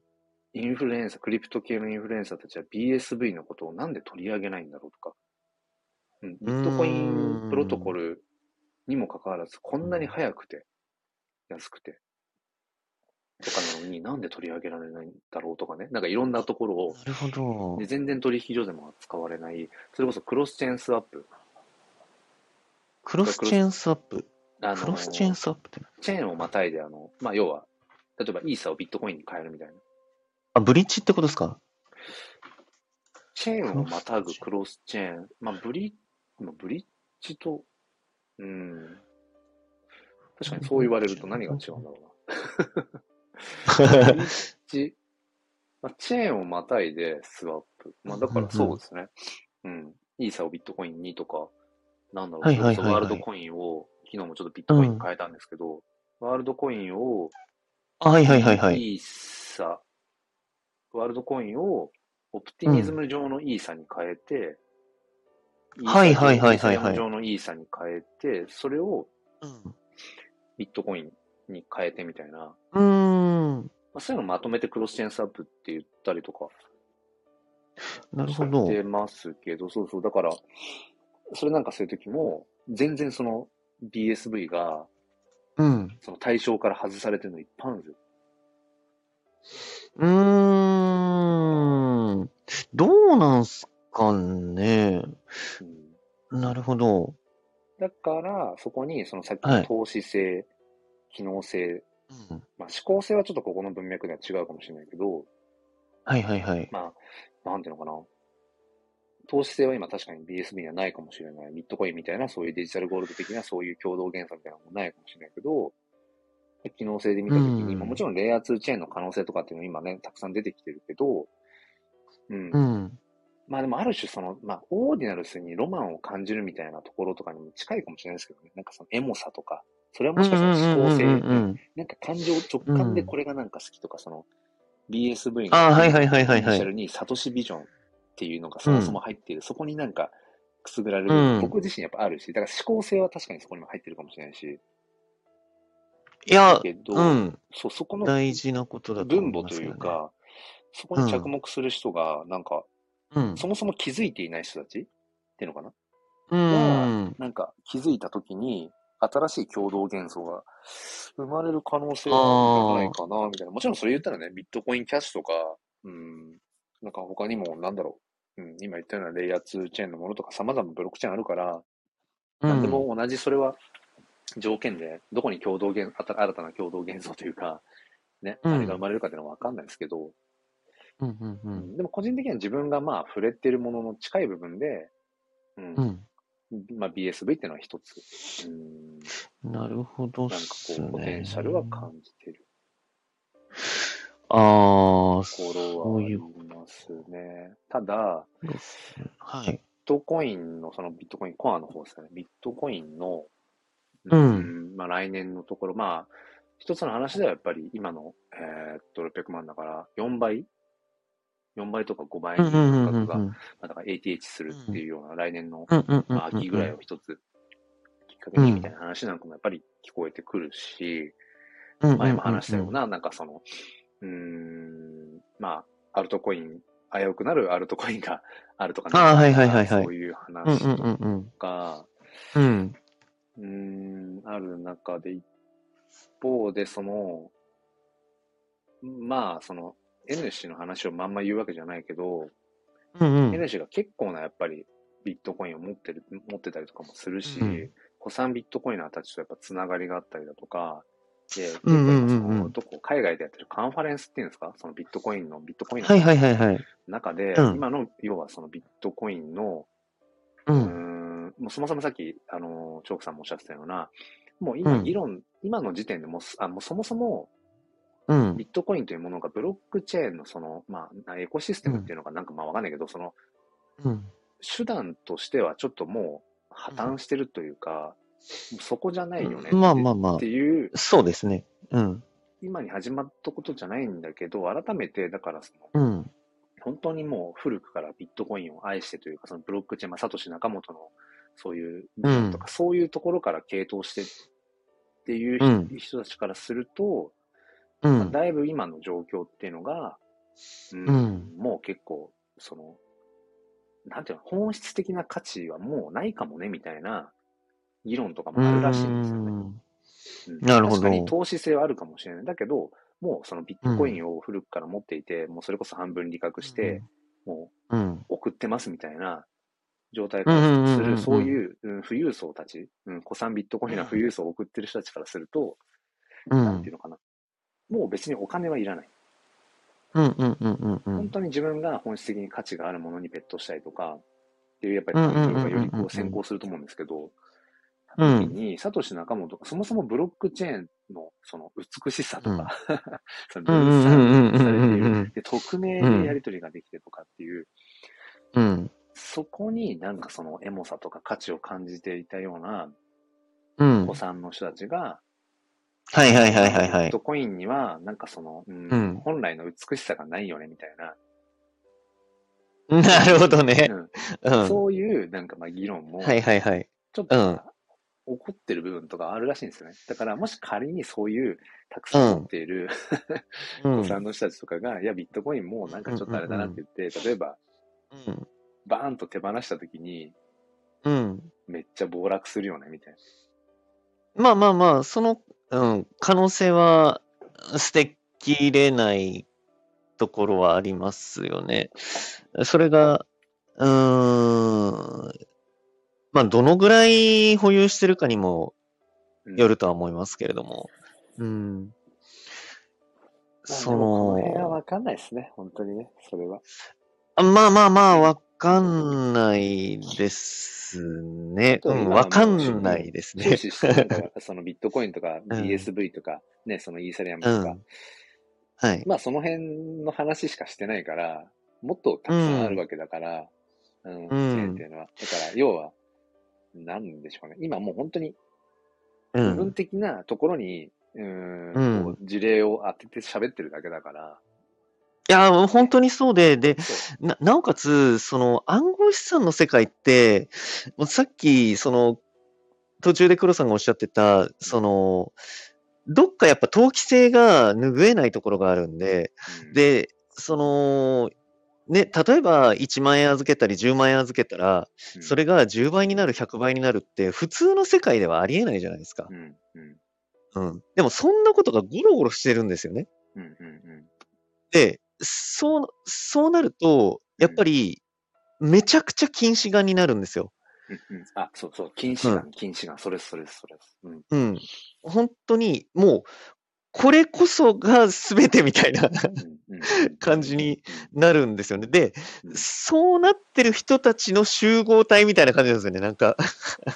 [SPEAKER 1] インフルエンサー、クリプト系のインフルエンサーたちは BSV のことをなんで取り上げないんだろうとか、うん、ビットコインプロトコルにもかかわらず、こんなに早くて、安くて、とかなのになんで取り上げられないんだろうとかね、なんかいろんなところを、
[SPEAKER 2] なるほど
[SPEAKER 1] で。全然取引所でも扱われない、それこそクロスチェーンスワップ、
[SPEAKER 2] クロスチェーンスワップ。
[SPEAKER 1] あの
[SPEAKER 2] クロスチェーンスワップってな
[SPEAKER 1] チェーンをまたいで、あの、まあ、要は、例えばイーサをビットコインに変えるみたいな。
[SPEAKER 2] あ、ブリッジってことですか
[SPEAKER 1] チェーンをまたぐクロスチェーン、まあ、ブリまあブリッジと、うん、確かにそう言われると何が違うんだろうな。ブリッジ、まあ、チェーンをまたいでスワップ。まあ、だからそうですね。うん。イーサをビットコインにとか、なんだろう、
[SPEAKER 2] はいはいは
[SPEAKER 1] それ
[SPEAKER 2] いはい
[SPEAKER 1] こそワールドコインを、昨日もちょっとビットコインに変えたんですけど、ワールドコインを、
[SPEAKER 2] あはいはいはいは
[SPEAKER 1] イ
[SPEAKER 2] い。
[SPEAKER 1] ーサ、ワールドコインをオプティミズム上のイーサに変えて、イーサ
[SPEAKER 2] はいはいはいはいはい
[SPEAKER 1] イーサリアム上のイーサに変えて、それを
[SPEAKER 2] うん
[SPEAKER 1] ビットコインに変えてみたいな、ま
[SPEAKER 2] うーん。
[SPEAKER 1] あ、そういうのまとめてクロスチェーンスアップって言ったりとか
[SPEAKER 2] なるほ
[SPEAKER 1] し
[SPEAKER 2] ど。
[SPEAKER 1] てますけど、そうそう、だから、それなんかそういう時も、全然その BSV が
[SPEAKER 2] うん。
[SPEAKER 1] その対象から外されてるのいっぱいあるんですよ。
[SPEAKER 2] うーん。どうなんすかね。
[SPEAKER 1] うん
[SPEAKER 2] なるほど。
[SPEAKER 1] だから、そこにそのさっき
[SPEAKER 2] は
[SPEAKER 1] の
[SPEAKER 2] い
[SPEAKER 1] 投資性、機能性、
[SPEAKER 2] うん
[SPEAKER 1] まあ、思考性はちょっとここの文脈では違うかもしれないけど、
[SPEAKER 2] はいはいはい。
[SPEAKER 1] まあ、なんていうのかな。投資性は今確かに BSB にはないかもしれない。ビットコインみたいな、そういうデジタルゴールド的な、そういう共同原産みたいなのもないかもしれないけど、機能性で見たときに、
[SPEAKER 2] うん
[SPEAKER 1] まあもちろんレイヤー2チェーンの可能性とかっていうのも今ね、たくさん出てきてるけど、うん。
[SPEAKER 2] うん。
[SPEAKER 1] まあでもある種その、まあオーディナルスにロマンを感じるみたいなところとかにも近いかもしれないですけどね。なんかそのエモさとか、それはもしかしたら思考性、
[SPEAKER 2] うんうんうんうんうん
[SPEAKER 1] なんか感情直感で
[SPEAKER 2] うん
[SPEAKER 1] これがなんか好きとか、その BSV の
[SPEAKER 2] あはいはいはいはい
[SPEAKER 1] イニ
[SPEAKER 2] は
[SPEAKER 1] シャ
[SPEAKER 2] い。
[SPEAKER 1] ルにサトシビジョンっていうのがそもそも入っている、そこになんかくすぐられる、
[SPEAKER 2] うん
[SPEAKER 1] 僕自身やっぱあるし、だから思考性は確かにそこにも入ってるかもしれないし、
[SPEAKER 2] いや
[SPEAKER 1] だ、けど、
[SPEAKER 2] うん。
[SPEAKER 1] そうそこの
[SPEAKER 2] 大事なことだと
[SPEAKER 1] 分
[SPEAKER 2] 思
[SPEAKER 1] 母
[SPEAKER 2] いま
[SPEAKER 1] と
[SPEAKER 2] すけ
[SPEAKER 1] い
[SPEAKER 2] ど
[SPEAKER 1] う
[SPEAKER 2] ね。
[SPEAKER 1] か、そこに着目する人が、なんか、
[SPEAKER 2] うん。
[SPEAKER 1] そもそも気づいていない人たちっていうのかな
[SPEAKER 2] うん。
[SPEAKER 1] なんか気づいた時に、新しい共同幻想が生まれる可能性はあるんじゃないかな、みたいな。もちろんそれ言ったらね、ビットコインキャッシュとか、うん、なんか他にも、なんだろう、うん、今言ったようなレイヤー2チェーンのものとか、様々なブロックチェーンあるから、
[SPEAKER 2] うん
[SPEAKER 1] なんでも同じそれは条件で、どこに共同幻、あた新たな共同幻想というか、ね、
[SPEAKER 2] うん
[SPEAKER 1] あれが生まれるかっていうのはわかんないですけど、
[SPEAKER 2] うんうん
[SPEAKER 1] う
[SPEAKER 2] う
[SPEAKER 1] んんでも個人的には自分がまあ触れてるものの近い部分で、うん、
[SPEAKER 2] うん。
[SPEAKER 1] まあ BSV っていうのは一つ。うん
[SPEAKER 2] なるほどっ
[SPEAKER 1] なんか
[SPEAKER 2] す
[SPEAKER 1] こ
[SPEAKER 2] ね。
[SPEAKER 1] う、ポテンシャルは感じてる
[SPEAKER 2] ああ、
[SPEAKER 1] ところ
[SPEAKER 2] そ
[SPEAKER 1] はあ
[SPEAKER 2] うい
[SPEAKER 1] り
[SPEAKER 2] うこ
[SPEAKER 1] ますね。ただ、
[SPEAKER 2] とですね。は
[SPEAKER 1] ビ
[SPEAKER 2] い。
[SPEAKER 1] ットコインの、そのビットコインコアの方ですかね、ビットコインの、
[SPEAKER 2] うん
[SPEAKER 1] まあ来年のところ、まあ、一つの話ではやっぱり今の、えーっと、600万だから、4倍 ?4 倍とか5倍
[SPEAKER 2] う
[SPEAKER 1] に
[SPEAKER 2] んうんうん
[SPEAKER 1] 価
[SPEAKER 2] う
[SPEAKER 1] 格
[SPEAKER 2] んう
[SPEAKER 1] が、ま
[SPEAKER 2] ん。
[SPEAKER 1] あだから ATH するっていうような来年の、
[SPEAKER 2] うんうんうん
[SPEAKER 1] まあ、
[SPEAKER 2] うん
[SPEAKER 1] 秋ぐらいを一つきっかけにみたいな話なんかもやっぱり聞こえてくるし、
[SPEAKER 2] うんうんうんうん
[SPEAKER 1] 前も話したような、なんかその、うーん、まあ、アルトコイン、危うくなるアルトコインが あるとかね
[SPEAKER 2] あーはいはいはいはい
[SPEAKER 1] そういう
[SPEAKER 2] うんうん
[SPEAKER 1] 話
[SPEAKER 2] う
[SPEAKER 1] と
[SPEAKER 2] んうん。
[SPEAKER 1] か、
[SPEAKER 2] うん。
[SPEAKER 1] うーん、ある中で、一方で、その、まあ、その、N 氏の話をまんま言うわけじゃないけど、
[SPEAKER 2] うんう
[SPEAKER 1] 変
[SPEAKER 2] ん。
[SPEAKER 1] な人が結構なやっぱりビットコインを持ってる、持ってたりとかもするし、
[SPEAKER 2] うん
[SPEAKER 1] 古参ビットコイナーたちとやっぱつながりがあったりだとか、で、結構
[SPEAKER 2] うんうんうんうん
[SPEAKER 1] 今その、どこ、海外でやってるカンファレンスっていうんですかそのビットコインの、ビットコイン
[SPEAKER 2] はいはいはい
[SPEAKER 1] の
[SPEAKER 2] はい。
[SPEAKER 1] 中で、
[SPEAKER 2] うん
[SPEAKER 1] 今の、要はそのビットコインの、
[SPEAKER 2] う
[SPEAKER 1] うー
[SPEAKER 2] ん。
[SPEAKER 1] ん、もうそもそもさっき、あの、チョークさんもおっしゃってたような、もう今
[SPEAKER 2] うん
[SPEAKER 1] 議論、今の時点でもうす、あ、もうそもそも
[SPEAKER 2] うん
[SPEAKER 1] ビ。ットコインというものがブロックチェーンのその、まあ、エコシステムっていうのがなんかまあわかんないけど、その、
[SPEAKER 2] うん。
[SPEAKER 1] 手段としてはちょっともう破綻してるというか、もうそこじゃないよねって,、
[SPEAKER 2] まあまあまあ
[SPEAKER 1] っていう、
[SPEAKER 2] そうですね。うん。
[SPEAKER 1] 今に始まったことじゃないんだけど、改めて、だからその、
[SPEAKER 2] うん。
[SPEAKER 1] 本当にもう古くからビットコインを愛してというか、そのブロックチェーン、まあ、サトシ仲本のそういう
[SPEAKER 2] う
[SPEAKER 1] の
[SPEAKER 2] ん
[SPEAKER 1] とか、そういうところから系統してっていう
[SPEAKER 2] うん
[SPEAKER 1] 人人たちからすると、
[SPEAKER 2] う
[SPEAKER 1] まあ
[SPEAKER 2] ん。
[SPEAKER 1] だいぶ今の状況っていうのが、うん
[SPEAKER 2] うん
[SPEAKER 1] もう結構、その、なんていうの、本質的な価値はもうないかもね、みたいな議論とかもあるらしいんですよね。うん
[SPEAKER 2] なるほ
[SPEAKER 1] 確
[SPEAKER 2] ど
[SPEAKER 1] かに投資性はあるかもしれない。だけど、もうそのビットコインを古くから持っていて、もうそれこそ半分利確して、も
[SPEAKER 2] うん。
[SPEAKER 1] う送ってますみたいな状態か
[SPEAKER 2] うんうんうんうん
[SPEAKER 1] ら
[SPEAKER 2] うん
[SPEAKER 1] する、そういう、うん富裕層たち、うん、古参ビットコインな富裕層を送ってる人たちからすると、
[SPEAKER 2] うん。う
[SPEAKER 1] なん
[SPEAKER 2] ん
[SPEAKER 1] ていうのかな。もう別にお金はいらない。
[SPEAKER 2] うんうんうんう
[SPEAKER 1] 本
[SPEAKER 2] ん。
[SPEAKER 1] 当に自分が本質的に価値があるものにベットしたりとか、っていうやっぱり
[SPEAKER 2] うん
[SPEAKER 1] 環
[SPEAKER 2] うんうんうんうん
[SPEAKER 1] 境がよりこう先行すると思うんですけど、
[SPEAKER 2] うん
[SPEAKER 1] 時に、サトシ仲本、そもそもブロックチェーンのその美しさとか、その
[SPEAKER 2] うんう
[SPEAKER 1] 分
[SPEAKER 2] んうん
[SPEAKER 1] 散
[SPEAKER 2] う
[SPEAKER 1] されてい
[SPEAKER 2] んう
[SPEAKER 1] る
[SPEAKER 2] ん
[SPEAKER 1] で、匿名でやり取りができてとかっていう、
[SPEAKER 2] うん。
[SPEAKER 1] そこになんかそのエモさとか価値を感じていたような
[SPEAKER 2] うん。
[SPEAKER 1] 子さんの人たちが、
[SPEAKER 2] はいはいはいはいは
[SPEAKER 1] ビッ
[SPEAKER 2] い。
[SPEAKER 1] トコインにはなんかその、うん
[SPEAKER 2] うん
[SPEAKER 1] 本来の美しさがないよねみたいな、
[SPEAKER 2] なるほどね
[SPEAKER 1] う。
[SPEAKER 2] うん。
[SPEAKER 1] ん、そういうなんかまあ議論も、
[SPEAKER 2] はいはいはい。
[SPEAKER 1] ちょっとなんか怒ってる部分とかあるらしいんですよね。だから、もし仮にそういう、たくさん持っている、
[SPEAKER 2] う
[SPEAKER 1] お子さ
[SPEAKER 2] ん。
[SPEAKER 1] んの人たちとかが、いや、ビットコインもうなんかちょっとあれだなって言って、例えば、バーンと手放した時に、
[SPEAKER 2] うん。
[SPEAKER 1] めっちゃ暴落するよね、みたいな。
[SPEAKER 2] まあまあまあ、その、うん、可能性は捨てきれないところはありますよね。それが、うーん、まあ、どのぐらい保有してるかにも
[SPEAKER 1] うん
[SPEAKER 2] よるとは思いますけれども。う
[SPEAKER 1] ま
[SPEAKER 2] ん。
[SPEAKER 1] あ
[SPEAKER 2] そ
[SPEAKER 1] でもこの辺は
[SPEAKER 2] の、
[SPEAKER 1] わかんないですね、本当にね、それは。
[SPEAKER 2] あまあまあまあ、わかんないですね。
[SPEAKER 1] ちょっと
[SPEAKER 2] うん、
[SPEAKER 1] 今
[SPEAKER 2] わ
[SPEAKER 1] は
[SPEAKER 2] か
[SPEAKER 1] もうし
[SPEAKER 2] んないですね
[SPEAKER 1] 終。始して、なんか、そのビットコインとか BSV とか、ね、そのイーサリアム
[SPEAKER 2] う
[SPEAKER 1] とか
[SPEAKER 2] ん、。はい。
[SPEAKER 1] まあその辺の話しかしてないから、もっとたくさんあるわけだから、うん、チェーンっていうのは。だから、要は、なんでしょうね。今もう本当に
[SPEAKER 2] う
[SPEAKER 1] 部分
[SPEAKER 2] ん。
[SPEAKER 1] 的なところに、うん、
[SPEAKER 2] うん
[SPEAKER 1] こう事例を当てて喋ってるだけだ から、
[SPEAKER 2] いや、本当にそうで、で、
[SPEAKER 1] そ
[SPEAKER 2] な、なおかつ、その暗号資産の世界って、もうさっき、その、途中で黒さんがおっしゃってた、その、どっかやっぱ投機性が拭えないところがあるんで、
[SPEAKER 1] う。うん、
[SPEAKER 2] で、その、ね、例えば1万円預けたり10万円預けたら、
[SPEAKER 1] うん、
[SPEAKER 2] それが10倍になる、100倍になるって、普通の世界ではありえないじゃないですか
[SPEAKER 1] う。ん、うん、
[SPEAKER 2] うん。でもそんなことがゴロゴロしてるんですよね。
[SPEAKER 1] うん、うん、
[SPEAKER 2] で、そう、そうなると、やっぱり、めちゃくちゃ近視眼になるんですよ。
[SPEAKER 1] うん、うん。あ、そうそう、禁止
[SPEAKER 2] う
[SPEAKER 1] 眼、禁止眼、それですそれですそれです。うん。
[SPEAKER 2] うん。本当に、もう、これこそが全てみたい
[SPEAKER 1] う
[SPEAKER 2] な
[SPEAKER 1] んうん、
[SPEAKER 2] 感じになるんですよね。で、
[SPEAKER 1] うん、うん
[SPEAKER 2] そうなってる人たちの集合体みたいな感じなんですよね。なんか、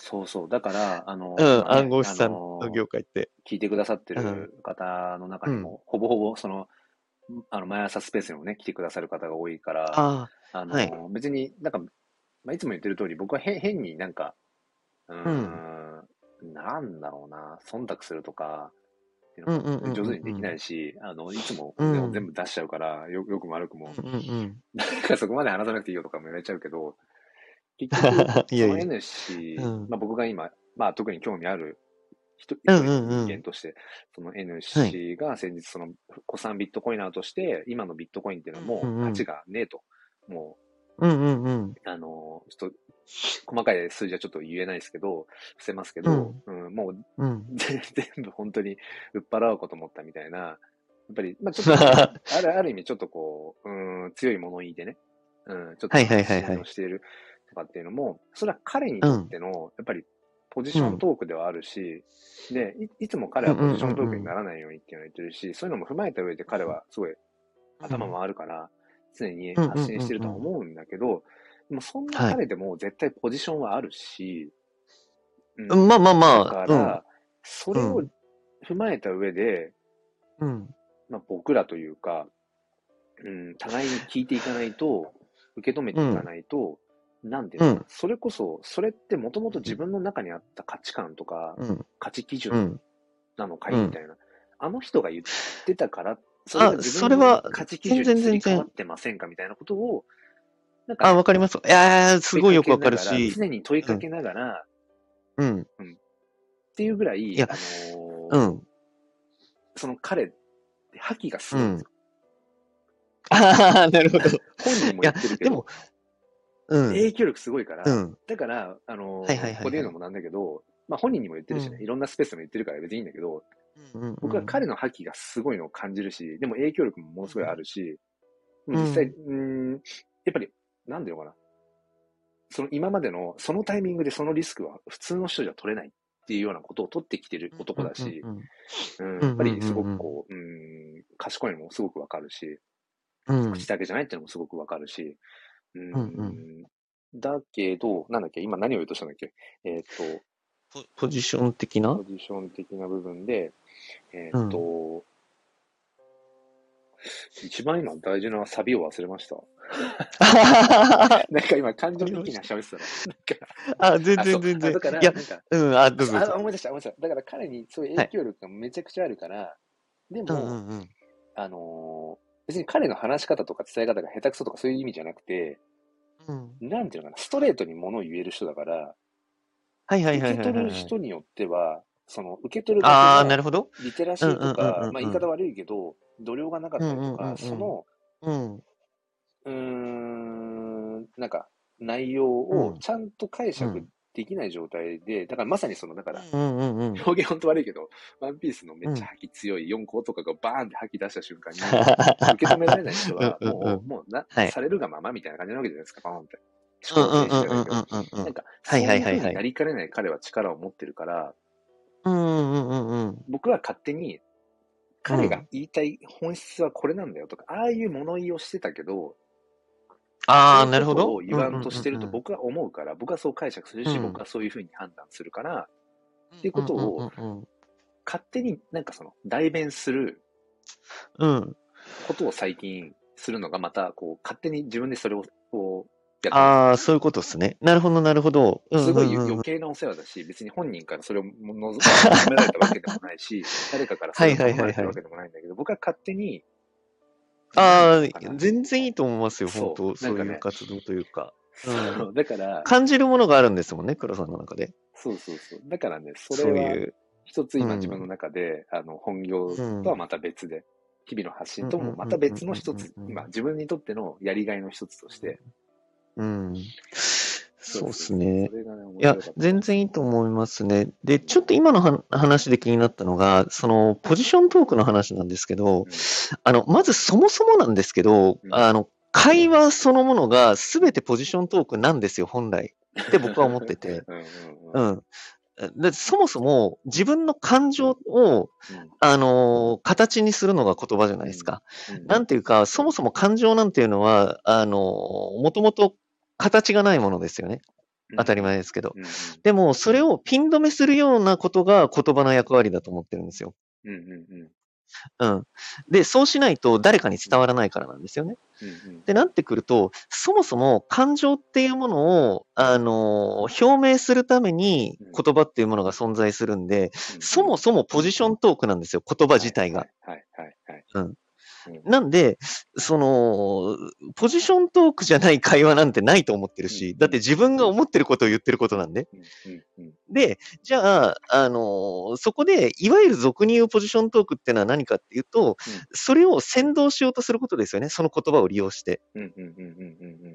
[SPEAKER 1] そうそう。だから、あの、
[SPEAKER 2] うん、
[SPEAKER 1] 今ね
[SPEAKER 2] 暗号資産
[SPEAKER 1] あ
[SPEAKER 2] の
[SPEAKER 1] の
[SPEAKER 2] 業界って。
[SPEAKER 1] 聞いてくださってる
[SPEAKER 2] うん
[SPEAKER 1] 方の中にも、ほぼほぼ、その、あの、毎朝スペースにもね、来てくださる方が多いから、あ
[SPEAKER 2] あ
[SPEAKER 1] の、
[SPEAKER 2] はい
[SPEAKER 1] 別になんか、まあ、いつも言ってる通り、僕はへ変になんか、うーん、なんだろうな、忖度するとか、っていうの
[SPEAKER 2] うんうんうんうんう
[SPEAKER 1] も
[SPEAKER 2] ん
[SPEAKER 1] 上手にできないし、あの、いつも
[SPEAKER 2] うん
[SPEAKER 1] でも全部出しちゃうから、よよくも悪く
[SPEAKER 2] あ、
[SPEAKER 1] も、
[SPEAKER 2] うんうん
[SPEAKER 1] なんかそこまで話さなくていいよとかも言われちゃうけど、結局、その
[SPEAKER 2] う ん。いやいや。
[SPEAKER 1] N 氏、
[SPEAKER 2] うん
[SPEAKER 1] まあ、僕が今、まあ、特に興味ある人、
[SPEAKER 2] うん
[SPEAKER 1] 一
[SPEAKER 2] うんうん
[SPEAKER 1] 人意見として、その N 氏が先日、その、古参ビットコイナーとして、今のビットコインっていうのは
[SPEAKER 2] う
[SPEAKER 1] もう
[SPEAKER 2] んうん
[SPEAKER 1] 価値がねえと。も
[SPEAKER 2] うんうんうん。
[SPEAKER 1] う、あの、ちょっと、細かい数字はちょっと言えないですけど、伏せますけど、うん、もう、
[SPEAKER 2] うん。
[SPEAKER 1] 全全部本当に売っ払おうかと思ったみた いな、やっぱり、まあちょっと、ある、ある意味ちょっとこう、うん、強い物言いでね、うん、ちょっと
[SPEAKER 2] はいはい
[SPEAKER 1] 発
[SPEAKER 2] はいはい
[SPEAKER 1] 信をしているとかっていうのも、それは彼にとっての、やっぱりポジショントークではあるし、でい、いつも彼はポジショントークにならないようにっていうのを言ってるし、そういうのも踏まえた上で彼はすごい頭回るから、常に発信してるとは思うんだけど、でもそんな彼でも絶対ポジションはあるし、う
[SPEAKER 2] うんん。まあまあ
[SPEAKER 1] だか
[SPEAKER 2] まあ
[SPEAKER 1] ら、それを踏まえた上で、
[SPEAKER 2] うん、うん。
[SPEAKER 1] まあ、僕らというか、うん、互いに聞いていかないと、受け止めていかないと、なんていうのかな、
[SPEAKER 2] うん
[SPEAKER 1] それこそ、それってもともと自分の中にあった価値観とか、
[SPEAKER 2] うん。
[SPEAKER 1] 価値基
[SPEAKER 2] う
[SPEAKER 1] 準
[SPEAKER 2] ん。
[SPEAKER 1] なのかいみたいな、あの人が言ってたから、それ
[SPEAKER 2] あ
[SPEAKER 1] が自
[SPEAKER 2] それ
[SPEAKER 1] 分の
[SPEAKER 2] は
[SPEAKER 1] 価値基準
[SPEAKER 2] 全
[SPEAKER 1] に
[SPEAKER 2] 然
[SPEAKER 1] すり
[SPEAKER 2] 全
[SPEAKER 1] 替
[SPEAKER 2] 然
[SPEAKER 1] わってませんかみたいなことを、なん
[SPEAKER 2] あ、
[SPEAKER 1] か、
[SPEAKER 2] わかります。いやー、すごいよくわかる
[SPEAKER 1] 問いけながら
[SPEAKER 2] し。
[SPEAKER 1] 常に問いかけながら、っ
[SPEAKER 2] うん。
[SPEAKER 1] ていうぐらい、
[SPEAKER 2] いや
[SPEAKER 1] あの
[SPEAKER 2] う
[SPEAKER 1] ー
[SPEAKER 2] ん。
[SPEAKER 1] その彼って覇気がす
[SPEAKER 2] う
[SPEAKER 1] ごいんで
[SPEAKER 2] ん
[SPEAKER 1] すよ。。
[SPEAKER 2] ああ、なるほど。い
[SPEAKER 1] 本人も言
[SPEAKER 2] や
[SPEAKER 1] ってる、け
[SPEAKER 2] で
[SPEAKER 1] ど
[SPEAKER 2] も、、うん。
[SPEAKER 1] 影響力すごいから、
[SPEAKER 2] うん。
[SPEAKER 1] だから、あのー
[SPEAKER 2] はいはいはいはい
[SPEAKER 1] ここで言うのもなんだけど、まあ、本人にも言ってるしね、
[SPEAKER 2] うん
[SPEAKER 1] いろんなスペースでも言ってるから別にいいんだけど、
[SPEAKER 2] うん
[SPEAKER 1] 僕は彼の覇気がすごいのを感じるし、でも影響力もものすごいあるし、で
[SPEAKER 2] ん
[SPEAKER 1] も実際、うん、やっぱり、なんていうのかな、その今までの、そのタイミングでそのリスクは普通の人じゃ取れないっていうようなことを取ってきてる男だし
[SPEAKER 2] う、ん
[SPEAKER 1] うん
[SPEAKER 2] うん
[SPEAKER 1] やっぱりすごくこう、うん、賢いのもすごくわかるし、
[SPEAKER 2] うんうん
[SPEAKER 1] 口だけじゃないっていうのもすごくわかるし、うん、
[SPEAKER 2] うんう
[SPEAKER 1] だけど、なんだっけ、今何を言おうとしたんだっけ、えーっ
[SPEAKER 2] ポポジション的な
[SPEAKER 1] と、ポジション的な部分で、えーっと、一番今大事なサビを忘れました。 なんか今感情的には喋ってた
[SPEAKER 2] あ、全
[SPEAKER 1] の。
[SPEAKER 2] 然
[SPEAKER 1] あそうあ
[SPEAKER 2] 全然
[SPEAKER 1] だか。ら、
[SPEAKER 2] い
[SPEAKER 1] な
[SPEAKER 2] や
[SPEAKER 1] ん、か、
[SPEAKER 2] うん、あ、どうぞ。
[SPEAKER 1] あ、思い出した、思い出した。だから彼にそういう影響力がめちゃくちゃあるから、で
[SPEAKER 2] うん
[SPEAKER 1] も、
[SPEAKER 2] うんうん。
[SPEAKER 1] あのー別に彼の話し方とか伝え方が下手くそとかそういう意味じゃなくて、
[SPEAKER 2] うん
[SPEAKER 1] なんていうのかな、ストレートに物を言える人だから、
[SPEAKER 2] はいはい
[SPEAKER 1] 受
[SPEAKER 2] はい
[SPEAKER 1] け
[SPEAKER 2] はいはい
[SPEAKER 1] 取
[SPEAKER 2] はい。
[SPEAKER 1] る人によっては、その受け取る
[SPEAKER 2] あ
[SPEAKER 1] 側
[SPEAKER 2] あ、な
[SPEAKER 1] が
[SPEAKER 2] るほど。
[SPEAKER 1] リテラシーと
[SPEAKER 2] うんうんうんうん
[SPEAKER 1] か
[SPEAKER 2] う、ん
[SPEAKER 1] まあ言い方悪いけど、度量がなかったりと
[SPEAKER 2] うんうんうんう
[SPEAKER 1] か、
[SPEAKER 2] ん
[SPEAKER 1] その、
[SPEAKER 2] うん。
[SPEAKER 1] うーん、なんか内容
[SPEAKER 2] う
[SPEAKER 1] を
[SPEAKER 2] ん
[SPEAKER 1] ちゃんと解
[SPEAKER 2] う
[SPEAKER 1] 釈
[SPEAKER 2] ん
[SPEAKER 1] できない状態で、だからまさにその、だから、
[SPEAKER 2] うんうんうん。
[SPEAKER 1] 表現本当悪いけど、ワンピースのめっちゃ覇気強い4個とかがバーンって吐き出した瞬間に、受け止められない人は、
[SPEAKER 2] うんうんうん
[SPEAKER 1] もう、もうな
[SPEAKER 2] は、い
[SPEAKER 1] されるがままみたいな感じなわけじゃないですか、バーンって。
[SPEAKER 2] う
[SPEAKER 1] 思
[SPEAKER 2] んう
[SPEAKER 1] 考
[SPEAKER 2] ん
[SPEAKER 1] 停止
[SPEAKER 2] うん
[SPEAKER 1] じゃ
[SPEAKER 2] う
[SPEAKER 1] ない
[SPEAKER 2] ん
[SPEAKER 1] け
[SPEAKER 2] う
[SPEAKER 1] ど、
[SPEAKER 2] んうんうん。
[SPEAKER 1] なんか、そ
[SPEAKER 2] は
[SPEAKER 1] う
[SPEAKER 2] いはいいうは
[SPEAKER 1] 風に
[SPEAKER 2] いはい
[SPEAKER 1] なりかねない彼は力を持ってるから、
[SPEAKER 2] うんうんうんうんうん。
[SPEAKER 1] 僕は勝手に、彼が言いたい本質はこれなんだよとか、ああいう物言いをしてたけど、
[SPEAKER 2] ああ、
[SPEAKER 1] そう
[SPEAKER 2] な
[SPEAKER 1] いう
[SPEAKER 2] るほ
[SPEAKER 1] こと
[SPEAKER 2] ど
[SPEAKER 1] を。言わんとしてると
[SPEAKER 2] っ
[SPEAKER 1] 僕は思うから、僕はそう解釈するし、
[SPEAKER 2] うん
[SPEAKER 1] 僕はそういう風に判断するから、ていうことを、
[SPEAKER 2] うん
[SPEAKER 1] 勝手になんかその、代弁する
[SPEAKER 2] うんうん。
[SPEAKER 1] ことを最近するのが、また、こう、勝手に自分でそれを、こう、やってます。
[SPEAKER 2] ああ、そういうことですね。なるほど、なるほど。うん
[SPEAKER 1] すごい
[SPEAKER 2] うんうん
[SPEAKER 1] 余計なお世話だし、別に本人からそれを の求められたわけでもないし、誰かからそれを頼まれてるわけでもないんだけど、僕は勝手に、なん
[SPEAKER 2] あ
[SPEAKER 1] ていう
[SPEAKER 2] あ、
[SPEAKER 1] のかな
[SPEAKER 2] 全然いいと思いますよ、
[SPEAKER 1] そう
[SPEAKER 2] 本当
[SPEAKER 1] な
[SPEAKER 2] そ
[SPEAKER 1] ん
[SPEAKER 2] う
[SPEAKER 1] か
[SPEAKER 2] い
[SPEAKER 1] ね
[SPEAKER 2] う活動というか。うん
[SPEAKER 1] そう、だから、
[SPEAKER 2] 感じるものがあるんですもんね、黒さんの中で。
[SPEAKER 1] そうそうそう。だからね、そ
[SPEAKER 2] そう
[SPEAKER 1] れは
[SPEAKER 2] いう。
[SPEAKER 1] 一つ
[SPEAKER 2] う
[SPEAKER 1] 今
[SPEAKER 2] ん
[SPEAKER 1] 自分の中で、あの、本業とはまた別で、日々の発信ともまた別の一つ
[SPEAKER 2] うんうんうんうんう、ん
[SPEAKER 1] 今自分にとってのやりがいの一つとして、
[SPEAKER 2] うん。そうですね
[SPEAKER 1] そ。れがね、面
[SPEAKER 2] いや
[SPEAKER 1] 白かっ、た。
[SPEAKER 2] 全然いいと思いますね。で、ちょっと今のは話で気になったのが、その、ポジショントークの話なんですけど、あの、まずそもそもなんですけど
[SPEAKER 1] う、ん
[SPEAKER 2] あの、会話そのものが全てポジショントークなんですよ、本来。って僕は思っ てて。
[SPEAKER 1] うん。うんうんう。
[SPEAKER 2] うんん。でそもそも自分の感情を、
[SPEAKER 1] うん
[SPEAKER 2] あのー形にするのが言葉じゃないですか。
[SPEAKER 1] うん
[SPEAKER 2] なんていうか、そもそも感情なんていうのは、あのーもともと形がないものですよね。当たり前ですけど。
[SPEAKER 1] うん
[SPEAKER 2] でも、それをピン止めするようなことが言葉の役割だと思ってるんですよ。
[SPEAKER 1] うんうんうんうん
[SPEAKER 2] うん。で、そうしないと誰かに伝わらないからなんですよね。
[SPEAKER 1] うん
[SPEAKER 2] ってなってくると、そもそも感情っていうものを、あのー表明するために
[SPEAKER 1] うん
[SPEAKER 2] 言葉っていうものが存在するんで、
[SPEAKER 1] うん
[SPEAKER 2] そもそもポジショントークなんですよ、言葉自体が。。
[SPEAKER 1] はいはいはい。
[SPEAKER 2] うん
[SPEAKER 1] うん
[SPEAKER 2] なんで、その、ポジショントークじゃない会話なんてないと思ってる
[SPEAKER 1] う
[SPEAKER 2] し
[SPEAKER 1] ん、
[SPEAKER 2] だって自分が思ってることを言ってることなんで。
[SPEAKER 1] うんうん
[SPEAKER 2] で、じゃあ、あのーそこで、いわゆる俗に言うポジショントークってのは何かっていう
[SPEAKER 1] う
[SPEAKER 2] と
[SPEAKER 1] ん、
[SPEAKER 2] それを先導しようとすることですよね、その言葉を利用して。
[SPEAKER 1] うんうんうんうん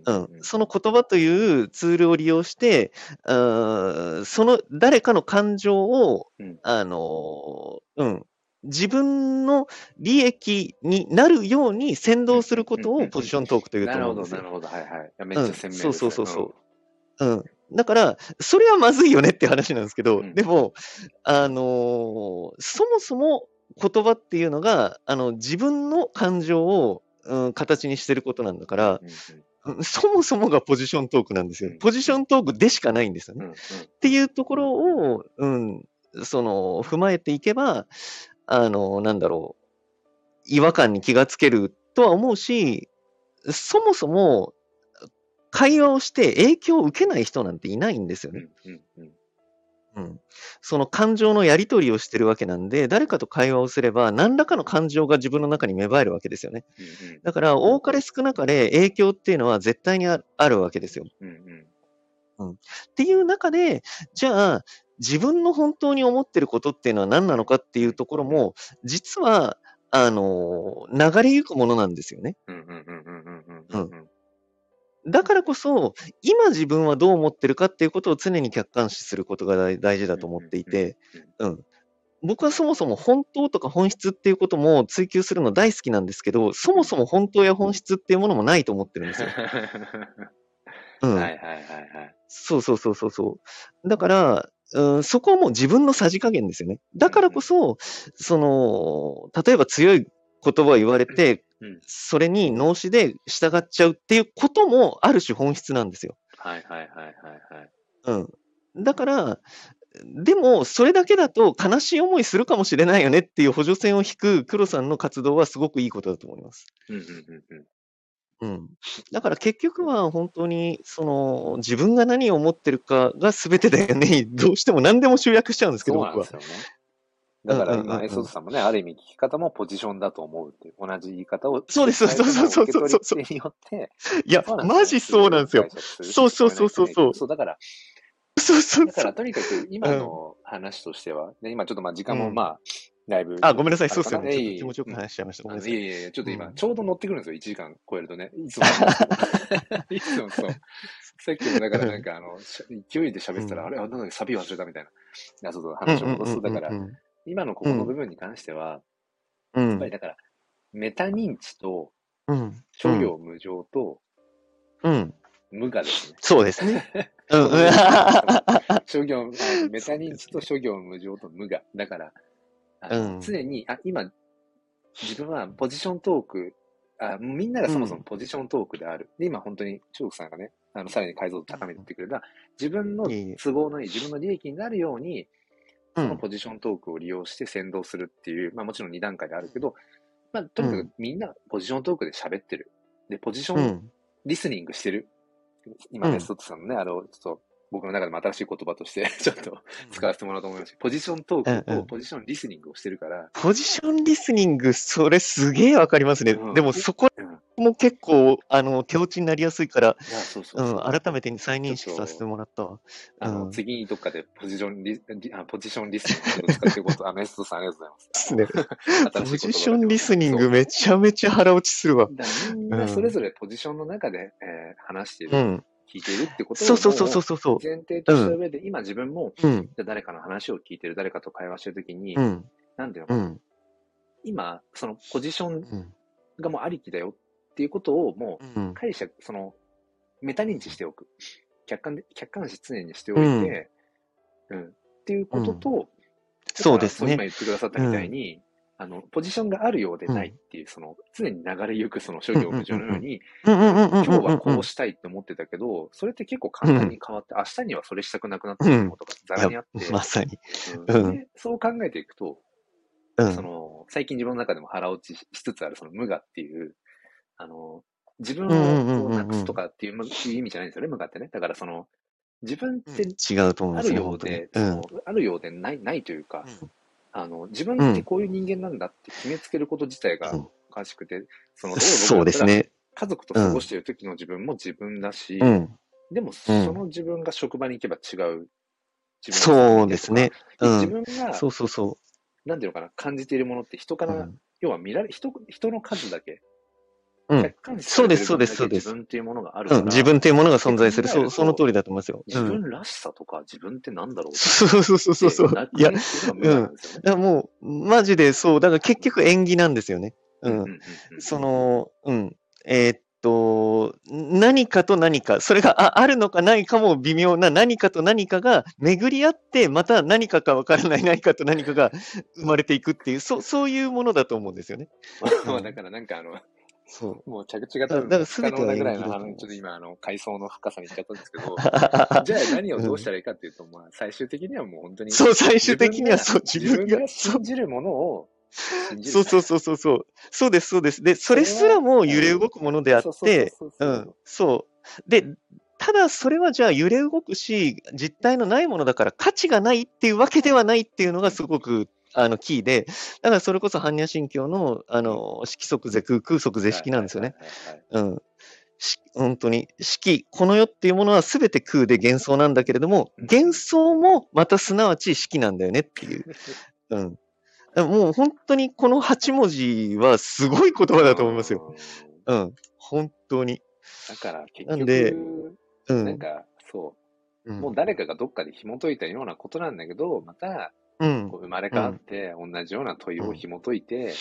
[SPEAKER 1] う
[SPEAKER 2] うんん、その言葉というツールを利用して、うーんその誰かの感情を
[SPEAKER 1] うん、
[SPEAKER 2] あのー、うん、自分の利益になるように先導すること
[SPEAKER 1] うんうんうんう
[SPEAKER 2] を
[SPEAKER 1] ん
[SPEAKER 2] ポジショントークというと
[SPEAKER 1] なるほ
[SPEAKER 2] 思うんで
[SPEAKER 1] ど、
[SPEAKER 2] す
[SPEAKER 1] な
[SPEAKER 2] よ。
[SPEAKER 1] るほど。はいはい。いやめっ
[SPEAKER 2] う
[SPEAKER 1] ちゃ
[SPEAKER 2] ん、
[SPEAKER 1] 鮮明です、
[SPEAKER 2] そうそ
[SPEAKER 1] う
[SPEAKER 2] うそう
[SPEAKER 1] ん
[SPEAKER 2] そ。う。うん。だから、それはまずいよねって話なんですけど、
[SPEAKER 1] うん
[SPEAKER 2] でも、あのーそもそも言葉っていうのが、あの、自分の感情を、うん、形にしてることなんだから、
[SPEAKER 1] うん
[SPEAKER 2] うんそもそもがポジショントークなんですよ
[SPEAKER 1] うん。
[SPEAKER 2] ポジショントークでしかないんです
[SPEAKER 1] う
[SPEAKER 2] よ
[SPEAKER 1] ん
[SPEAKER 2] ね。
[SPEAKER 1] うんうん
[SPEAKER 2] っていうところを、うん、その、踏まえていけば、あの、なんだろう、違和感に気がつけるとは思うし、そもそも、会話をして影響を受けない人なんていないんですよ
[SPEAKER 1] う
[SPEAKER 2] ね。
[SPEAKER 1] んうんうん
[SPEAKER 2] うん。その感情のやり取りをしてるわけなんで、誰かと会話をすれば、何らかの感情が自分の中に芽生えるわけですよね。だから、多かれ少なかれ影響っていうのは絶対にああるわけですよ。
[SPEAKER 1] うんうんうん
[SPEAKER 2] っていう中で、じゃあ、自分の本当に思ってることっていうのは何なのかっていうところも、実は、あの、流れゆくものなんですよね。
[SPEAKER 1] うんうんうんうんうんうんうんうん
[SPEAKER 2] だからこそ、今自分はどう思ってるかっていうことを常に客観視することが大大事だと思っていて、うん。僕はそもそも本当とか本質っていうことも追求するの大好きなんですけど、そもそも本当や本質っていうものもないと思ってるんですよ。うん。
[SPEAKER 1] はいはいはいはい。
[SPEAKER 2] そうそうそうそうそう。だから、うん、そこはもう自分のさじ加減ですよね。だからこそ、その、例えば強い言葉を言われて
[SPEAKER 1] うん、
[SPEAKER 2] それに脳死で従っちゃうっていうこともある種本質なんですよ。
[SPEAKER 1] はいはいはいはいはい。
[SPEAKER 2] うん。だから、でも、それだけだと悲しい思いするかもしれないよねっていう補助線を引く黒さんの活動はすごくいいことだと思います。
[SPEAKER 1] うんうんうんうん。
[SPEAKER 2] うん、だから結局は本当にその自分が何を思ってるかが全てだよね。 どうしても何でも集約しちゃうんですけど、
[SPEAKER 1] そうなん
[SPEAKER 2] 僕
[SPEAKER 1] で
[SPEAKER 2] は
[SPEAKER 1] す。よね。だから
[SPEAKER 2] うんうんうん
[SPEAKER 1] 今、
[SPEAKER 2] うん
[SPEAKER 1] エソドさんもね、ある意味聞き方もポジションだと思うっていう、同じ言い方を、
[SPEAKER 2] そうですそうそうそうそうそう
[SPEAKER 1] それによって、
[SPEAKER 2] いや、マジそうなんですよ。そうそうそうそうそう
[SPEAKER 1] そう、だから、
[SPEAKER 2] そうそう
[SPEAKER 1] だか
[SPEAKER 2] そ
[SPEAKER 1] ら、
[SPEAKER 2] う。
[SPEAKER 1] とにかく今の話としては、ね、今ちょっとまあ時間も
[SPEAKER 2] うん
[SPEAKER 1] まあ、だいぶ。
[SPEAKER 2] あ、ごめんなさい。
[SPEAKER 1] あ
[SPEAKER 2] そう
[SPEAKER 1] れ
[SPEAKER 2] で
[SPEAKER 1] か
[SPEAKER 2] す
[SPEAKER 1] な
[SPEAKER 2] よね。ちょっと気持ち
[SPEAKER 1] い
[SPEAKER 2] よく
[SPEAKER 1] えいえ
[SPEAKER 2] 話しちゃいました。ご
[SPEAKER 1] あ
[SPEAKER 2] め
[SPEAKER 1] の
[SPEAKER 2] んないさい。
[SPEAKER 1] やいやいや、ちょっと今、
[SPEAKER 2] うん
[SPEAKER 1] ちょうど乗ってくるんですよ、1時間超えるとね。いつも そう。いつもそう。さっきもだからなんか、あの、し勢いで喋ってたら、
[SPEAKER 2] うん
[SPEAKER 1] あれ、あなんだっけサビ忘れたみたいな、謎の話を戻す。だから
[SPEAKER 2] う、ん
[SPEAKER 1] 今のここの部分に関しては、
[SPEAKER 2] うんうん
[SPEAKER 1] やっぱりだから、メタ認知と、
[SPEAKER 2] うんうん
[SPEAKER 1] 諸行無常と、
[SPEAKER 2] うん。
[SPEAKER 1] 無我ですね。
[SPEAKER 2] そうで すね。うんうん。
[SPEAKER 1] 諸行、あメタ認知と諸行無常と無我。だから、あの
[SPEAKER 2] うん
[SPEAKER 1] 常に、あ、今、自分はポジショントーク、あみんながそもそもポジショントークである。で、今本当に中国さんがね、あの、さらに解像度高めてってくれた、自分の
[SPEAKER 2] いえいえ
[SPEAKER 1] 都合のいい、自分の利益になるように、
[SPEAKER 2] う
[SPEAKER 1] その
[SPEAKER 2] ん
[SPEAKER 1] ポジショントークを利用して先導するっていう、まあもちろん2段階であるけど、まあとにか
[SPEAKER 2] う
[SPEAKER 1] くみんなポジショントークで喋ってる。で、ポジショ
[SPEAKER 2] う
[SPEAKER 1] ン
[SPEAKER 2] ん。
[SPEAKER 1] リスニングしてる。今ね、
[SPEAKER 2] うん
[SPEAKER 1] ストットさんのね、あの、ちょっと、僕の中でも新しい言葉として、 ちょっと使わせてもらおうと思いますポジショントーク
[SPEAKER 2] うんう
[SPEAKER 1] と
[SPEAKER 2] ん
[SPEAKER 1] ポジションリスニングをしてるから、
[SPEAKER 2] ポジションリスニング、それすげえわかりますね。
[SPEAKER 1] うん
[SPEAKER 2] でもそこ
[SPEAKER 1] うん。い
[SPEAKER 2] も結構、あの、手落ちになりやすいから、
[SPEAKER 1] や、そうそう
[SPEAKER 2] う
[SPEAKER 1] そ
[SPEAKER 2] ん、
[SPEAKER 1] う。
[SPEAKER 2] 改めてに再認識させてもらったわ。
[SPEAKER 1] あの、
[SPEAKER 2] うん
[SPEAKER 1] 次にどっかでポジションリ、リあポジションリスニングちょっと使っていこうと、あの、エストさんありがとうございます。
[SPEAKER 2] ね、
[SPEAKER 1] 新
[SPEAKER 2] ポ
[SPEAKER 1] しい言葉が出ました
[SPEAKER 2] ジションリスニングめちゃめちゃ腹落ちするわ。
[SPEAKER 1] だからみんなそれぞれポジションの中で、えー話している、
[SPEAKER 2] うん。
[SPEAKER 1] 聞いているってことを
[SPEAKER 2] そうそうそうそ
[SPEAKER 1] も
[SPEAKER 2] うそうそう
[SPEAKER 1] 前提とした上で、今自分も、
[SPEAKER 2] う。うん。
[SPEAKER 1] じゃあ誰かの話を聞いてる、誰かと会話してるときに、
[SPEAKER 2] うん。
[SPEAKER 1] なんていうのか
[SPEAKER 2] う
[SPEAKER 1] な、
[SPEAKER 2] ん。
[SPEAKER 1] 今、そのポジション
[SPEAKER 2] うん。
[SPEAKER 1] がもうありきだよっていうことをも
[SPEAKER 2] うん
[SPEAKER 1] う。解釈、その、メタ認知しておく。客観で、客観視常にしておいて、うん、っていうことと、
[SPEAKER 2] そうです
[SPEAKER 1] だから今
[SPEAKER 2] ね。
[SPEAKER 1] 言ってくださったみたいに、あの、ポジションがあるようでないっていう、その、常に流れゆくその諸行無常のように、
[SPEAKER 2] うんうんうんうん
[SPEAKER 1] 今日
[SPEAKER 2] うんう
[SPEAKER 1] は
[SPEAKER 2] んう
[SPEAKER 1] こ
[SPEAKER 2] ん
[SPEAKER 1] う。したいと思ってたけど、それって結構簡単に変わって、明日にはそれしたくなくなってることがざら
[SPEAKER 2] い
[SPEAKER 1] にあ
[SPEAKER 2] や
[SPEAKER 1] って、
[SPEAKER 2] まさに。
[SPEAKER 1] うん
[SPEAKER 2] うん
[SPEAKER 1] でそう考えていくと、
[SPEAKER 2] う
[SPEAKER 1] そ
[SPEAKER 2] ん。
[SPEAKER 1] の、最近自分の中でも腹落ちしつつある、その無我っていう、あの、自分
[SPEAKER 2] うんうんうんうん
[SPEAKER 1] をこうなくすとかっていう,、意味じゃないんですよね、無我ってね。だからその、自分って
[SPEAKER 2] 違うと思
[SPEAKER 1] あ
[SPEAKER 2] います
[SPEAKER 1] る
[SPEAKER 2] ね、
[SPEAKER 1] よう
[SPEAKER 2] 本当に
[SPEAKER 1] で、。
[SPEAKER 2] う
[SPEAKER 1] そ
[SPEAKER 2] ん
[SPEAKER 1] の。あるようでない、ないというか、あの、自分ってこういう人間なんだって決めつけること自体が
[SPEAKER 2] うん
[SPEAKER 1] おかしくて、その、例えば
[SPEAKER 2] そう
[SPEAKER 1] 僕だ
[SPEAKER 2] で
[SPEAKER 1] った
[SPEAKER 2] す
[SPEAKER 1] ら
[SPEAKER 2] ね。
[SPEAKER 1] 家族と過ごしている時の自分も自分だし、
[SPEAKER 2] うん。
[SPEAKER 1] でもその自分が職場に行けば違う自分が
[SPEAKER 2] そうですね。う
[SPEAKER 1] 自
[SPEAKER 2] ん。
[SPEAKER 1] 分が、
[SPEAKER 2] そうそうそ
[SPEAKER 1] なんていうのかな、感じているものって人か
[SPEAKER 2] う。う
[SPEAKER 1] ら、
[SPEAKER 2] ん
[SPEAKER 1] 要は見られ、人、人の数だけ
[SPEAKER 2] うん
[SPEAKER 1] 客観視
[SPEAKER 2] そうですそうです
[SPEAKER 1] されてる
[SPEAKER 2] そう
[SPEAKER 1] 分だけ自分っていうものがあるか
[SPEAKER 2] う
[SPEAKER 1] ら、
[SPEAKER 2] ん、自分っていうものが存在する。
[SPEAKER 1] 考える
[SPEAKER 2] そう、
[SPEAKER 1] と
[SPEAKER 2] その通りだと思いますよ。
[SPEAKER 1] 自
[SPEAKER 2] うん、
[SPEAKER 1] 分らしさとか自分ってなんだろうって
[SPEAKER 2] そうそうそうそうそう。いや、だ
[SPEAKER 1] な
[SPEAKER 2] か
[SPEAKER 1] くすのが無理なんですよね。
[SPEAKER 2] らもう、マジでそう。だから結局縁起なんですよね。う
[SPEAKER 1] うん
[SPEAKER 2] ん
[SPEAKER 1] う。んうんうん
[SPEAKER 2] その、うん。えーっと、何かと何か、それがああるのかないかも微妙な何かと何かが巡り合って、また何かかわからない何かと何かが生まれていくっていう、そう、そういうものだと思うんですよね。
[SPEAKER 1] まあだからなんかあの、
[SPEAKER 2] そう。
[SPEAKER 1] もう着地が
[SPEAKER 2] だ
[SPEAKER 1] 多分
[SPEAKER 2] だから
[SPEAKER 1] 不可
[SPEAKER 2] 全て
[SPEAKER 1] 能
[SPEAKER 2] は
[SPEAKER 1] な
[SPEAKER 2] 縁起
[SPEAKER 1] ぐ
[SPEAKER 2] だ
[SPEAKER 1] ら
[SPEAKER 2] と
[SPEAKER 1] いの、
[SPEAKER 2] 思う
[SPEAKER 1] あのちょっと今、あの、階層の深さに行っちゃったんですけ ど、じゃあ何をどうしたらいいかっていうと、まあ最終的にはもう本当に、
[SPEAKER 2] そう、最終的にはそう、
[SPEAKER 1] 自
[SPEAKER 2] 自
[SPEAKER 1] 分
[SPEAKER 2] 分が
[SPEAKER 1] が、
[SPEAKER 2] そう
[SPEAKER 1] 信じるものを信じるし
[SPEAKER 2] そう
[SPEAKER 1] か
[SPEAKER 2] そう
[SPEAKER 1] ない。
[SPEAKER 2] そうそうそう。そうです、そうです。で、それすらも揺れ動くものであっ
[SPEAKER 1] そうそうそう
[SPEAKER 2] て、
[SPEAKER 1] そう
[SPEAKER 2] う
[SPEAKER 1] そ
[SPEAKER 2] ん
[SPEAKER 1] う。、
[SPEAKER 2] そう。で、ただそれはじゃあ揺れ動くし、実体のないものだから価値がないっていうわけではないっていうのがすごく、あの、キーで、だからそれこそ般若心経の、あの、色即是空、空即是色なんですよね。
[SPEAKER 1] はいはいはいはい。
[SPEAKER 2] うん。し本当に、色、この世っていうものは全て空で幻想なんだけれども、幻想もまたすなわち色なんだよねっ ていう。うん。だからもう本当にこの8文字はすごい言葉だと思いま すよ。
[SPEAKER 1] うん。
[SPEAKER 2] うん。本当に。
[SPEAKER 1] だから結
[SPEAKER 2] なんで
[SPEAKER 1] 局、
[SPEAKER 2] う
[SPEAKER 1] なん
[SPEAKER 2] ん。
[SPEAKER 1] かそうう、
[SPEAKER 2] ん。
[SPEAKER 1] もう誰かがどっかで紐解いたようなことなんだけど、また
[SPEAKER 2] うん
[SPEAKER 1] こう生まれ変わって同じような問いを紐解いて、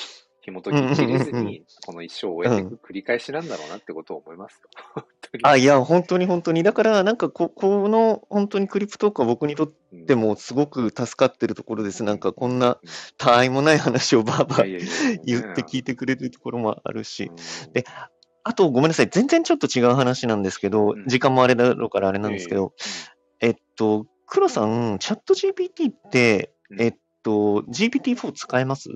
[SPEAKER 1] 紐解ききれず
[SPEAKER 2] うんうんうんう
[SPEAKER 1] に、この一生を終えていく繰り返しなんだろうなってことを思います よ。本当に。
[SPEAKER 2] あ、いや、本当に本当に。だから、なんかこ、この、本当にクリプトークは僕にとっ
[SPEAKER 1] うん
[SPEAKER 2] てもすごく助かってるところです。なんか、こんな、
[SPEAKER 1] う
[SPEAKER 2] たわいもない話をばーば
[SPEAKER 1] いや
[SPEAKER 2] ー
[SPEAKER 1] いやいやいや、
[SPEAKER 2] 言って聞い
[SPEAKER 1] て、
[SPEAKER 2] てくれるところもあるし。
[SPEAKER 1] うん
[SPEAKER 2] であと、ごめんなさい。全然ちょっと違う話なんですけど
[SPEAKER 1] うん、
[SPEAKER 2] 時間もあれだろうからあれなんですけど、、えっと、黒さん、チャット GPT って、
[SPEAKER 1] うん
[SPEAKER 2] えっと、GPT-4 使えます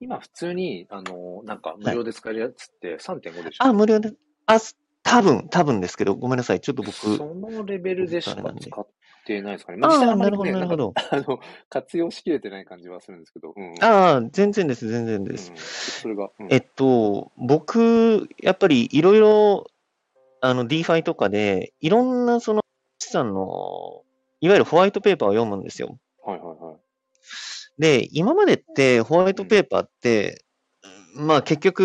[SPEAKER 1] 今普通に、あの、なんか無料で使えるやつって3.5でしょ、
[SPEAKER 2] あ、無料で、あ、す多分、多分ですけど、ごめんなさい。ちょっと僕、
[SPEAKER 1] そのレベルでしか使ってないですかね。まあ、実際
[SPEAKER 2] あ
[SPEAKER 1] あ
[SPEAKER 2] あ、
[SPEAKER 1] んま
[SPEAKER 2] なる
[SPEAKER 1] り
[SPEAKER 2] ほ
[SPEAKER 1] ね、
[SPEAKER 2] ど、な
[SPEAKER 1] な
[SPEAKER 2] る
[SPEAKER 1] ん
[SPEAKER 2] ほ
[SPEAKER 1] か、
[SPEAKER 2] ど。
[SPEAKER 1] あの、活用しきれてない感じはするんですけど、うん、うん。
[SPEAKER 2] ああ、全然です、全然
[SPEAKER 1] うん、
[SPEAKER 2] で
[SPEAKER 1] ち
[SPEAKER 2] す
[SPEAKER 1] ょ。っとそれが、うん、
[SPEAKER 2] えっと、僕、やっぱりいろいろ、あの、DeFi とかで、いろんなその資産の、いわゆるホワイトペーパーを読むんですよ。
[SPEAKER 1] はいはいはい。
[SPEAKER 2] で、今までってホワイトペーパーって、まあ結局、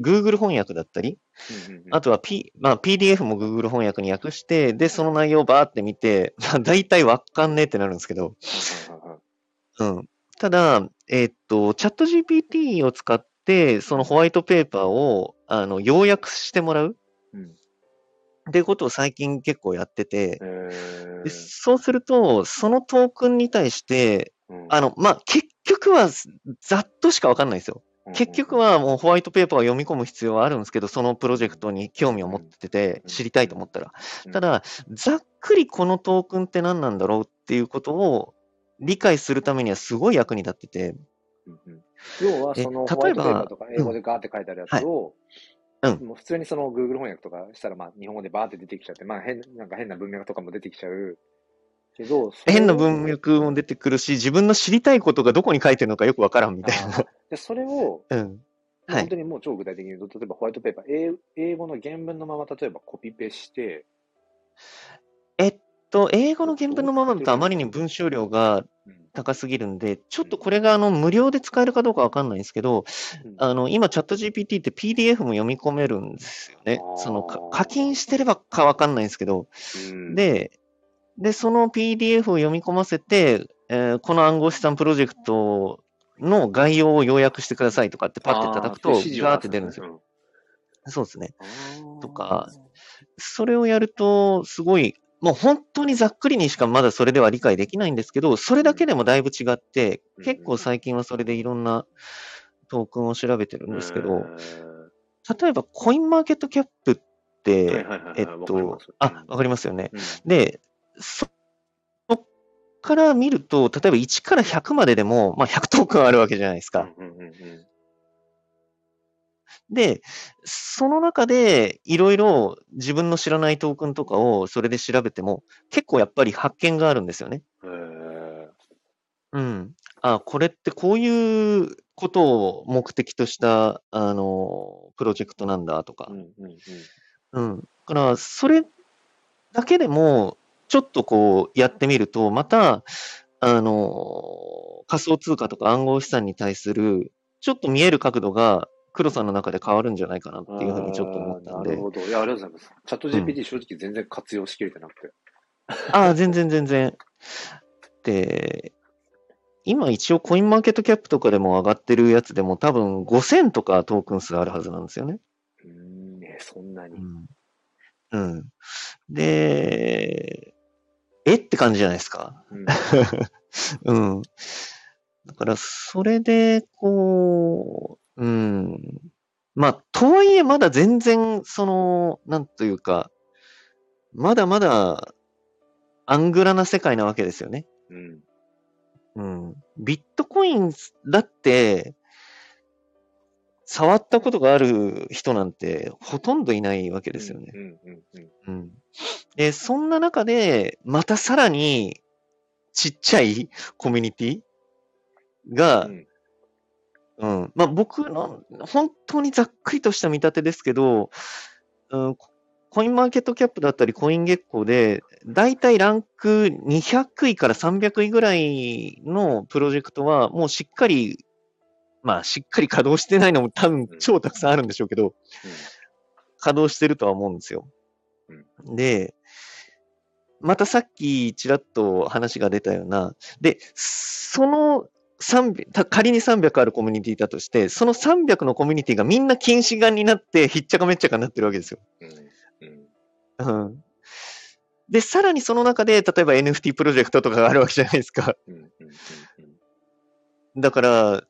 [SPEAKER 2] Google 翻訳だったり、
[SPEAKER 1] うんうんうん、
[SPEAKER 2] あとは、P まあ、PDF も Google 翻訳に訳して、で、その内容をバーって見て、まあ、大体わかんねえってなるんですけど、
[SPEAKER 1] はいはいはいはい。
[SPEAKER 2] うん。ただ、えーっと、チャット GPT を使って、そのホワイトペーパーを、あの、要約してもらう
[SPEAKER 1] うん。
[SPEAKER 2] っていうことを最近結構やってて、
[SPEAKER 1] え
[SPEAKER 2] で
[SPEAKER 1] ー、
[SPEAKER 2] そうすると、そのトークンに対して、
[SPEAKER 1] うん
[SPEAKER 2] あの、まあ、結局はざっとしかわかんないんですよ。結局、はもうホワイトペーパーを読み込む必要はあるんですけど、そのプロジェクトに興味を持ってて
[SPEAKER 1] うん
[SPEAKER 2] 知りたいと思ったら。
[SPEAKER 1] うん
[SPEAKER 2] た、だ、ざっくりこのトークンって何なんだろうっていうことを理解するためにはすごい役に立ってて、
[SPEAKER 1] うんうん要は、
[SPEAKER 2] え
[SPEAKER 1] その、
[SPEAKER 2] 例えば
[SPEAKER 1] ホワイトペーパーとか英語でガーって書いてあるやつを、
[SPEAKER 2] はいうん
[SPEAKER 1] もう普通にその Google 翻訳とかしたら、まあ、日本語でバーって出てきちゃって、まあ、変、なんか変な文脈とかも出てきちゃうけど、それを
[SPEAKER 2] 変な文脈も出てくるし、自分の知りたいことがどこに書いてるのかよくわからんみたい
[SPEAKER 1] あーで、それを、
[SPEAKER 2] な。うん。
[SPEAKER 1] まあ
[SPEAKER 2] は
[SPEAKER 1] 本当
[SPEAKER 2] い。
[SPEAKER 1] にもう超具体的に言うと、例えばホワイトペーパー、英英語の原文のまま、例えばコピペして、
[SPEAKER 2] えっと、英語の原文のままだとあまりに文章量が
[SPEAKER 1] うん
[SPEAKER 2] 高すぎるんで、ちょっとこれがあの無料で使えるかどうかわかんないんですけど、
[SPEAKER 1] うん
[SPEAKER 2] あの、今、チャット GPT って PDF も読み込めるんですよね。その、か課金してればかわかんないんですけど、
[SPEAKER 1] うん、
[SPEAKER 2] で、で、その PDF を読み込ませて、えーこの暗号資産プロジェクトの概要を要約してくださいとかってパッて叩く
[SPEAKER 1] あ
[SPEAKER 2] と、ガーって出るんですよ。。そうですね。
[SPEAKER 1] 指示を出すんですねうん
[SPEAKER 2] とか、それをやると、すごい、もう本当にざっくりにしかまだそれでは理解できないんですけど、それだけでもだいぶ違って
[SPEAKER 1] う、ん
[SPEAKER 2] 結構最近はそれでいろんなトークンを調べてるんですけど、
[SPEAKER 1] え
[SPEAKER 2] 例えばコインマーケットキャップっ
[SPEAKER 1] ーはい
[SPEAKER 2] て、
[SPEAKER 1] はいはいはい、
[SPEAKER 2] えっ
[SPEAKER 1] わかりま
[SPEAKER 2] と
[SPEAKER 1] す、
[SPEAKER 2] あ、わかりますよね。
[SPEAKER 1] うん
[SPEAKER 2] で、そそこから見ると、例えば1から100まででも、まあ100トークンあるわけじゃないですか。
[SPEAKER 1] うんうんうんうん
[SPEAKER 2] で、その中でいろいろ自分の知らないトークンとかをそれで調べても、結構やっぱり発見があるんですよね。
[SPEAKER 1] えー
[SPEAKER 2] うん。あ、これってこういうことを目的とした、あの、プロジェクトなんだとか
[SPEAKER 1] う。んうんうん
[SPEAKER 2] うん。だから、それだけでも、ちょっとこうやってみると、また、あの、仮想通貨とか暗号資産に対する、ちょっと見える角度が黒さんの中で変わるんじゃないかなっていうふうにちょっと思った
[SPEAKER 1] あー
[SPEAKER 2] ん
[SPEAKER 1] な
[SPEAKER 2] で
[SPEAKER 1] る。ほど。いや、ありがとうございます。チャット GPT 正直全然活用しきれてなくて。
[SPEAKER 2] ああ、全然全然。で、今一応コインマーケットキャップとかでも上がってるやつでも多分5000とかトークン数あるはずなんですよね。
[SPEAKER 1] うーん、ね、そんなに。
[SPEAKER 2] うん。うん、で、えって感じじゃないですか。
[SPEAKER 1] うん。
[SPEAKER 2] うん。だから、それで、こう、うん。まあ、とはいえ、まだ全然、その、なんというか、まだまだ、アングラな世界なわけですよね。
[SPEAKER 1] うん。
[SPEAKER 2] うん。ビットコインだって、触ったことがある人なんて、ほとんどいないわけですよね。
[SPEAKER 1] うんうんうん
[SPEAKER 2] うんで、そんな中で、またさらに、ちっちゃいコミュニティ
[SPEAKER 1] う
[SPEAKER 2] が、
[SPEAKER 1] ん。
[SPEAKER 2] うん、まあ僕の、本当にざっくりとした見立てですけど、うん、ココインマーケットキャップだったり、コイン月光で、だいたいランク200位から300位ぐらいのプロジェクトは、もうしっかり、まあしっかり稼働してないのも多分超たくさんあるんでしょうけど、稼働してるとは思うんですよ。で、またさっきちらっと話が出たような、で、その300た仮に300あるコミュニティだとして、その300のコミュニティがみんな近視眼になって、ひっちゃかめっちゃかになってるわけですよ。
[SPEAKER 1] うんうん
[SPEAKER 2] うん、で、さらにその中で、例えば NFT プロジェクトとかがあるわけじゃないですか。
[SPEAKER 1] うんうんうん
[SPEAKER 2] だから、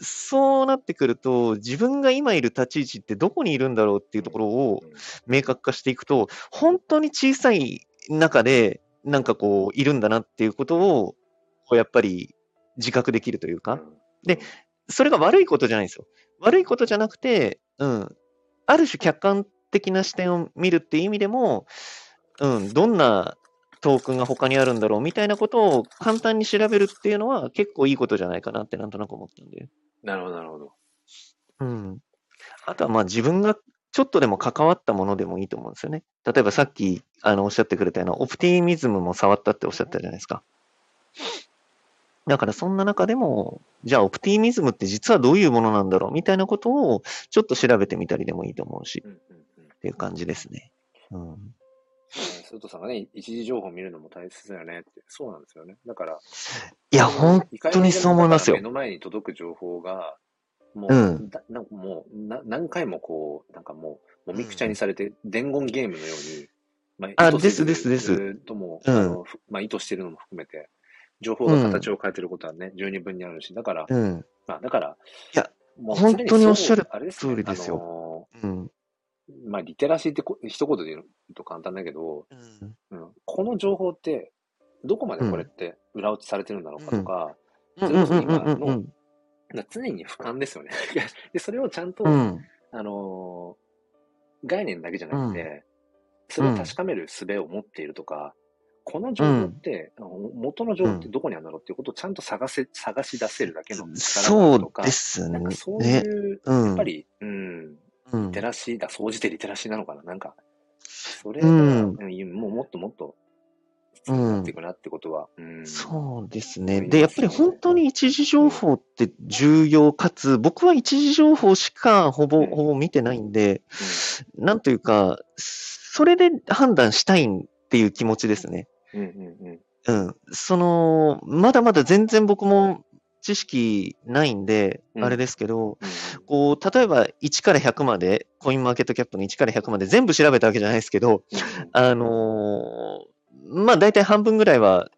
[SPEAKER 2] そうなってくると、自分が今いる立ち位置ってどこにいるんだろうっていうところを、
[SPEAKER 1] うん
[SPEAKER 2] 明確化していくと、本当に小さい中で、なんかこう、いるんだなっていうことを、こうやっぱり自覚できるというか、でそれが悪いことじゃないんですよ。悪いことじゃなくて、うん、ある種客観的な視点を見るっていう意味でも、うん、どんなトークンが他にあるんだろうみたいなことを簡単に調べるっていうのは結構いいことじゃないかなってなんとなく思ったんで。
[SPEAKER 1] なるほど、なるほど。
[SPEAKER 2] うん。あとはまあ自分がちょっとでも関わったものでもいいと思うんですよね。例えばさっきあのおっしゃってくれたようなオプティミズムも触ったっておっしゃったじゃないですか。だからそんな中でも、じゃあオプティミズムって実はどういうものなんだろうみたいなことをちょっと調べてみたりでもいいと思うし
[SPEAKER 1] うんうんうん
[SPEAKER 2] っていう感じですね。うん。
[SPEAKER 1] スートさんがね、一時情報見るのも大切だよねって、そうなんですよね。だから、
[SPEAKER 2] いや、本当にそう思いますよ
[SPEAKER 1] 目。の前に届く情報が、もう、
[SPEAKER 2] うん
[SPEAKER 1] だなんかもうな、何回もこう、なんかもう、もみくちゃにされて、伝言ゲームのように、ま
[SPEAKER 2] あ
[SPEAKER 1] 意図せず
[SPEAKER 2] ですですです
[SPEAKER 1] ずっとも、
[SPEAKER 2] うん
[SPEAKER 1] あのふまあ、意図してるのも含めて、情報が形を変えてることはね、十二分にあるし、だから、
[SPEAKER 2] うん。
[SPEAKER 1] まあ、だから、
[SPEAKER 2] いや、
[SPEAKER 1] もう
[SPEAKER 2] 本当におっしゃる
[SPEAKER 1] 常そうあれです
[SPEAKER 2] 通りですよ
[SPEAKER 1] よ。
[SPEAKER 2] うん。
[SPEAKER 1] あのーまあ、リテラシーってこ一言で言うと簡単だけど、
[SPEAKER 2] うん
[SPEAKER 1] うん、この情報って、どこまでこれって裏打ちされてるんだろうかとか、
[SPEAKER 2] うんうんうんうん
[SPEAKER 1] だから常に俯瞰ですよね。 で、それをちゃんと、
[SPEAKER 2] うん。
[SPEAKER 1] あのー概念だけじゃなくて、それを確かめる術を持っているとか、この情報って、あの元の情報ってどこにあるんだろうっていうことをちゃんと探せ、探し出せるだけの力
[SPEAKER 2] そ
[SPEAKER 1] だ
[SPEAKER 2] う
[SPEAKER 1] とか、
[SPEAKER 2] です
[SPEAKER 1] なんか
[SPEAKER 2] ね。
[SPEAKER 1] そういう、
[SPEAKER 2] うん
[SPEAKER 1] やっぱり、うん、
[SPEAKER 2] うん
[SPEAKER 1] リテラシーだ、掃除てリテラシーなのかな、なんか、それ
[SPEAKER 2] う
[SPEAKER 1] が、
[SPEAKER 2] ん
[SPEAKER 1] うんもうもっともっと必要になっていくなってことは、うん、
[SPEAKER 2] そうです
[SPEAKER 1] 思
[SPEAKER 2] ね。
[SPEAKER 1] い
[SPEAKER 2] で、やっ
[SPEAKER 1] ます
[SPEAKER 2] ぱり
[SPEAKER 1] ね
[SPEAKER 2] 本当に一時情報って重要かつ、僕は一時情報しかほぼ、
[SPEAKER 1] うん
[SPEAKER 2] ほぼ見てないんで、なんというか、それで判断したいっていう気持ちですね。
[SPEAKER 1] うん、うん、うん、うん、
[SPEAKER 2] うん。その、まだまだ全然僕も知識ないんで、
[SPEAKER 1] うん
[SPEAKER 2] あれですけ
[SPEAKER 1] う
[SPEAKER 2] ど、
[SPEAKER 1] ん
[SPEAKER 2] こう、例えば1から100まで、コインマーケットキャップの1から100まで全部調べたわけじゃないですけど、
[SPEAKER 1] うん
[SPEAKER 2] あのーまあ大体半分ぐらいは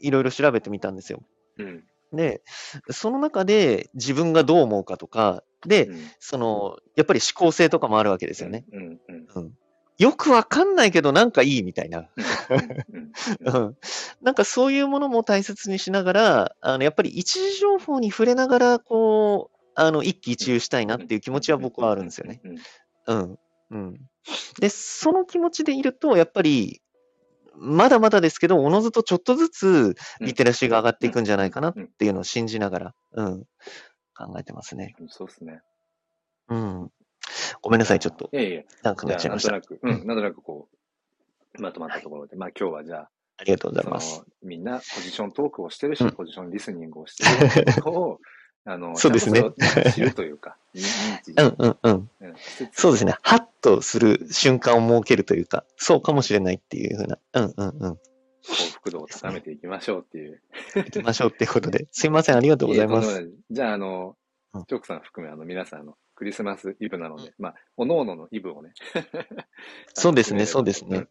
[SPEAKER 2] いろいろ調べてみたんですよ。
[SPEAKER 1] うん、
[SPEAKER 2] で、その中で自分がどう思うかとか、で、
[SPEAKER 1] うん
[SPEAKER 2] その、やっぱり思考性とかもあるわけですよね。。
[SPEAKER 1] うんうん
[SPEAKER 2] よくわかんないけどなんかいいみたいな。
[SPEAKER 1] うん
[SPEAKER 2] うんなんかそういうものも大切にしながら、あの、やっぱり一時情報に触れながら、こう、あの、一喜一憂したいなっていう気持ちは僕はあるんですよね。。
[SPEAKER 1] うん
[SPEAKER 2] うん。うん。で、その気持ちでいると、やっぱり、まだまだですけど、おのずとちょっとずつ
[SPEAKER 1] うん
[SPEAKER 2] リテラシーが上がっていくんじゃないかなっ
[SPEAKER 1] うん
[SPEAKER 2] ていうのを信じながら、うん、考えてますね。
[SPEAKER 1] うんそうですね。
[SPEAKER 2] うん。ごめんなさい、ちょっと
[SPEAKER 1] いやいや、
[SPEAKER 2] 長く
[SPEAKER 1] じ
[SPEAKER 2] な
[SPEAKER 1] ゃ
[SPEAKER 2] っち
[SPEAKER 1] あ、
[SPEAKER 2] ゃ
[SPEAKER 1] な
[SPEAKER 2] いま
[SPEAKER 1] んと
[SPEAKER 2] した。
[SPEAKER 1] なく、うん、なんとなくこう、まとまったところで、まあ今日はじゃあ、
[SPEAKER 2] ありがとうございま
[SPEAKER 1] そ
[SPEAKER 2] す
[SPEAKER 1] の。みんなポジショントークをしてるし、
[SPEAKER 2] うん
[SPEAKER 1] ポジションリスニングをしてるってことを、あの、
[SPEAKER 2] そうですね
[SPEAKER 1] ちゃんとそれを知るという か、認知
[SPEAKER 2] うんうんうん。
[SPEAKER 1] うんしつつ
[SPEAKER 2] そうですね。ハッとする瞬間を設けるというか、そうかもしれないっていうふうな。うんうんうん。
[SPEAKER 1] 幸福度を高めていきましょうっていう。
[SPEAKER 2] 行きましょうっていうこと で。すいません、ありがとうございま
[SPEAKER 1] いえ
[SPEAKER 2] す。
[SPEAKER 1] とんでもないじゃあ、あの
[SPEAKER 2] うん、
[SPEAKER 1] チョークさん含め、あの、皆さん、あの、クリスマスイブなので、まあ、おのおののイブをね。
[SPEAKER 2] そうですね、そうですね。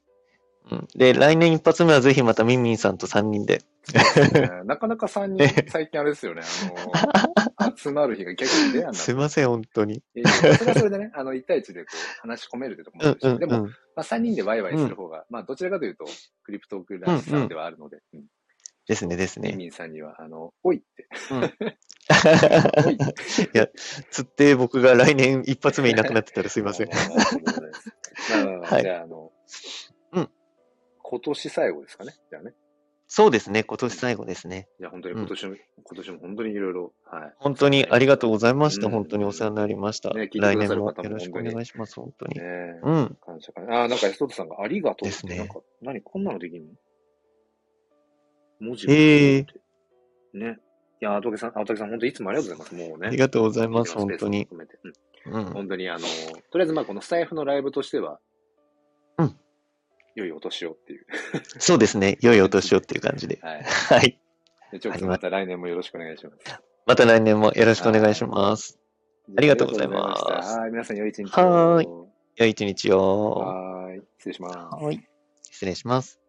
[SPEAKER 2] うん、で、来年一発目はぜひまたミンミンさんと3人で。
[SPEAKER 1] うん。なかなか3人、最近あれですよね、あ の、集まる日が逆にレアになっ
[SPEAKER 2] す
[SPEAKER 1] て
[SPEAKER 2] いません、本当に。
[SPEAKER 1] いやいやそれはそれでね、あの、1対1でこう、話し込めるってとこも
[SPEAKER 2] う
[SPEAKER 1] あ
[SPEAKER 2] ん
[SPEAKER 1] るし、
[SPEAKER 2] うん
[SPEAKER 1] で
[SPEAKER 2] う
[SPEAKER 1] も、ま
[SPEAKER 2] ん。
[SPEAKER 1] あ、3人でワイワイする方が、まあ、どちらかというと、クリプトークライスさんではあるので、うん
[SPEAKER 2] ですね、です
[SPEAKER 1] ミン
[SPEAKER 2] ね。
[SPEAKER 1] ミンさんには、あの、おいって、おい
[SPEAKER 2] いや、 つって僕が来年一発目いなくなってたらすいません。
[SPEAKER 1] あの。ありがとうございますまあまあまあ
[SPEAKER 2] はい
[SPEAKER 1] じゃあ、あの、
[SPEAKER 2] うん
[SPEAKER 1] 今年最後ですかね。じゃあね。
[SPEAKER 2] そうですね、今年最後ですね。
[SPEAKER 1] じゃあ本当に今年も、今年も本当にいろいろ、はい。
[SPEAKER 2] 本当にありがとうございました。
[SPEAKER 1] うん
[SPEAKER 2] 本当にお世話になりました。
[SPEAKER 1] ね聞いてくださ
[SPEAKER 2] 来
[SPEAKER 1] る
[SPEAKER 2] 年
[SPEAKER 1] 方も
[SPEAKER 2] も
[SPEAKER 1] 本当に
[SPEAKER 2] よろしくお願いします、本当に。
[SPEAKER 1] ねえ
[SPEAKER 2] うん。
[SPEAKER 1] 感謝感謝。ああ、なんか、トトさんがありがとうっ
[SPEAKER 2] です
[SPEAKER 1] て、
[SPEAKER 2] ね
[SPEAKER 1] なんか、何、こんなのできるの文字
[SPEAKER 2] へえ
[SPEAKER 1] え。ね。いや、青竹さん、青竹さん、本当にいつもありがとうございます。もうね。
[SPEAKER 2] ありがとうござ
[SPEAKER 1] 聞
[SPEAKER 2] い
[SPEAKER 1] いて
[SPEAKER 2] ま
[SPEAKER 1] ます
[SPEAKER 2] す、本当に。
[SPEAKER 1] スペースも含めてうん
[SPEAKER 2] う
[SPEAKER 1] 本
[SPEAKER 2] ん。
[SPEAKER 1] 当に、あの、とりあえず、まあ、このスタイフのライブとしては、
[SPEAKER 2] うん。
[SPEAKER 1] 良いお年をっていう。
[SPEAKER 2] そうですね、良いお年をっていう感じで。
[SPEAKER 1] はい。
[SPEAKER 2] はい。
[SPEAKER 1] で、チョークさん、また来年もよろしくお願いします。
[SPEAKER 2] また来年もよろしくお願いします。ありがとうございます
[SPEAKER 1] ありがとうございましたはい、皆さん、良い一日を
[SPEAKER 2] はーい良い一日を。
[SPEAKER 1] はーい。失礼します。
[SPEAKER 2] はい。失礼します。